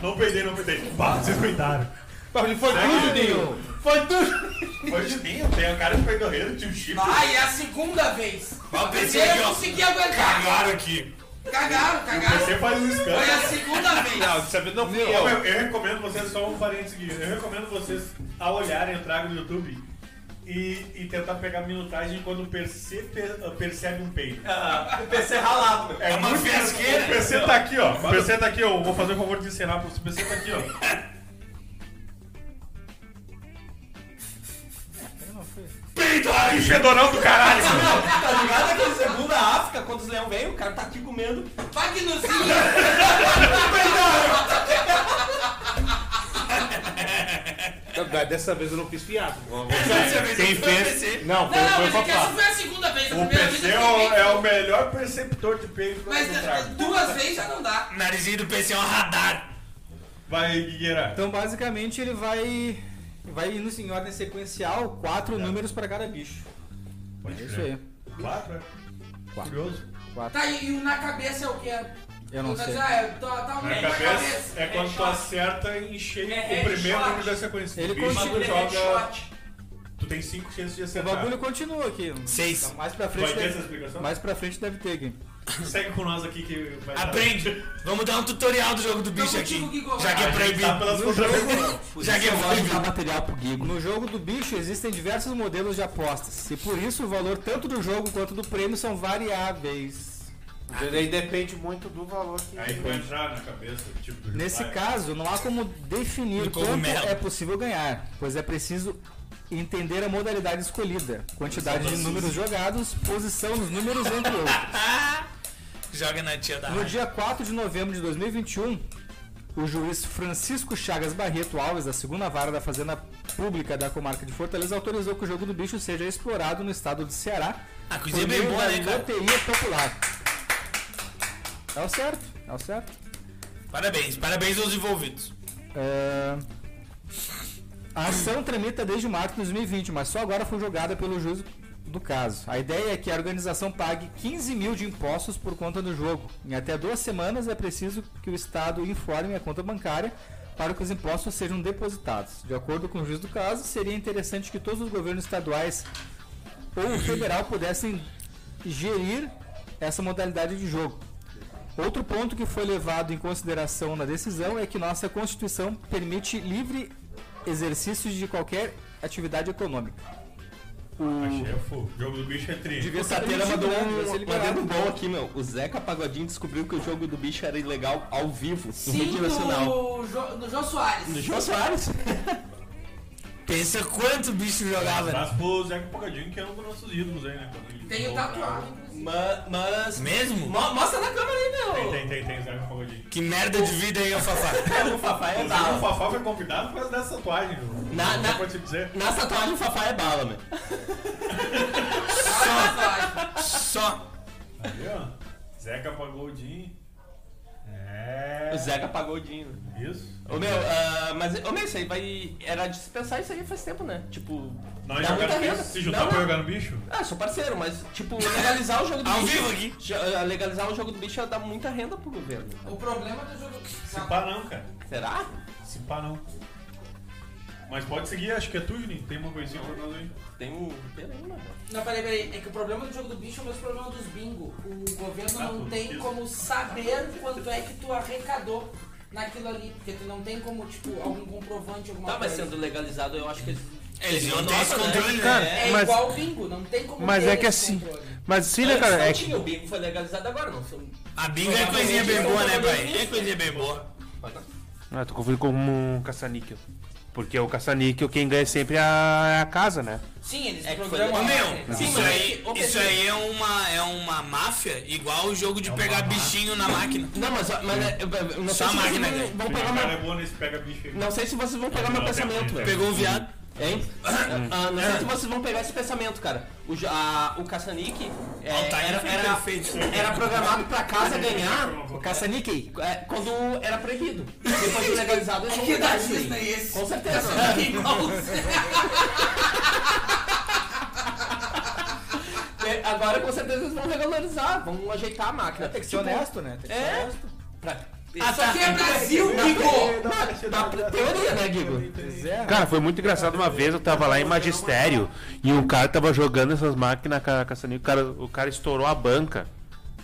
Speaker 1: Não peidei, não peidei. Bah, vocês peitaram.
Speaker 5: Foi tudo, Foi tudo!
Speaker 1: Hoje nem eu tenho a cara de peidorreiro, tio Chico.
Speaker 4: Vai, é a segunda vez.
Speaker 2: Ó, o PC
Speaker 4: Primeiro
Speaker 2: aqui,
Speaker 4: eu
Speaker 2: ó.
Speaker 4: consegui aguentar.
Speaker 2: Cagaram aqui.
Speaker 4: Cagaram,
Speaker 1: Você
Speaker 4: cagaram.
Speaker 1: faz um escândalo.
Speaker 4: Foi a segunda vez.
Speaker 6: Não, dessa vez não fui
Speaker 1: Eu,
Speaker 6: eu.
Speaker 1: eu recomendo vocês, só um parênteses aqui, eu recomendo vocês ao olharem o trago no YouTube e, e tentar pegar minutagem quando perce- pe- percebe um peito.
Speaker 3: Ah, o PC ralado, meu.
Speaker 1: É
Speaker 2: uma
Speaker 1: muito-
Speaker 3: né?
Speaker 2: fiasqueira.
Speaker 1: O PC tá aqui, ó. O PC tá aqui, ó. Eu vou fazer o favor de ensinar pro o PC tá aqui, ó.
Speaker 2: Peitoral.
Speaker 1: Fedorão do caralho!
Speaker 3: Tá ligado aquele segundo da África, quando os leão vêm, o cara tá aqui comendo.
Speaker 4: Magnuzinho.
Speaker 6: é Dessa vez eu não fiz fiado.
Speaker 2: Dessa vez
Speaker 6: Quem
Speaker 2: não foi o
Speaker 6: fez?
Speaker 2: PC.
Speaker 6: Não,
Speaker 4: Não, não,
Speaker 6: foi,
Speaker 4: mas
Speaker 6: foi
Speaker 4: é
Speaker 6: o
Speaker 4: que essa
Speaker 6: papá.
Speaker 4: foi a segunda vez. A
Speaker 1: O
Speaker 4: primeira vez
Speaker 1: PC é
Speaker 4: eu
Speaker 1: o, é o
Speaker 4: peguei.
Speaker 1: melhor perceptor de peito que eu
Speaker 4: Mas
Speaker 1: trago.
Speaker 4: duas vezes já não dá.
Speaker 2: Narizinho do PC é um radar.
Speaker 1: Vai, Guigueira.
Speaker 5: Então, basicamente, ele vai. Vai indo em ordem sequencial, quatro números para cada bicho. É isso aí.
Speaker 1: Quatro, é?
Speaker 5: Quatro.
Speaker 1: Curioso.
Speaker 5: Quatro.
Speaker 4: Tá, e e o na cabeça é o que? É-
Speaker 5: Eu não
Speaker 4: tá
Speaker 5: sei.
Speaker 4: dizendo, ah, é, tá, tá um
Speaker 1: Na
Speaker 4: meio na
Speaker 1: cabeça
Speaker 4: cabeça.
Speaker 1: é quando tu acerta e enche
Speaker 4: É
Speaker 1: o primeiro
Speaker 4: headshot.
Speaker 1: número da sequência.
Speaker 5: Ele
Speaker 1: O bicho,
Speaker 5: continua-
Speaker 1: tu joga.
Speaker 4: Headshot.
Speaker 1: Tu tem cinco chances de
Speaker 5: O
Speaker 1: acertar.
Speaker 5: bagulho continua aqui.
Speaker 2: Seis.
Speaker 5: Então, Mais pra
Speaker 1: Vai
Speaker 5: frente
Speaker 1: ter essa
Speaker 5: deve,
Speaker 1: explicação?
Speaker 5: mais pra frente deve ter aqui.
Speaker 1: Segue com nós aqui que vai dar-
Speaker 2: Aprende. Vamos dar um tutorial do jogo do bicho
Speaker 4: Então,
Speaker 2: aqui.
Speaker 4: contigo, Guigo.
Speaker 2: Já
Speaker 1: A
Speaker 2: que é
Speaker 1: gente
Speaker 2: proibido.
Speaker 1: Tá pelas contravenções.
Speaker 2: Já que é proibido.
Speaker 5: material pro Gigo. No jogo do bicho existem diversos modelos de apostas. E por isso o valor tanto do jogo quanto do prêmio são variáveis.
Speaker 6: Aí depende muito do valor que
Speaker 1: Aí vai entrar na cabeça, tipo, do
Speaker 5: Nesse
Speaker 1: pai.
Speaker 5: caso, não há como definir
Speaker 2: Do
Speaker 5: quanto
Speaker 2: cogumelo.
Speaker 5: é possível ganhar, pois é preciso entender a modalidade escolhida, quantidade de números jogados, posição dos números, um entre outros.
Speaker 2: Joga na tia da
Speaker 5: No
Speaker 2: rádio.
Speaker 5: dia 4 de novembro de 2021, o juiz Francisco Chagas Barreto Alves, da segunda vara da Fazenda Pública da Comarca de Fortaleza, autorizou que o jogo do bicho seja explorado no estado do Ceará
Speaker 2: A
Speaker 5: por
Speaker 2: coisinha é bem
Speaker 5: meio
Speaker 2: boa,
Speaker 5: da
Speaker 2: né, cara?
Speaker 5: loteria popular. É o certo, é o certo.
Speaker 2: Parabéns. Parabéns aos envolvidos.
Speaker 5: É, A ação tramita desde março de 2020, mas só agora foi julgada pelo juiz do caso. A ideia é que a organização pague 15 mil de impostos por conta do jogo. Em até duas semanas é preciso que o Estado informe a conta bancária para que os impostos sejam depositados. De acordo com o juiz do caso, seria interessante que todos os governos estaduais ou o federal pudessem gerir essa modalidade de jogo. Outro ponto que foi levado em consideração na decisão é que nossa Constituição permite livre exercício de qualquer atividade econômica.
Speaker 1: Achei é fogo. O jogo do bicho é tri.
Speaker 3: O
Speaker 5: Devia ser permitido,
Speaker 3: mandou
Speaker 5: né? Devia ser
Speaker 3: um
Speaker 5: liberado.
Speaker 3: mandando bom aqui, meu. O Zeca Pagodinho descobriu que o jogo do bicho era ilegal ao vivo, no
Speaker 4: Sim,
Speaker 3: Rede Nacional.
Speaker 4: do, Jo- do João Soares.
Speaker 3: Do João Soares.
Speaker 2: Pensa quanto o bicho jogava.
Speaker 1: Abraço pro Zeca Pocadinho, que é um dos nossos ídolos aí, né? Quando ele
Speaker 4: Tenho
Speaker 1: voltou,
Speaker 4: tatuado,
Speaker 1: cara.
Speaker 4: inclusive.
Speaker 3: Ma- Mas.
Speaker 2: Mesmo?
Speaker 3: Mo- Mostra na câmera aí, meu.
Speaker 1: Tem, tem, tem, tem, Zeca Pocadinho.
Speaker 2: Que merda de vida aí, ô
Speaker 3: [LAUGHS]
Speaker 2: Fafá.
Speaker 3: O Fafá é
Speaker 1: Inclusive, o
Speaker 3: bala.
Speaker 1: Fafá foi convidado por causa dessa tatuagem, viu?
Speaker 3: Na-
Speaker 1: Só
Speaker 3: na-
Speaker 1: pra te dizer.
Speaker 3: Na tatuagem o Fafá é bala, meu.
Speaker 4: Tatuado.
Speaker 2: Só.
Speaker 1: Aí, ó. Zeca Pagodinho. É.
Speaker 3: O Zeca pagou o Dino.
Speaker 1: Isso.
Speaker 3: Ô meu, ah, mas ô meu, isso aí vai. Era de se pensar isso aí faz tempo, né? Tipo.
Speaker 1: Nós
Speaker 3: dá
Speaker 1: jogando
Speaker 3: muita
Speaker 1: bicho.
Speaker 3: renda.
Speaker 1: Se juntar
Speaker 3: Não,
Speaker 1: pra
Speaker 3: não.
Speaker 1: jogar no bicho?
Speaker 3: Ah, sou parceiro, mas, tipo, legalizar o jogo do
Speaker 2: Ao
Speaker 3: bicho.
Speaker 2: vivo aqui.
Speaker 3: Jo- ah, Legalizar o jogo do bicho ia dar muita renda pro governo.
Speaker 4: O problema do tá? jogo.
Speaker 1: Se pá não, cara.
Speaker 3: Será?
Speaker 1: Se pá não. Mas pode seguir, acho que é tu, Juninho. Tem uma coisinha pra nós aí.
Speaker 3: Tem um. Peraí, mano.
Speaker 4: Não, peraí, peraí. É que o problema do jogo do bicho é o mesmo problema dos bingo. O governo
Speaker 1: Ah,
Speaker 4: não
Speaker 1: tudo
Speaker 4: tem
Speaker 1: isso.
Speaker 4: como saber quanto é que tu arrecadou naquilo ali. Porque tu não tem como, tipo, algum comprovante, alguma
Speaker 3: Tá, mas
Speaker 4: coisa.
Speaker 3: sendo legalizado, eu acho que eles.
Speaker 2: Eles não têm
Speaker 3: Nossa,
Speaker 2: esse
Speaker 3: né?
Speaker 2: controle, né?
Speaker 6: Cara,
Speaker 4: É
Speaker 6: mas-
Speaker 4: igual né, o bingo, não tem como
Speaker 6: Mas
Speaker 4: ter
Speaker 6: é que
Speaker 4: esse
Speaker 6: assim.
Speaker 4: controle.
Speaker 6: Mas sim, né,
Speaker 3: Antes
Speaker 6: cara?
Speaker 3: não
Speaker 6: É que,
Speaker 3: tinha, o bingo foi legalizado agora, não um são.
Speaker 2: A binga é coisinha bem boa, né, pai? É coisinha bem boa.
Speaker 6: ah, tô confundindo com um caça-níquel. Porque o caça-níquel, quem ganha sempre é a, a casa, né?
Speaker 4: Sim, eles
Speaker 3: É que foi
Speaker 4: programam.
Speaker 2: Ô,
Speaker 4: né?
Speaker 2: meu,
Speaker 3: Sim,
Speaker 2: isso
Speaker 3: mas-
Speaker 2: aí,
Speaker 3: ô,
Speaker 2: isso
Speaker 3: Pedro.
Speaker 2: aí é, uma, é uma máfia igual o jogo de pegar bichinho na máquina.
Speaker 3: Não, mas, ó, mas é, eu- eu não
Speaker 2: Hum. Só
Speaker 3: sei
Speaker 2: a
Speaker 3: se
Speaker 2: máquina
Speaker 3: vocês
Speaker 2: ganha.
Speaker 3: vão- vão
Speaker 1: O
Speaker 3: pegar
Speaker 1: cara
Speaker 3: meu.
Speaker 1: é bom nesse pega bicho aí.
Speaker 3: Não sei se vocês vão pegar
Speaker 1: Não,
Speaker 3: meu
Speaker 1: não,
Speaker 3: pensamento,
Speaker 1: tem-
Speaker 3: velho.
Speaker 2: Pegou um viado. Hum.
Speaker 3: Hein? Ah, não sei se vocês vão pegar esse pensamento, cara. O, jo- a, o Caçanique é,
Speaker 2: Ó, tá o timing
Speaker 3: era,
Speaker 2: foi
Speaker 3: era,
Speaker 2: perfeito.
Speaker 3: era programado pra casa ganhar
Speaker 5: O Caça-Nique.
Speaker 3: é, quando era proibido. Depois de legalizado, eles
Speaker 4: É
Speaker 3: vão
Speaker 4: que
Speaker 3: mudar
Speaker 4: dá
Speaker 3: isso aí.
Speaker 4: Disney esse. [LAUGHS]
Speaker 3: Com certeza. É, Agora com certeza eles vão regularizar, vão ajeitar a máquina.
Speaker 5: Tem que ser honesto, né? Tem que ser
Speaker 3: É.
Speaker 5: honesto.
Speaker 3: Pra...
Speaker 4: Ah, Isso aqui é Brasil, Igor!
Speaker 3: Na teoria, né, Guigo?
Speaker 5: Pois é.
Speaker 6: Cara, foi muito engraçado uma vez, eu tava lá em magistério e um cara tava jogando essas máquinas com a caça-níquel, o cara, o cara estourou a banca.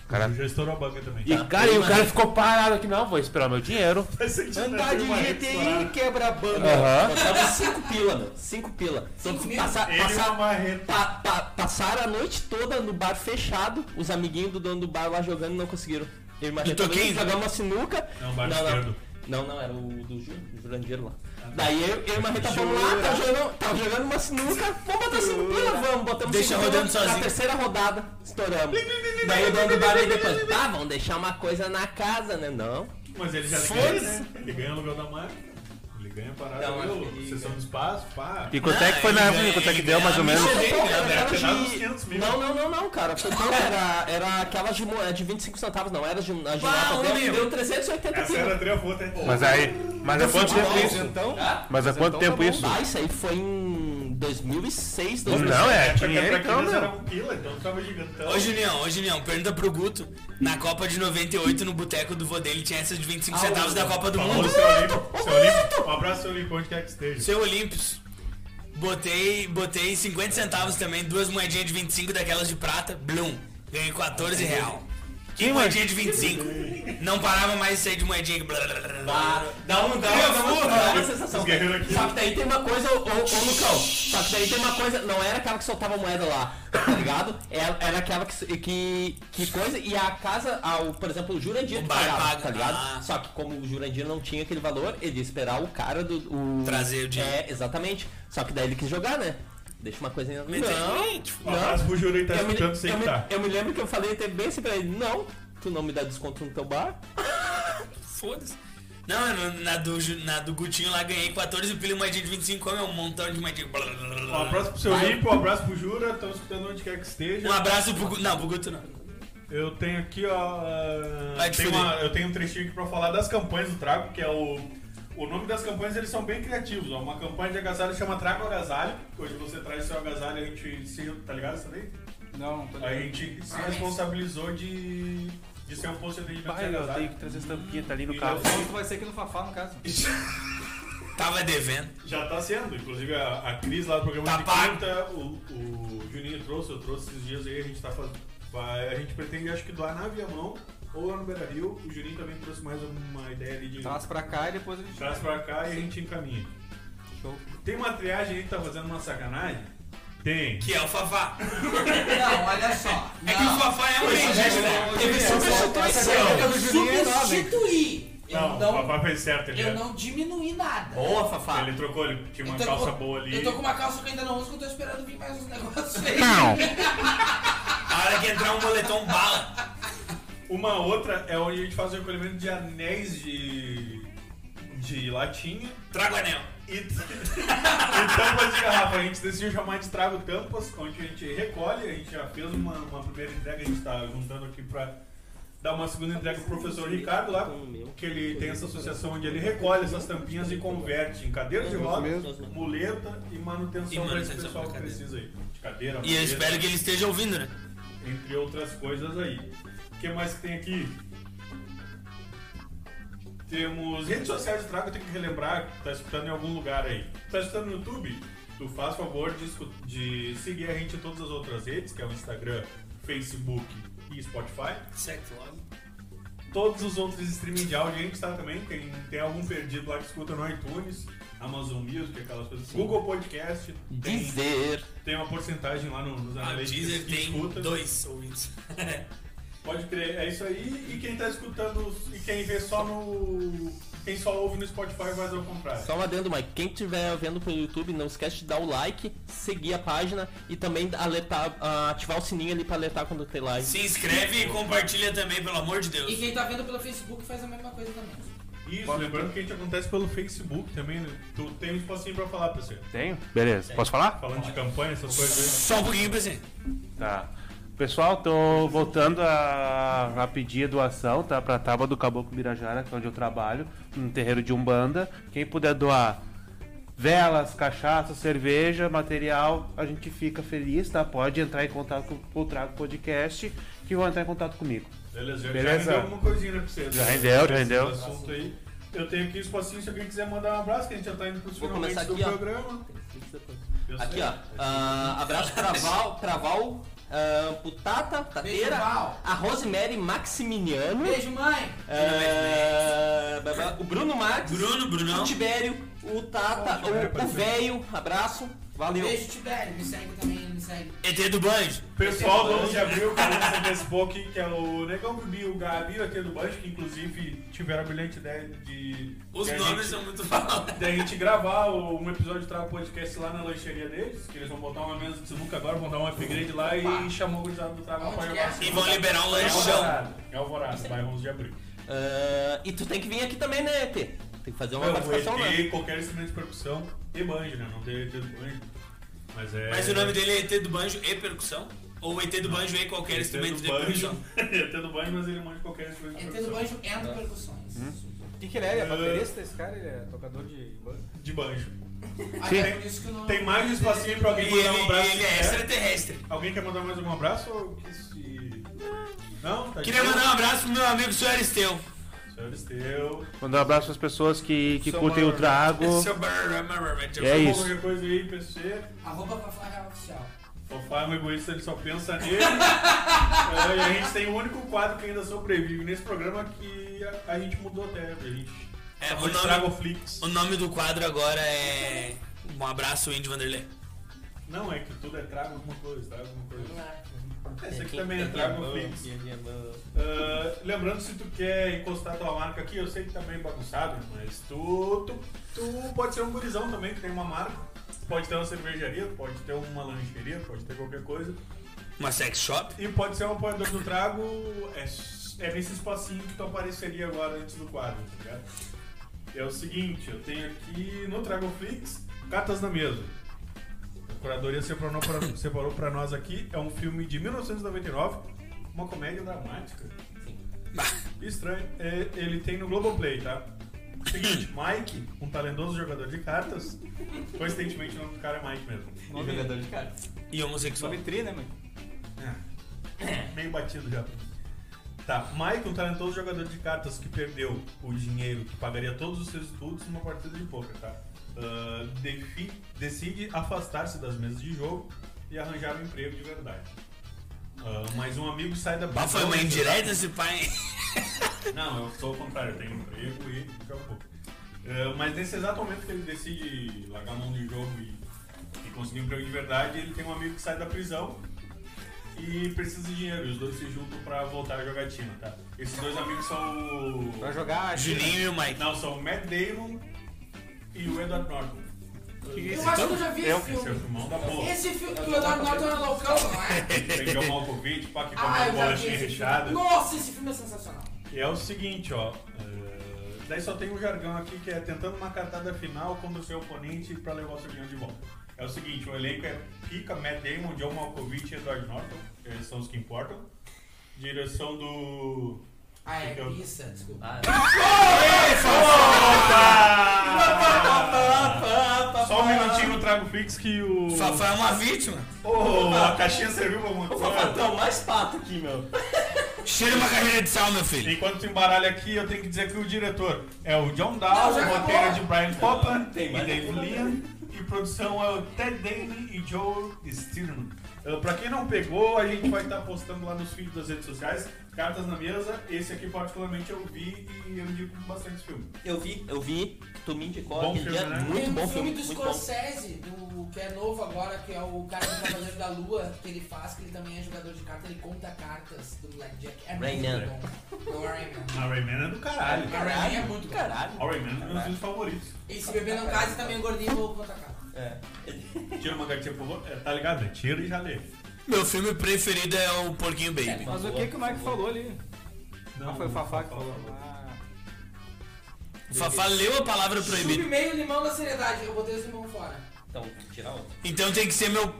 Speaker 1: Cara, já estourou a banca também. [LAUGHS]
Speaker 6: E, cara, e o cara ficou parado aqui, não, vou esperar meu dinheiro.
Speaker 1: Tá
Speaker 3: Andar de GTI quebra banda.
Speaker 6: Aham.
Speaker 3: Custava 5 pila, meu. 5 pila. Então,
Speaker 4: Cinco mil?
Speaker 3: passar,
Speaker 1: Ele e uma
Speaker 3: passar,
Speaker 1: marreta.
Speaker 3: pa, pa, passaram a noite toda no bar fechado. Os amiguinhos do dono do bar lá jogando não conseguiram. Eu imagino
Speaker 2: toquinho?
Speaker 3: jogamos uma sinuca.
Speaker 1: Não, bar esquerdo.
Speaker 3: Não, não, era o do Ju- do Jurandir lá.
Speaker 2: Ah, tá.
Speaker 3: Daí eu, eu e tá uma reta fomos lá, tava "Ah, jogando, tava jogando uma sinuca, vamos botar 5 pila, vamos, botamos
Speaker 2: Deixa
Speaker 3: cinco pila,
Speaker 2: rodando sozinho.
Speaker 3: Na terceira rodada, estouramos. Daí o dono do bar aí depois, tá, vamos deixar uma coisa na casa, né? Não.
Speaker 1: Mas ele já ganha, né? Ele ganha o aluguel da máquina. Ele ganha a parada,
Speaker 3: Não,
Speaker 1: viu?
Speaker 3: acho que ele
Speaker 1: Sessão de espaço, pá.
Speaker 6: E quanto é que foi na época, quanto é
Speaker 5: né?
Speaker 6: que deu mais ou menos?
Speaker 3: Não,
Speaker 2: Sim,
Speaker 3: não,
Speaker 2: cara,
Speaker 3: era
Speaker 1: deve ter dado uns
Speaker 3: aquelas
Speaker 1: 500
Speaker 3: de...
Speaker 1: mil.
Speaker 3: Não, não, não, não, cara. Foi pouco, era, era aquelas de, mo- é, de 25 centavos, não. Era de, a de
Speaker 2: Ah,
Speaker 3: nota.
Speaker 2: ô, meu.
Speaker 3: Deu, deu 380
Speaker 1: Essa
Speaker 3: pila.
Speaker 1: era a né? tria até.
Speaker 6: Mas aí, mas há quanto tempo isso?
Speaker 5: Então,
Speaker 6: Mas há quanto tempo isso?
Speaker 3: Ah, isso aí foi em 2006, 2007.
Speaker 6: Não, é
Speaker 1: Época que
Speaker 6: dinheiro
Speaker 1: pra
Speaker 6: então,
Speaker 1: criança era
Speaker 6: meu.
Speaker 1: um pila, então tava gigantão.
Speaker 2: Ô Julião, ô Julião, pergunta pro Guto. Na Copa de 98, no boteco do vô dele, tinha essas de
Speaker 3: Ah,
Speaker 2: 25 centavos da Copa do
Speaker 1: Falou
Speaker 2: Mundo.
Speaker 1: seu Olimpo. Seu Olimpo. Um abraço, seu Olimpo, onde quer que esteja.
Speaker 2: Seu Olympus. Botei, botei 50 centavos também, duas moedinhas de 25 daquelas de prata, blum. Ganhei 14 real. E moedinha de 25. Não parava mais de sair de moedinha. que blá, blá, blá, blá, blá.
Speaker 3: Ah, Dá um, dá um, dá uma- dá uma sensação.
Speaker 1: Os guerreiros aqui.
Speaker 3: Só que daí tem uma coisa, ô, ô, ô Lucão, só que daí tem uma coisa, não era aquela que soltava moeda lá, tá ligado? Era, era aquela que, que, que coisa, e a casa, a, o, por exemplo, o Jurandir
Speaker 2: O
Speaker 3: que
Speaker 2: bar
Speaker 3: pagava,
Speaker 2: paga,
Speaker 3: tá ligado?
Speaker 2: ah.
Speaker 3: Só que como o Jurandir não tinha aquele valor, ele ia esperar o cara do... O,
Speaker 2: Trazer o dinheiro.
Speaker 3: É, exatamente. Só que daí ele quis jogar, né? Deixa uma coisinha... Não,
Speaker 1: Um abraço pro Júlio que tá
Speaker 3: eu, me,
Speaker 1: escutando sem
Speaker 3: eu, me,
Speaker 1: tá.
Speaker 3: eu me lembro que eu falei até bem assim pra ele, não, tu não me dá desconto no teu bar?
Speaker 2: Foda-se. Não, eu não- na do, Ju- na do Gutinho lá ganhei 14 pila e moedinha de 25, como é um montão de moedinha. blá, blá, blá,
Speaker 1: Um
Speaker 2: blá.
Speaker 1: abraço pro seu Olimpo, um abraço pro Jura, estão escutando onde quer que
Speaker 2: Um
Speaker 1: esteja.
Speaker 2: abraço pro Guto. Não, pro Guto não.
Speaker 1: Eu tenho aqui, ó. ah,
Speaker 2: Vai te
Speaker 1: tem
Speaker 2: fuder.
Speaker 1: uma- eu tenho um trechinho aqui pra falar das campanhas do Trago, que é o. O nome das campanhas eles são bem criativos. Ó. Uma campanha de agasalho chama Traga o Agasalho, que hoje você traz seu agasalho e a gente se. Tá ligado isso daí?
Speaker 5: Não, tô
Speaker 1: A gente se responsabilizou de, de ser um posto de atendimento de
Speaker 6: Pai, eu tenho
Speaker 1: agasalho.
Speaker 6: que trazer essa tampinha, tá ali no
Speaker 1: E
Speaker 6: carro.
Speaker 1: eu-
Speaker 5: vai ser aqui no Fafá, no caso.
Speaker 2: Tava devendo.
Speaker 1: Já tá sendo, inclusive a, a Cris lá do programa
Speaker 2: Tá
Speaker 1: de
Speaker 2: pago.
Speaker 1: quinta, o, o Juninho trouxe, eu trouxe esses dias aí, a gente tá fazendo. vai- a gente pretende acho que doar na Viamão ou lá no Beira Rio. O Juninho também trouxe mais uma ideia ali de
Speaker 5: Traz pra cá e depois a gente...
Speaker 1: traz pra cá e a gente encaminha.
Speaker 5: Show.
Speaker 1: Tem uma triagem aí que tá fazendo uma sacanagem? Tem.
Speaker 2: Que é o Fafá.
Speaker 4: Não, olha só.
Speaker 2: É que o
Speaker 4: Não.
Speaker 2: Fafá é um mendigo, né?
Speaker 4: Substituir.
Speaker 5: Essa época do Juninho é nova, hein?
Speaker 4: Substituir. Eu
Speaker 1: Não,
Speaker 4: não,
Speaker 1: o papai fez certo, ele,
Speaker 4: eu não diminuí nada. Então,
Speaker 3: Boa, Fafá.
Speaker 1: ele trocou, ele tinha uma
Speaker 4: Eu tô
Speaker 1: calça
Speaker 4: com-
Speaker 1: boa ali.
Speaker 4: Eu tô com uma calça que eu ainda não uso, que eu tô esperando vir mais uns [LAUGHS] negócios aí.
Speaker 6: Não.
Speaker 2: A hora que entrar um moletom bala.
Speaker 1: Uma outra é onde a gente faz o recolhimento de anéis de. de latinha
Speaker 2: Trago anel.
Speaker 1: e, [LAUGHS] e tampas de garrafa. A gente decidiu chamar de trago tampas, onde a gente recolhe, a gente já fez uma, uma primeira entrega, a gente tá juntando aqui pra dar uma segunda entrega pro professor Ricardo lá, que ele tem essa associação onde ele recolhe essas tampinhas e converte em cadeiras de rodas, muleta e
Speaker 2: E
Speaker 1: manutenção para esse
Speaker 2: manutenção
Speaker 1: pessoal
Speaker 2: pra
Speaker 1: que
Speaker 2: cadeira.
Speaker 1: precisa aí. De cadeira,
Speaker 2: E eu
Speaker 1: muleta
Speaker 2: espero que ele esteja ouvindo, né?
Speaker 1: entre outras coisas aí. O que mais que tem aqui? Temos redes sociais do Trago, tem que relembrar, tá escutando em algum lugar aí. Tá escutando no YouTube? Tu faz favor de, escu- de seguir a gente em todas as outras redes, que é o Instagram, Facebook e Spotify.
Speaker 2: Segue logo.
Speaker 1: Todos os outros streaming de áudio a gente tá também, tem, tem algum perdido lá que escuta no iTunes, Amazon Music, aquelas coisas. assim. Google Podcast, tem,
Speaker 3: Dizer.
Speaker 1: tem uma porcentagem lá no- nos
Speaker 2: A
Speaker 1: analytics
Speaker 2: Ah, Deezer
Speaker 1: que
Speaker 2: tem
Speaker 1: escuta.
Speaker 2: dois ouvintes.
Speaker 1: Pode crer, é isso aí. E quem tá escutando e quem vê só no. Quem só ouve no Spotify vai ao contrário.
Speaker 3: Só um adendo, Mike. Quem estiver vendo pelo YouTube, não esquece de dar o like, seguir a página e também alertar, ah, ativar o sininho ali pra alertar quando tem live.
Speaker 2: Se inscreve e compartilha também, pelo amor de
Speaker 4: E
Speaker 2: Deus.
Speaker 4: quem tá vendo pelo Facebook faz a mesma coisa também.
Speaker 1: Isso, lembrando que a gente acontece pelo Facebook também, né? Tu tem um espacinho pra falar, PC.
Speaker 6: Tenho? Beleza. Posso falar?
Speaker 1: Falando de campanha, essas coisas aí.
Speaker 2: Só um pouquinho pra você.
Speaker 6: Tá. Pessoal, tô voltando a, a pedir doação, tá? Pra Tábua do Caboclo Birajara, que é onde eu trabalho, no terreiro de Umbanda. Quem puder doar velas, cachaça, cerveja, material, a gente fica feliz, tá? Pode entrar em contato com, com o Trago Podcast, que vão entrar em contato comigo.
Speaker 1: Beleza, já
Speaker 6: Beleza.
Speaker 1: rendeu alguma coisinha, né, PC?
Speaker 6: Já rendeu, já rendeu.
Speaker 1: Esse assunto aí. Eu tenho aqui um espacinho se alguém quiser mandar um abraço, que a gente já tá indo pros
Speaker 3: Vou começar
Speaker 1: finalmente do
Speaker 3: aqui, ó.
Speaker 1: programa. Eu
Speaker 3: Aqui,
Speaker 1: sei.
Speaker 3: ó. ah, abraço pra Val, pra Val ah, Putata, Tateira,
Speaker 4: Beijo, Val.
Speaker 3: a Rosemary Maximiliano,
Speaker 4: Beijo, mãe!
Speaker 3: ah, blá, blá, o Bruno Max,
Speaker 2: Bruno,
Speaker 3: o
Speaker 2: Brunão.
Speaker 3: Tibério, o Tata, o- o Velho, abraço, valeu.
Speaker 4: Beijo, Tibério. Me segue também, ele me segue.
Speaker 2: ET do Banjo.
Speaker 1: Pessoal do 11 de abril, que é lança nesse book, que é o Negão Bibi, o Gabi, o ET do Banjo, que inclusive tiveram a brilhante ideia de.
Speaker 2: Os
Speaker 1: de a
Speaker 2: nomes
Speaker 1: gente-
Speaker 2: são muito falados.
Speaker 1: da gente gravar o- um episódio de Trago Podcast lá na lancheria deles, que eles vão botar uma mesa de sinuca agora, vão dar um upgrade lá e chamou o gurizado do Trago
Speaker 4: Onde
Speaker 1: pra
Speaker 4: que é?
Speaker 1: jogar
Speaker 2: E
Speaker 1: sinuca.
Speaker 2: vão liberar um
Speaker 1: É
Speaker 2: lanchão. Então
Speaker 1: Alvorada, é Alvorada, bairro 11 de abril.
Speaker 3: Ah, e tu tem que vir aqui também, né, ET? Tem que fazer uma
Speaker 1: Eu vou
Speaker 3: participação, né?
Speaker 1: ET, qualquer instrumento de percussão e banjo, né? Não tem ET do banjo. Mas é.
Speaker 2: Mas o nome dele é ET do Banjo e Percussão? Ou ET do Banjo e qualquer
Speaker 1: ET do
Speaker 2: instrumento de
Speaker 1: banjo. [LAUGHS]
Speaker 2: percussão?
Speaker 1: ET do banjo, mas ele manja qualquer instrumento de
Speaker 4: Ele do
Speaker 1: percussão.
Speaker 4: banjo e no percussões.
Speaker 5: O que, que ele é? Ele é
Speaker 1: Ah.
Speaker 5: baterista esse cara? Ele é tocador de banda?
Speaker 1: De banjo.
Speaker 4: Aí é por isso que eu não-
Speaker 1: Tem mais um espacinho pra
Speaker 2: E
Speaker 1: alguém
Speaker 2: ele,
Speaker 1: mandar um abraço.
Speaker 2: ele é extraterrestre.
Speaker 1: Alguém quer mandar mais algum abraço ou que se. Não? Tá
Speaker 2: Queria
Speaker 1: de boa?
Speaker 2: mandar um abraço pro meu amigo Sr. Esteu.
Speaker 1: Senhor Esteu.
Speaker 2: É
Speaker 6: Mandar um abraço às pessoas que, que
Speaker 5: Sou
Speaker 6: curtem
Speaker 5: uma-
Speaker 6: o Trago.
Speaker 2: Seu-
Speaker 6: É
Speaker 1: Ou
Speaker 6: isso.
Speaker 1: Qualquer coisa aí, PC.
Speaker 4: Arroba pra falar oficial.
Speaker 1: Fofá é um egoísta, ele só pensa nele. [LAUGHS] É, e a gente tem o único quadro que ainda sobrevive nesse programa que a, a gente mudou até. A gente
Speaker 2: É,
Speaker 1: chamou
Speaker 2: o
Speaker 1: de
Speaker 2: nome-
Speaker 1: Dragoflix.
Speaker 2: O nome do quadro agora é. Um abraço, Indy Vanderlei.
Speaker 1: Não, é que tudo é trago alguma coisa, trago alguma coisa. É, Esse aqui
Speaker 3: Aqui,
Speaker 1: também é
Speaker 3: aqui,
Speaker 1: Dragoflix.
Speaker 3: aqui, aqui, aqui.
Speaker 1: Ah, lembrando, se tu quer encostar tua marca aqui, eu sei que tá meio bagunçado, mas tu, tu, tu pode ser um gurizão também, que tem uma marca. Pode ter uma cervejaria, pode ter uma lancheria, pode ter qualquer coisa.
Speaker 2: Uma sex shop.
Speaker 1: E pode ser um apoiador do trago, é, é nesse espacinho que tu apareceria agora antes do quadro, tá ligado? É o seguinte, eu tenho aqui no Tragoflix, Cartas na Mesa. A curadoria separou pra, separou pra nós aqui, é um filme de 1999, uma comédia dramática. Estranho, é, ele tem no Globoplay, tá? Seguinte, Mike, um talentoso jogador de cartas, coincidentemente o nome do cara é Mike mesmo.
Speaker 3: Jogador de cartas.
Speaker 2: E homossexual.
Speaker 5: Sobre tri, né, mano?
Speaker 1: É. Meio batido já. Tá, Mike, um talentoso jogador de cartas que perdeu o dinheiro que pagaria todos os seus estudos numa partida de poker, tá? Ah, defi- decide afastar-se das mesas de jogo e arranjar um emprego de verdade. Ah, mas um amigo sai da
Speaker 2: Bah, foi é uma indireta esse pai. é hein?
Speaker 1: Não, eu sou o contrário, eu tenho um emprego e jogo poker. Ah, mas nesse exato momento que ele decide largar a mão de jogo e, e conseguir um emprego de verdade, ele tem um amigo que sai da prisão e precisa de dinheiro. E os dois se juntam pra voltar a jogatina, tá? Esses dois amigos são o.
Speaker 5: Pra
Speaker 1: Ah,
Speaker 5: jogar.
Speaker 2: Julinho e o Mike.
Speaker 1: Não, são o Matt Damon e o Edward Norton.
Speaker 4: Eu acho que eu já vi esse
Speaker 1: Esse é o
Speaker 4: filme.
Speaker 1: filmão da porra.
Speaker 2: [LAUGHS]
Speaker 4: Esse filme, o Leonardo Norton era loucão,
Speaker 3: [LAUGHS]
Speaker 4: não é?
Speaker 1: Tem que tomar o Covid, pá, que
Speaker 4: Ah,
Speaker 1: comer
Speaker 4: eu já vi
Speaker 1: bolachinha
Speaker 4: esse
Speaker 1: recheada.
Speaker 4: filme. Nossa, esse filme é sensacional.
Speaker 1: E é o seguinte, ó. eh, daí só tem um jargão aqui que é tentando uma cartada final contra o seu oponente pra levar o seu dinheiro de volta. É o seguinte, o elenco é Pica, Matt Damon, John Malkovich e Edward Norton, eles são os que importam. Direção do.
Speaker 4: Ah, é
Speaker 1: Então-
Speaker 4: pizza, desculpa.
Speaker 1: Só um minutinho no Trago Fix que o.
Speaker 2: Fafá é uma vítima.
Speaker 1: Oh, a caixinha serviu pra uma coisa.
Speaker 3: Então, mais pato aqui, meu.
Speaker 2: Cheira uma carreira de sal, meu filho.
Speaker 1: Enquanto tu embaralha um aqui, eu tenho que dizer que o diretor é o John Dow,
Speaker 4: Não, já acabou.
Speaker 1: roteiro de Brian Copland
Speaker 3: tem
Speaker 1: e
Speaker 3: mais
Speaker 1: Dave
Speaker 3: ainda.
Speaker 1: Liam, e produção é o Ted Daly e Joe Stirn. Uh, pra quem não pegou, a gente vai estar postando lá nos feeds das redes sociais, cartas na mesa. Esse aqui, particularmente, eu vi e eu indico bastante esse filme.
Speaker 3: Eu vi, eu vi. Tu me indicou
Speaker 1: Bom
Speaker 3: aquele
Speaker 1: filme,
Speaker 3: dia.
Speaker 1: né?
Speaker 3: Muito
Speaker 4: Tem um
Speaker 3: bom
Speaker 4: filme
Speaker 3: filme.
Speaker 4: do
Speaker 3: Muito bom.
Speaker 4: Scorsese, do, que é novo agora, que é o cara do Cavaleiro da Lua, que ele faz, que ele também é jogador de carta, ele conta cartas do Blackjack. É
Speaker 3: Rain Man.
Speaker 4: muito bom. Não, Rain Man.
Speaker 1: A Rayman é do caralho.
Speaker 4: A Rain Man é muito bom.
Speaker 3: Caralho.
Speaker 1: A Rayman é um dos meus filmes favoritos.
Speaker 4: E se beber não casa, também é gordinho, vou contar carta.
Speaker 3: É.
Speaker 1: Tira uma cartinha pro outro, é, tá ligado? né? Tira e já lê.
Speaker 2: Meu filme preferido é o Porquinho Baby.
Speaker 5: Mas o que, que o Mike falou ali? Não, foi o Fafá que
Speaker 1: Fafá
Speaker 5: falou.
Speaker 1: falou.
Speaker 5: Ah.
Speaker 2: O Fafá leu a palavra proibida.
Speaker 4: Subi meio limão na seriedade, eu botei os limão fora.
Speaker 3: Então, tirar outro.
Speaker 2: Então tem que ser meu.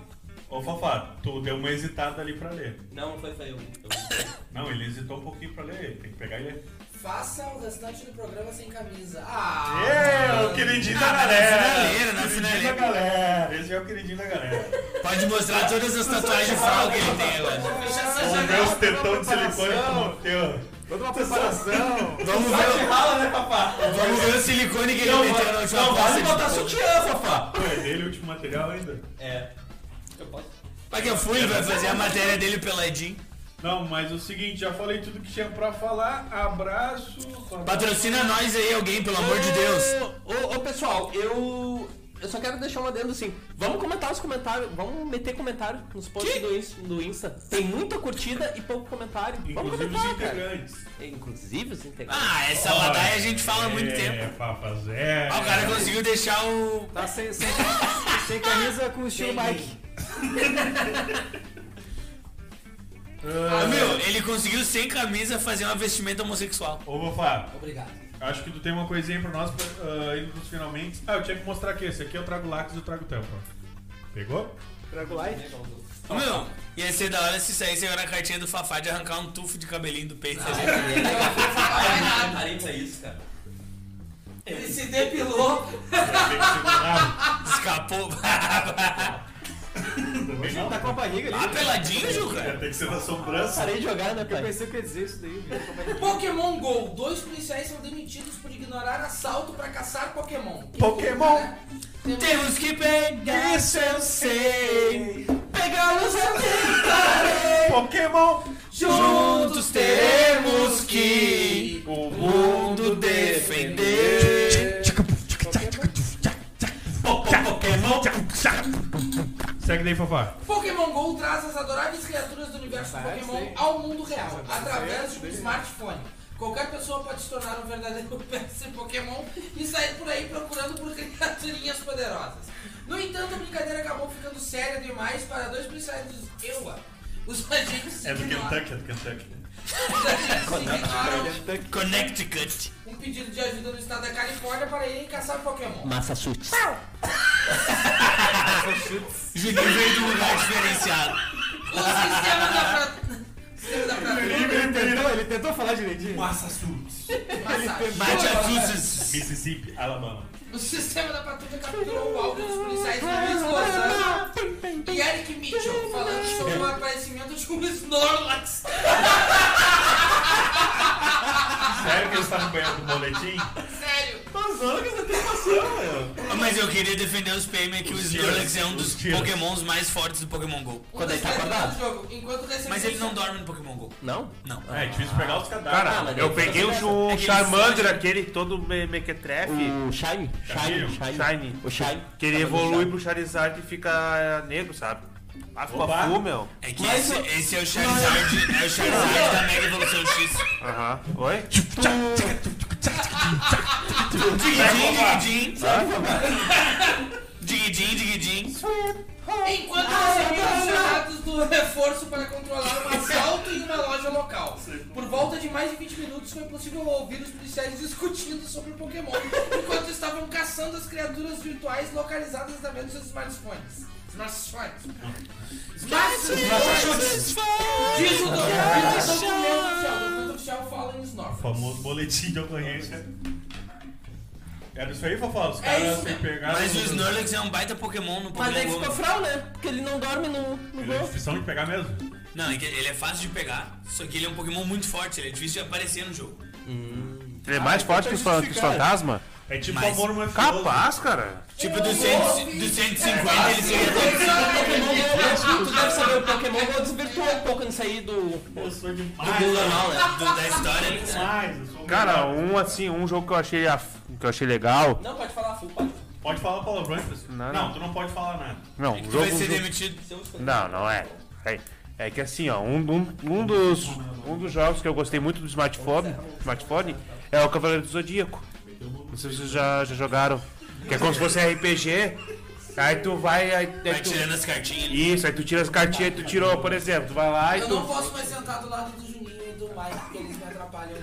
Speaker 1: Ô Fafá, tu deu uma hesitada ali pra ler.
Speaker 3: Não, não foi, foi eu. eu-
Speaker 1: Não, ele hesitou um pouquinho pra ler, tem que pegar e ler.
Speaker 4: Faça o restante do programa sem camisa. Ah!
Speaker 1: É, o queridinho da
Speaker 2: Ah, na
Speaker 1: galera.
Speaker 2: finaleira, na
Speaker 1: O queridinho
Speaker 2: finaleira.
Speaker 1: da galera. Esse é o queridinho da galera.
Speaker 2: Pode mostrar todas as tatuagens de fral que ele tem agora.
Speaker 4: Fecha essa
Speaker 1: Os
Speaker 4: janela.
Speaker 2: tá
Speaker 1: meus tetão de silicone que é. tu
Speaker 5: preparação.
Speaker 1: meteu.
Speaker 5: Toda uma preparação.
Speaker 2: Vamos
Speaker 3: Vai de
Speaker 2: ver,
Speaker 3: rala, né, papá?
Speaker 2: o- vamos ver o silicone que ele meteu na última
Speaker 3: vale botar
Speaker 2: aposta.
Speaker 3: sutiã, papá.
Speaker 1: Pô, é dele o último material ainda?
Speaker 3: É. Eu posso.
Speaker 2: Pra que eu fui, ele vai fazer a matéria dele peladinho.
Speaker 1: Não, mas o seguinte, já falei tudo que tinha pra falar. Abraço.
Speaker 2: Patrocina nós aí, alguém, pelo amor de Deus.
Speaker 3: Ô, ô, ô, pessoal, eu. Eu só quero deixar uma adendo assim. Vamos comentar os comentários. Vamos meter comentário nos posts do Insta, do Insta. Tem muita curtida e pouco comentário. vamos
Speaker 1: Inclusive os
Speaker 3: comentar, cara.
Speaker 1: integrantes.
Speaker 3: Inclusive os integrantes.
Speaker 2: Ah, essa ladaia a gente fala há muito
Speaker 1: É,
Speaker 2: tempo.
Speaker 1: Papa Zé.
Speaker 2: Ah, o cara conseguiu deixar o.
Speaker 5: Tá sem, sem, sem camisa com o estilo Mike.
Speaker 2: Ah, meu, ele conseguiu sem camisa fazer uma vestimenta homossexual.
Speaker 1: Ô, Fafá,
Speaker 3: Ah,
Speaker 4: Obrigado.
Speaker 1: acho que tu tem uma coisinha pra nós, pra, ah, indo pros finalmente. Ah, eu tinha que mostrar aqui. Esse aqui eu trago lápis e eu trago tampa. Pegou?
Speaker 5: Trago light.
Speaker 2: Ô, Meu, ia ser da hora se saísse agora a cartinha do Fafá de arrancar um tufo de cabelinho do peito. fazer-
Speaker 3: Eu não vou falar mais nada.
Speaker 4: Ele se depilou.
Speaker 1: Tem que segurar.
Speaker 2: Ah. Escapou. [LAUGHS]
Speaker 1: Também não.
Speaker 5: Tá com a barriga
Speaker 2: Ah,
Speaker 5: ali.
Speaker 2: peladinho,
Speaker 1: É,
Speaker 2: Juca?
Speaker 1: Tem que ser na sobrança.
Speaker 3: Parei de jogar, né,
Speaker 5: Eu
Speaker 3: pai?
Speaker 5: pensei que ia dizer isso daí. viu?
Speaker 4: Pokémon GO. Dois policiais são demitidos por ignorar assalto pra caçar Pokémon.
Speaker 1: Pokémon.
Speaker 4: Tem-
Speaker 2: Temos que pegar, isso eu sei.
Speaker 4: Pegá-los eu
Speaker 1: Pokémon!
Speaker 2: Juntos teremos que
Speaker 1: O
Speaker 2: mundo defender. Pokémon.
Speaker 1: Segue daí, Fafá.
Speaker 4: Pokémon GO traz as adoráveis criaturas do universo Pokémon ao mundo real, através de um smartphone. Qualquer pessoa pode se tornar um verdadeiro [LAUGHS] mestre Pokémon e sair por aí procurando por [LAUGHS] criaturinhas poderosas. No entanto, a brincadeira acabou ficando séria demais para dois policiais dos EUA. Os agentes
Speaker 1: É do
Speaker 4: ignoram-
Speaker 1: Kentucky, é do Kentucky.
Speaker 4: os agentes ignoram
Speaker 2: Connecticut.
Speaker 4: um pedido de ajuda no estado da Califórnia para irem caçar Pokémon.
Speaker 3: Massachusetts.
Speaker 2: Juninho veio de um lugar diferenciado.
Speaker 4: O sistema da pra... [LAUGHS] sistema da pra...
Speaker 5: Ele tentou, ele tentou falar direitinho.
Speaker 1: Massachusetts,
Speaker 2: Bate a
Speaker 4: Massachusetts.
Speaker 2: Susses.
Speaker 1: Mississippi, Alabama.
Speaker 4: O sistema da patrulha capturou o alvo dos policiais Luiz
Speaker 5: Ah,
Speaker 4: Lozano e Eric Mitchell, falando sobre o aparecimento de um Snorlax.
Speaker 1: Sério que eles estavam ganhando o boletim?
Speaker 4: Sério. Um
Speaker 2: Ah, Mas eu queria defender os PM que o
Speaker 1: Os
Speaker 2: Snorlax
Speaker 1: tiras,
Speaker 2: é um
Speaker 1: os
Speaker 2: dos
Speaker 1: tiras.
Speaker 2: pokémons mais fortes do Pokémon GO.
Speaker 4: Um
Speaker 3: Quando ele
Speaker 4: dos
Speaker 3: tá
Speaker 4: vencedores
Speaker 3: acordado?
Speaker 4: do jogo, enquanto um recebia-
Speaker 2: Mas ele não dorme no Pokémon GO.
Speaker 3: Não?
Speaker 2: Não.
Speaker 1: É, difícil pegar os
Speaker 6: Cara,
Speaker 1: cadáveres.
Speaker 3: Ah, mas
Speaker 6: eu
Speaker 3: ele-
Speaker 6: peguei o Ju-
Speaker 2: É que ele
Speaker 6: Charmander,
Speaker 2: foge.
Speaker 6: aquele todo me- mequetrefe,
Speaker 3: O Shine. Shine.
Speaker 1: Shine,
Speaker 3: Shine.
Speaker 6: Shine.
Speaker 3: O Shine.
Speaker 6: que ele
Speaker 3: Tava no
Speaker 6: evolui
Speaker 3: Shine.
Speaker 6: pro Charizard e fica negro, sabe? Ah, ficou a full, meu.
Speaker 2: É que esse, esse é o Charizard, é o Charizard da Mega Evolução X.
Speaker 6: Aham. Oi?
Speaker 2: Diguidin, diguidin. Diguidin, diguidin.
Speaker 4: Enquanto recebia os chamados do reforço para controlar um assalto em uma loja local. Por volta de mais de 20 minutos foi possível ouvir os policiais discutindo sobre o Pokémon enquanto estavam caçando as criaturas virtuais localizadas na mesa dos smartphones. Smartphones. Smartphones. Diz o do- diz o documento oficial. O documento oficial fala em
Speaker 1: O
Speaker 4: Snorf.
Speaker 1: famoso boletim de ocorrência. Era isso aí, Fofá? Os
Speaker 4: É
Speaker 1: caras
Speaker 4: isso
Speaker 1: se
Speaker 4: mesmo.
Speaker 1: pegaram.
Speaker 2: Mas o Snorlax é um baita Pokémon no
Speaker 3: Mas daí
Speaker 2: Pokémon
Speaker 3: ficou
Speaker 2: Go.
Speaker 3: fral, né? Porque ele não dorme no, no
Speaker 1: Ele é
Speaker 3: gol.
Speaker 1: difícil de pegar mesmo.
Speaker 2: Não, é que ele é fácil de pegar, só que ele é um Pokémon muito forte, ele é difícil de aparecer no jogo.
Speaker 6: Ele é mais forte que os, fan- que os fantasmas?
Speaker 1: É tipo
Speaker 2: Mas-
Speaker 1: amor mafioso.
Speaker 6: Capaz, cara.
Speaker 2: Tipo, dos 100 dos 150 ele seria
Speaker 4: [LAUGHS]
Speaker 3: Pokémon Go, tu deve saber, o Pokémon Go desvirtuou um pouco nisso aí do, do
Speaker 1: Eu sou demais.
Speaker 3: mundo anal, né?
Speaker 2: do- da história.
Speaker 1: demais, eu sou o
Speaker 6: Cara,
Speaker 1: melhor.
Speaker 6: um assim, um jogo que eu achei, a- que eu achei legal.
Speaker 3: Não, pode falar full, pode.
Speaker 1: Pode falar palavrão, Francisco? Não,
Speaker 6: Não, não.
Speaker 1: tu não pode falar nada.
Speaker 6: Não, um
Speaker 2: Tu
Speaker 6: jogo.
Speaker 2: vai
Speaker 6: um
Speaker 2: ser
Speaker 6: jogo-
Speaker 2: demitido.
Speaker 6: Não, não é. É, é que assim, ó, um, um, um dos, um dos jogos que eu gostei muito do smartphone, smartphone é o Cavaleiro do Zodíaco. Não sei se vocês já, já jogaram. Que é como se fosse RPG. Aí tu vai. Aí, aí
Speaker 2: Vai
Speaker 6: tu-
Speaker 2: tirando as cartinhas.
Speaker 6: Isso, aí tu tira as cartinhas, aí tu tirou, por exemplo, tu vai lá e
Speaker 4: Eu não
Speaker 6: tu.
Speaker 4: posso mais sentar do lado do Juninho e do Mike, porque eles me atrapalham.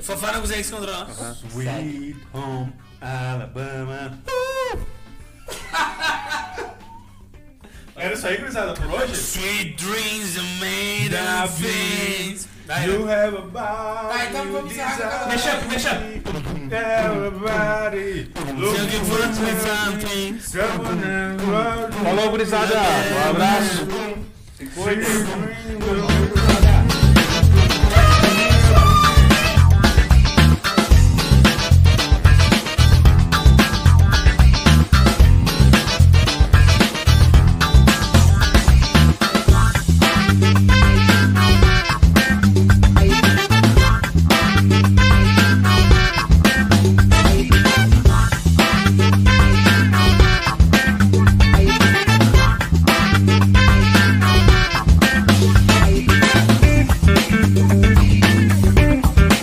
Speaker 2: Fofá não consegue se controlar.
Speaker 1: Sweet Home Alabama. Era isso aí, gurizada, por hoje?
Speaker 2: Sweet dreams are made
Speaker 1: Da
Speaker 2: of things. Vai,
Speaker 1: You have a body.
Speaker 4: Tá, então vamos encerrar com aquela-
Speaker 1: Deixa, deixa. é Everybody.
Speaker 2: Tell you what we found things.
Speaker 1: Falou,
Speaker 6: Falou, gurizada! Um abraço!
Speaker 1: Foi.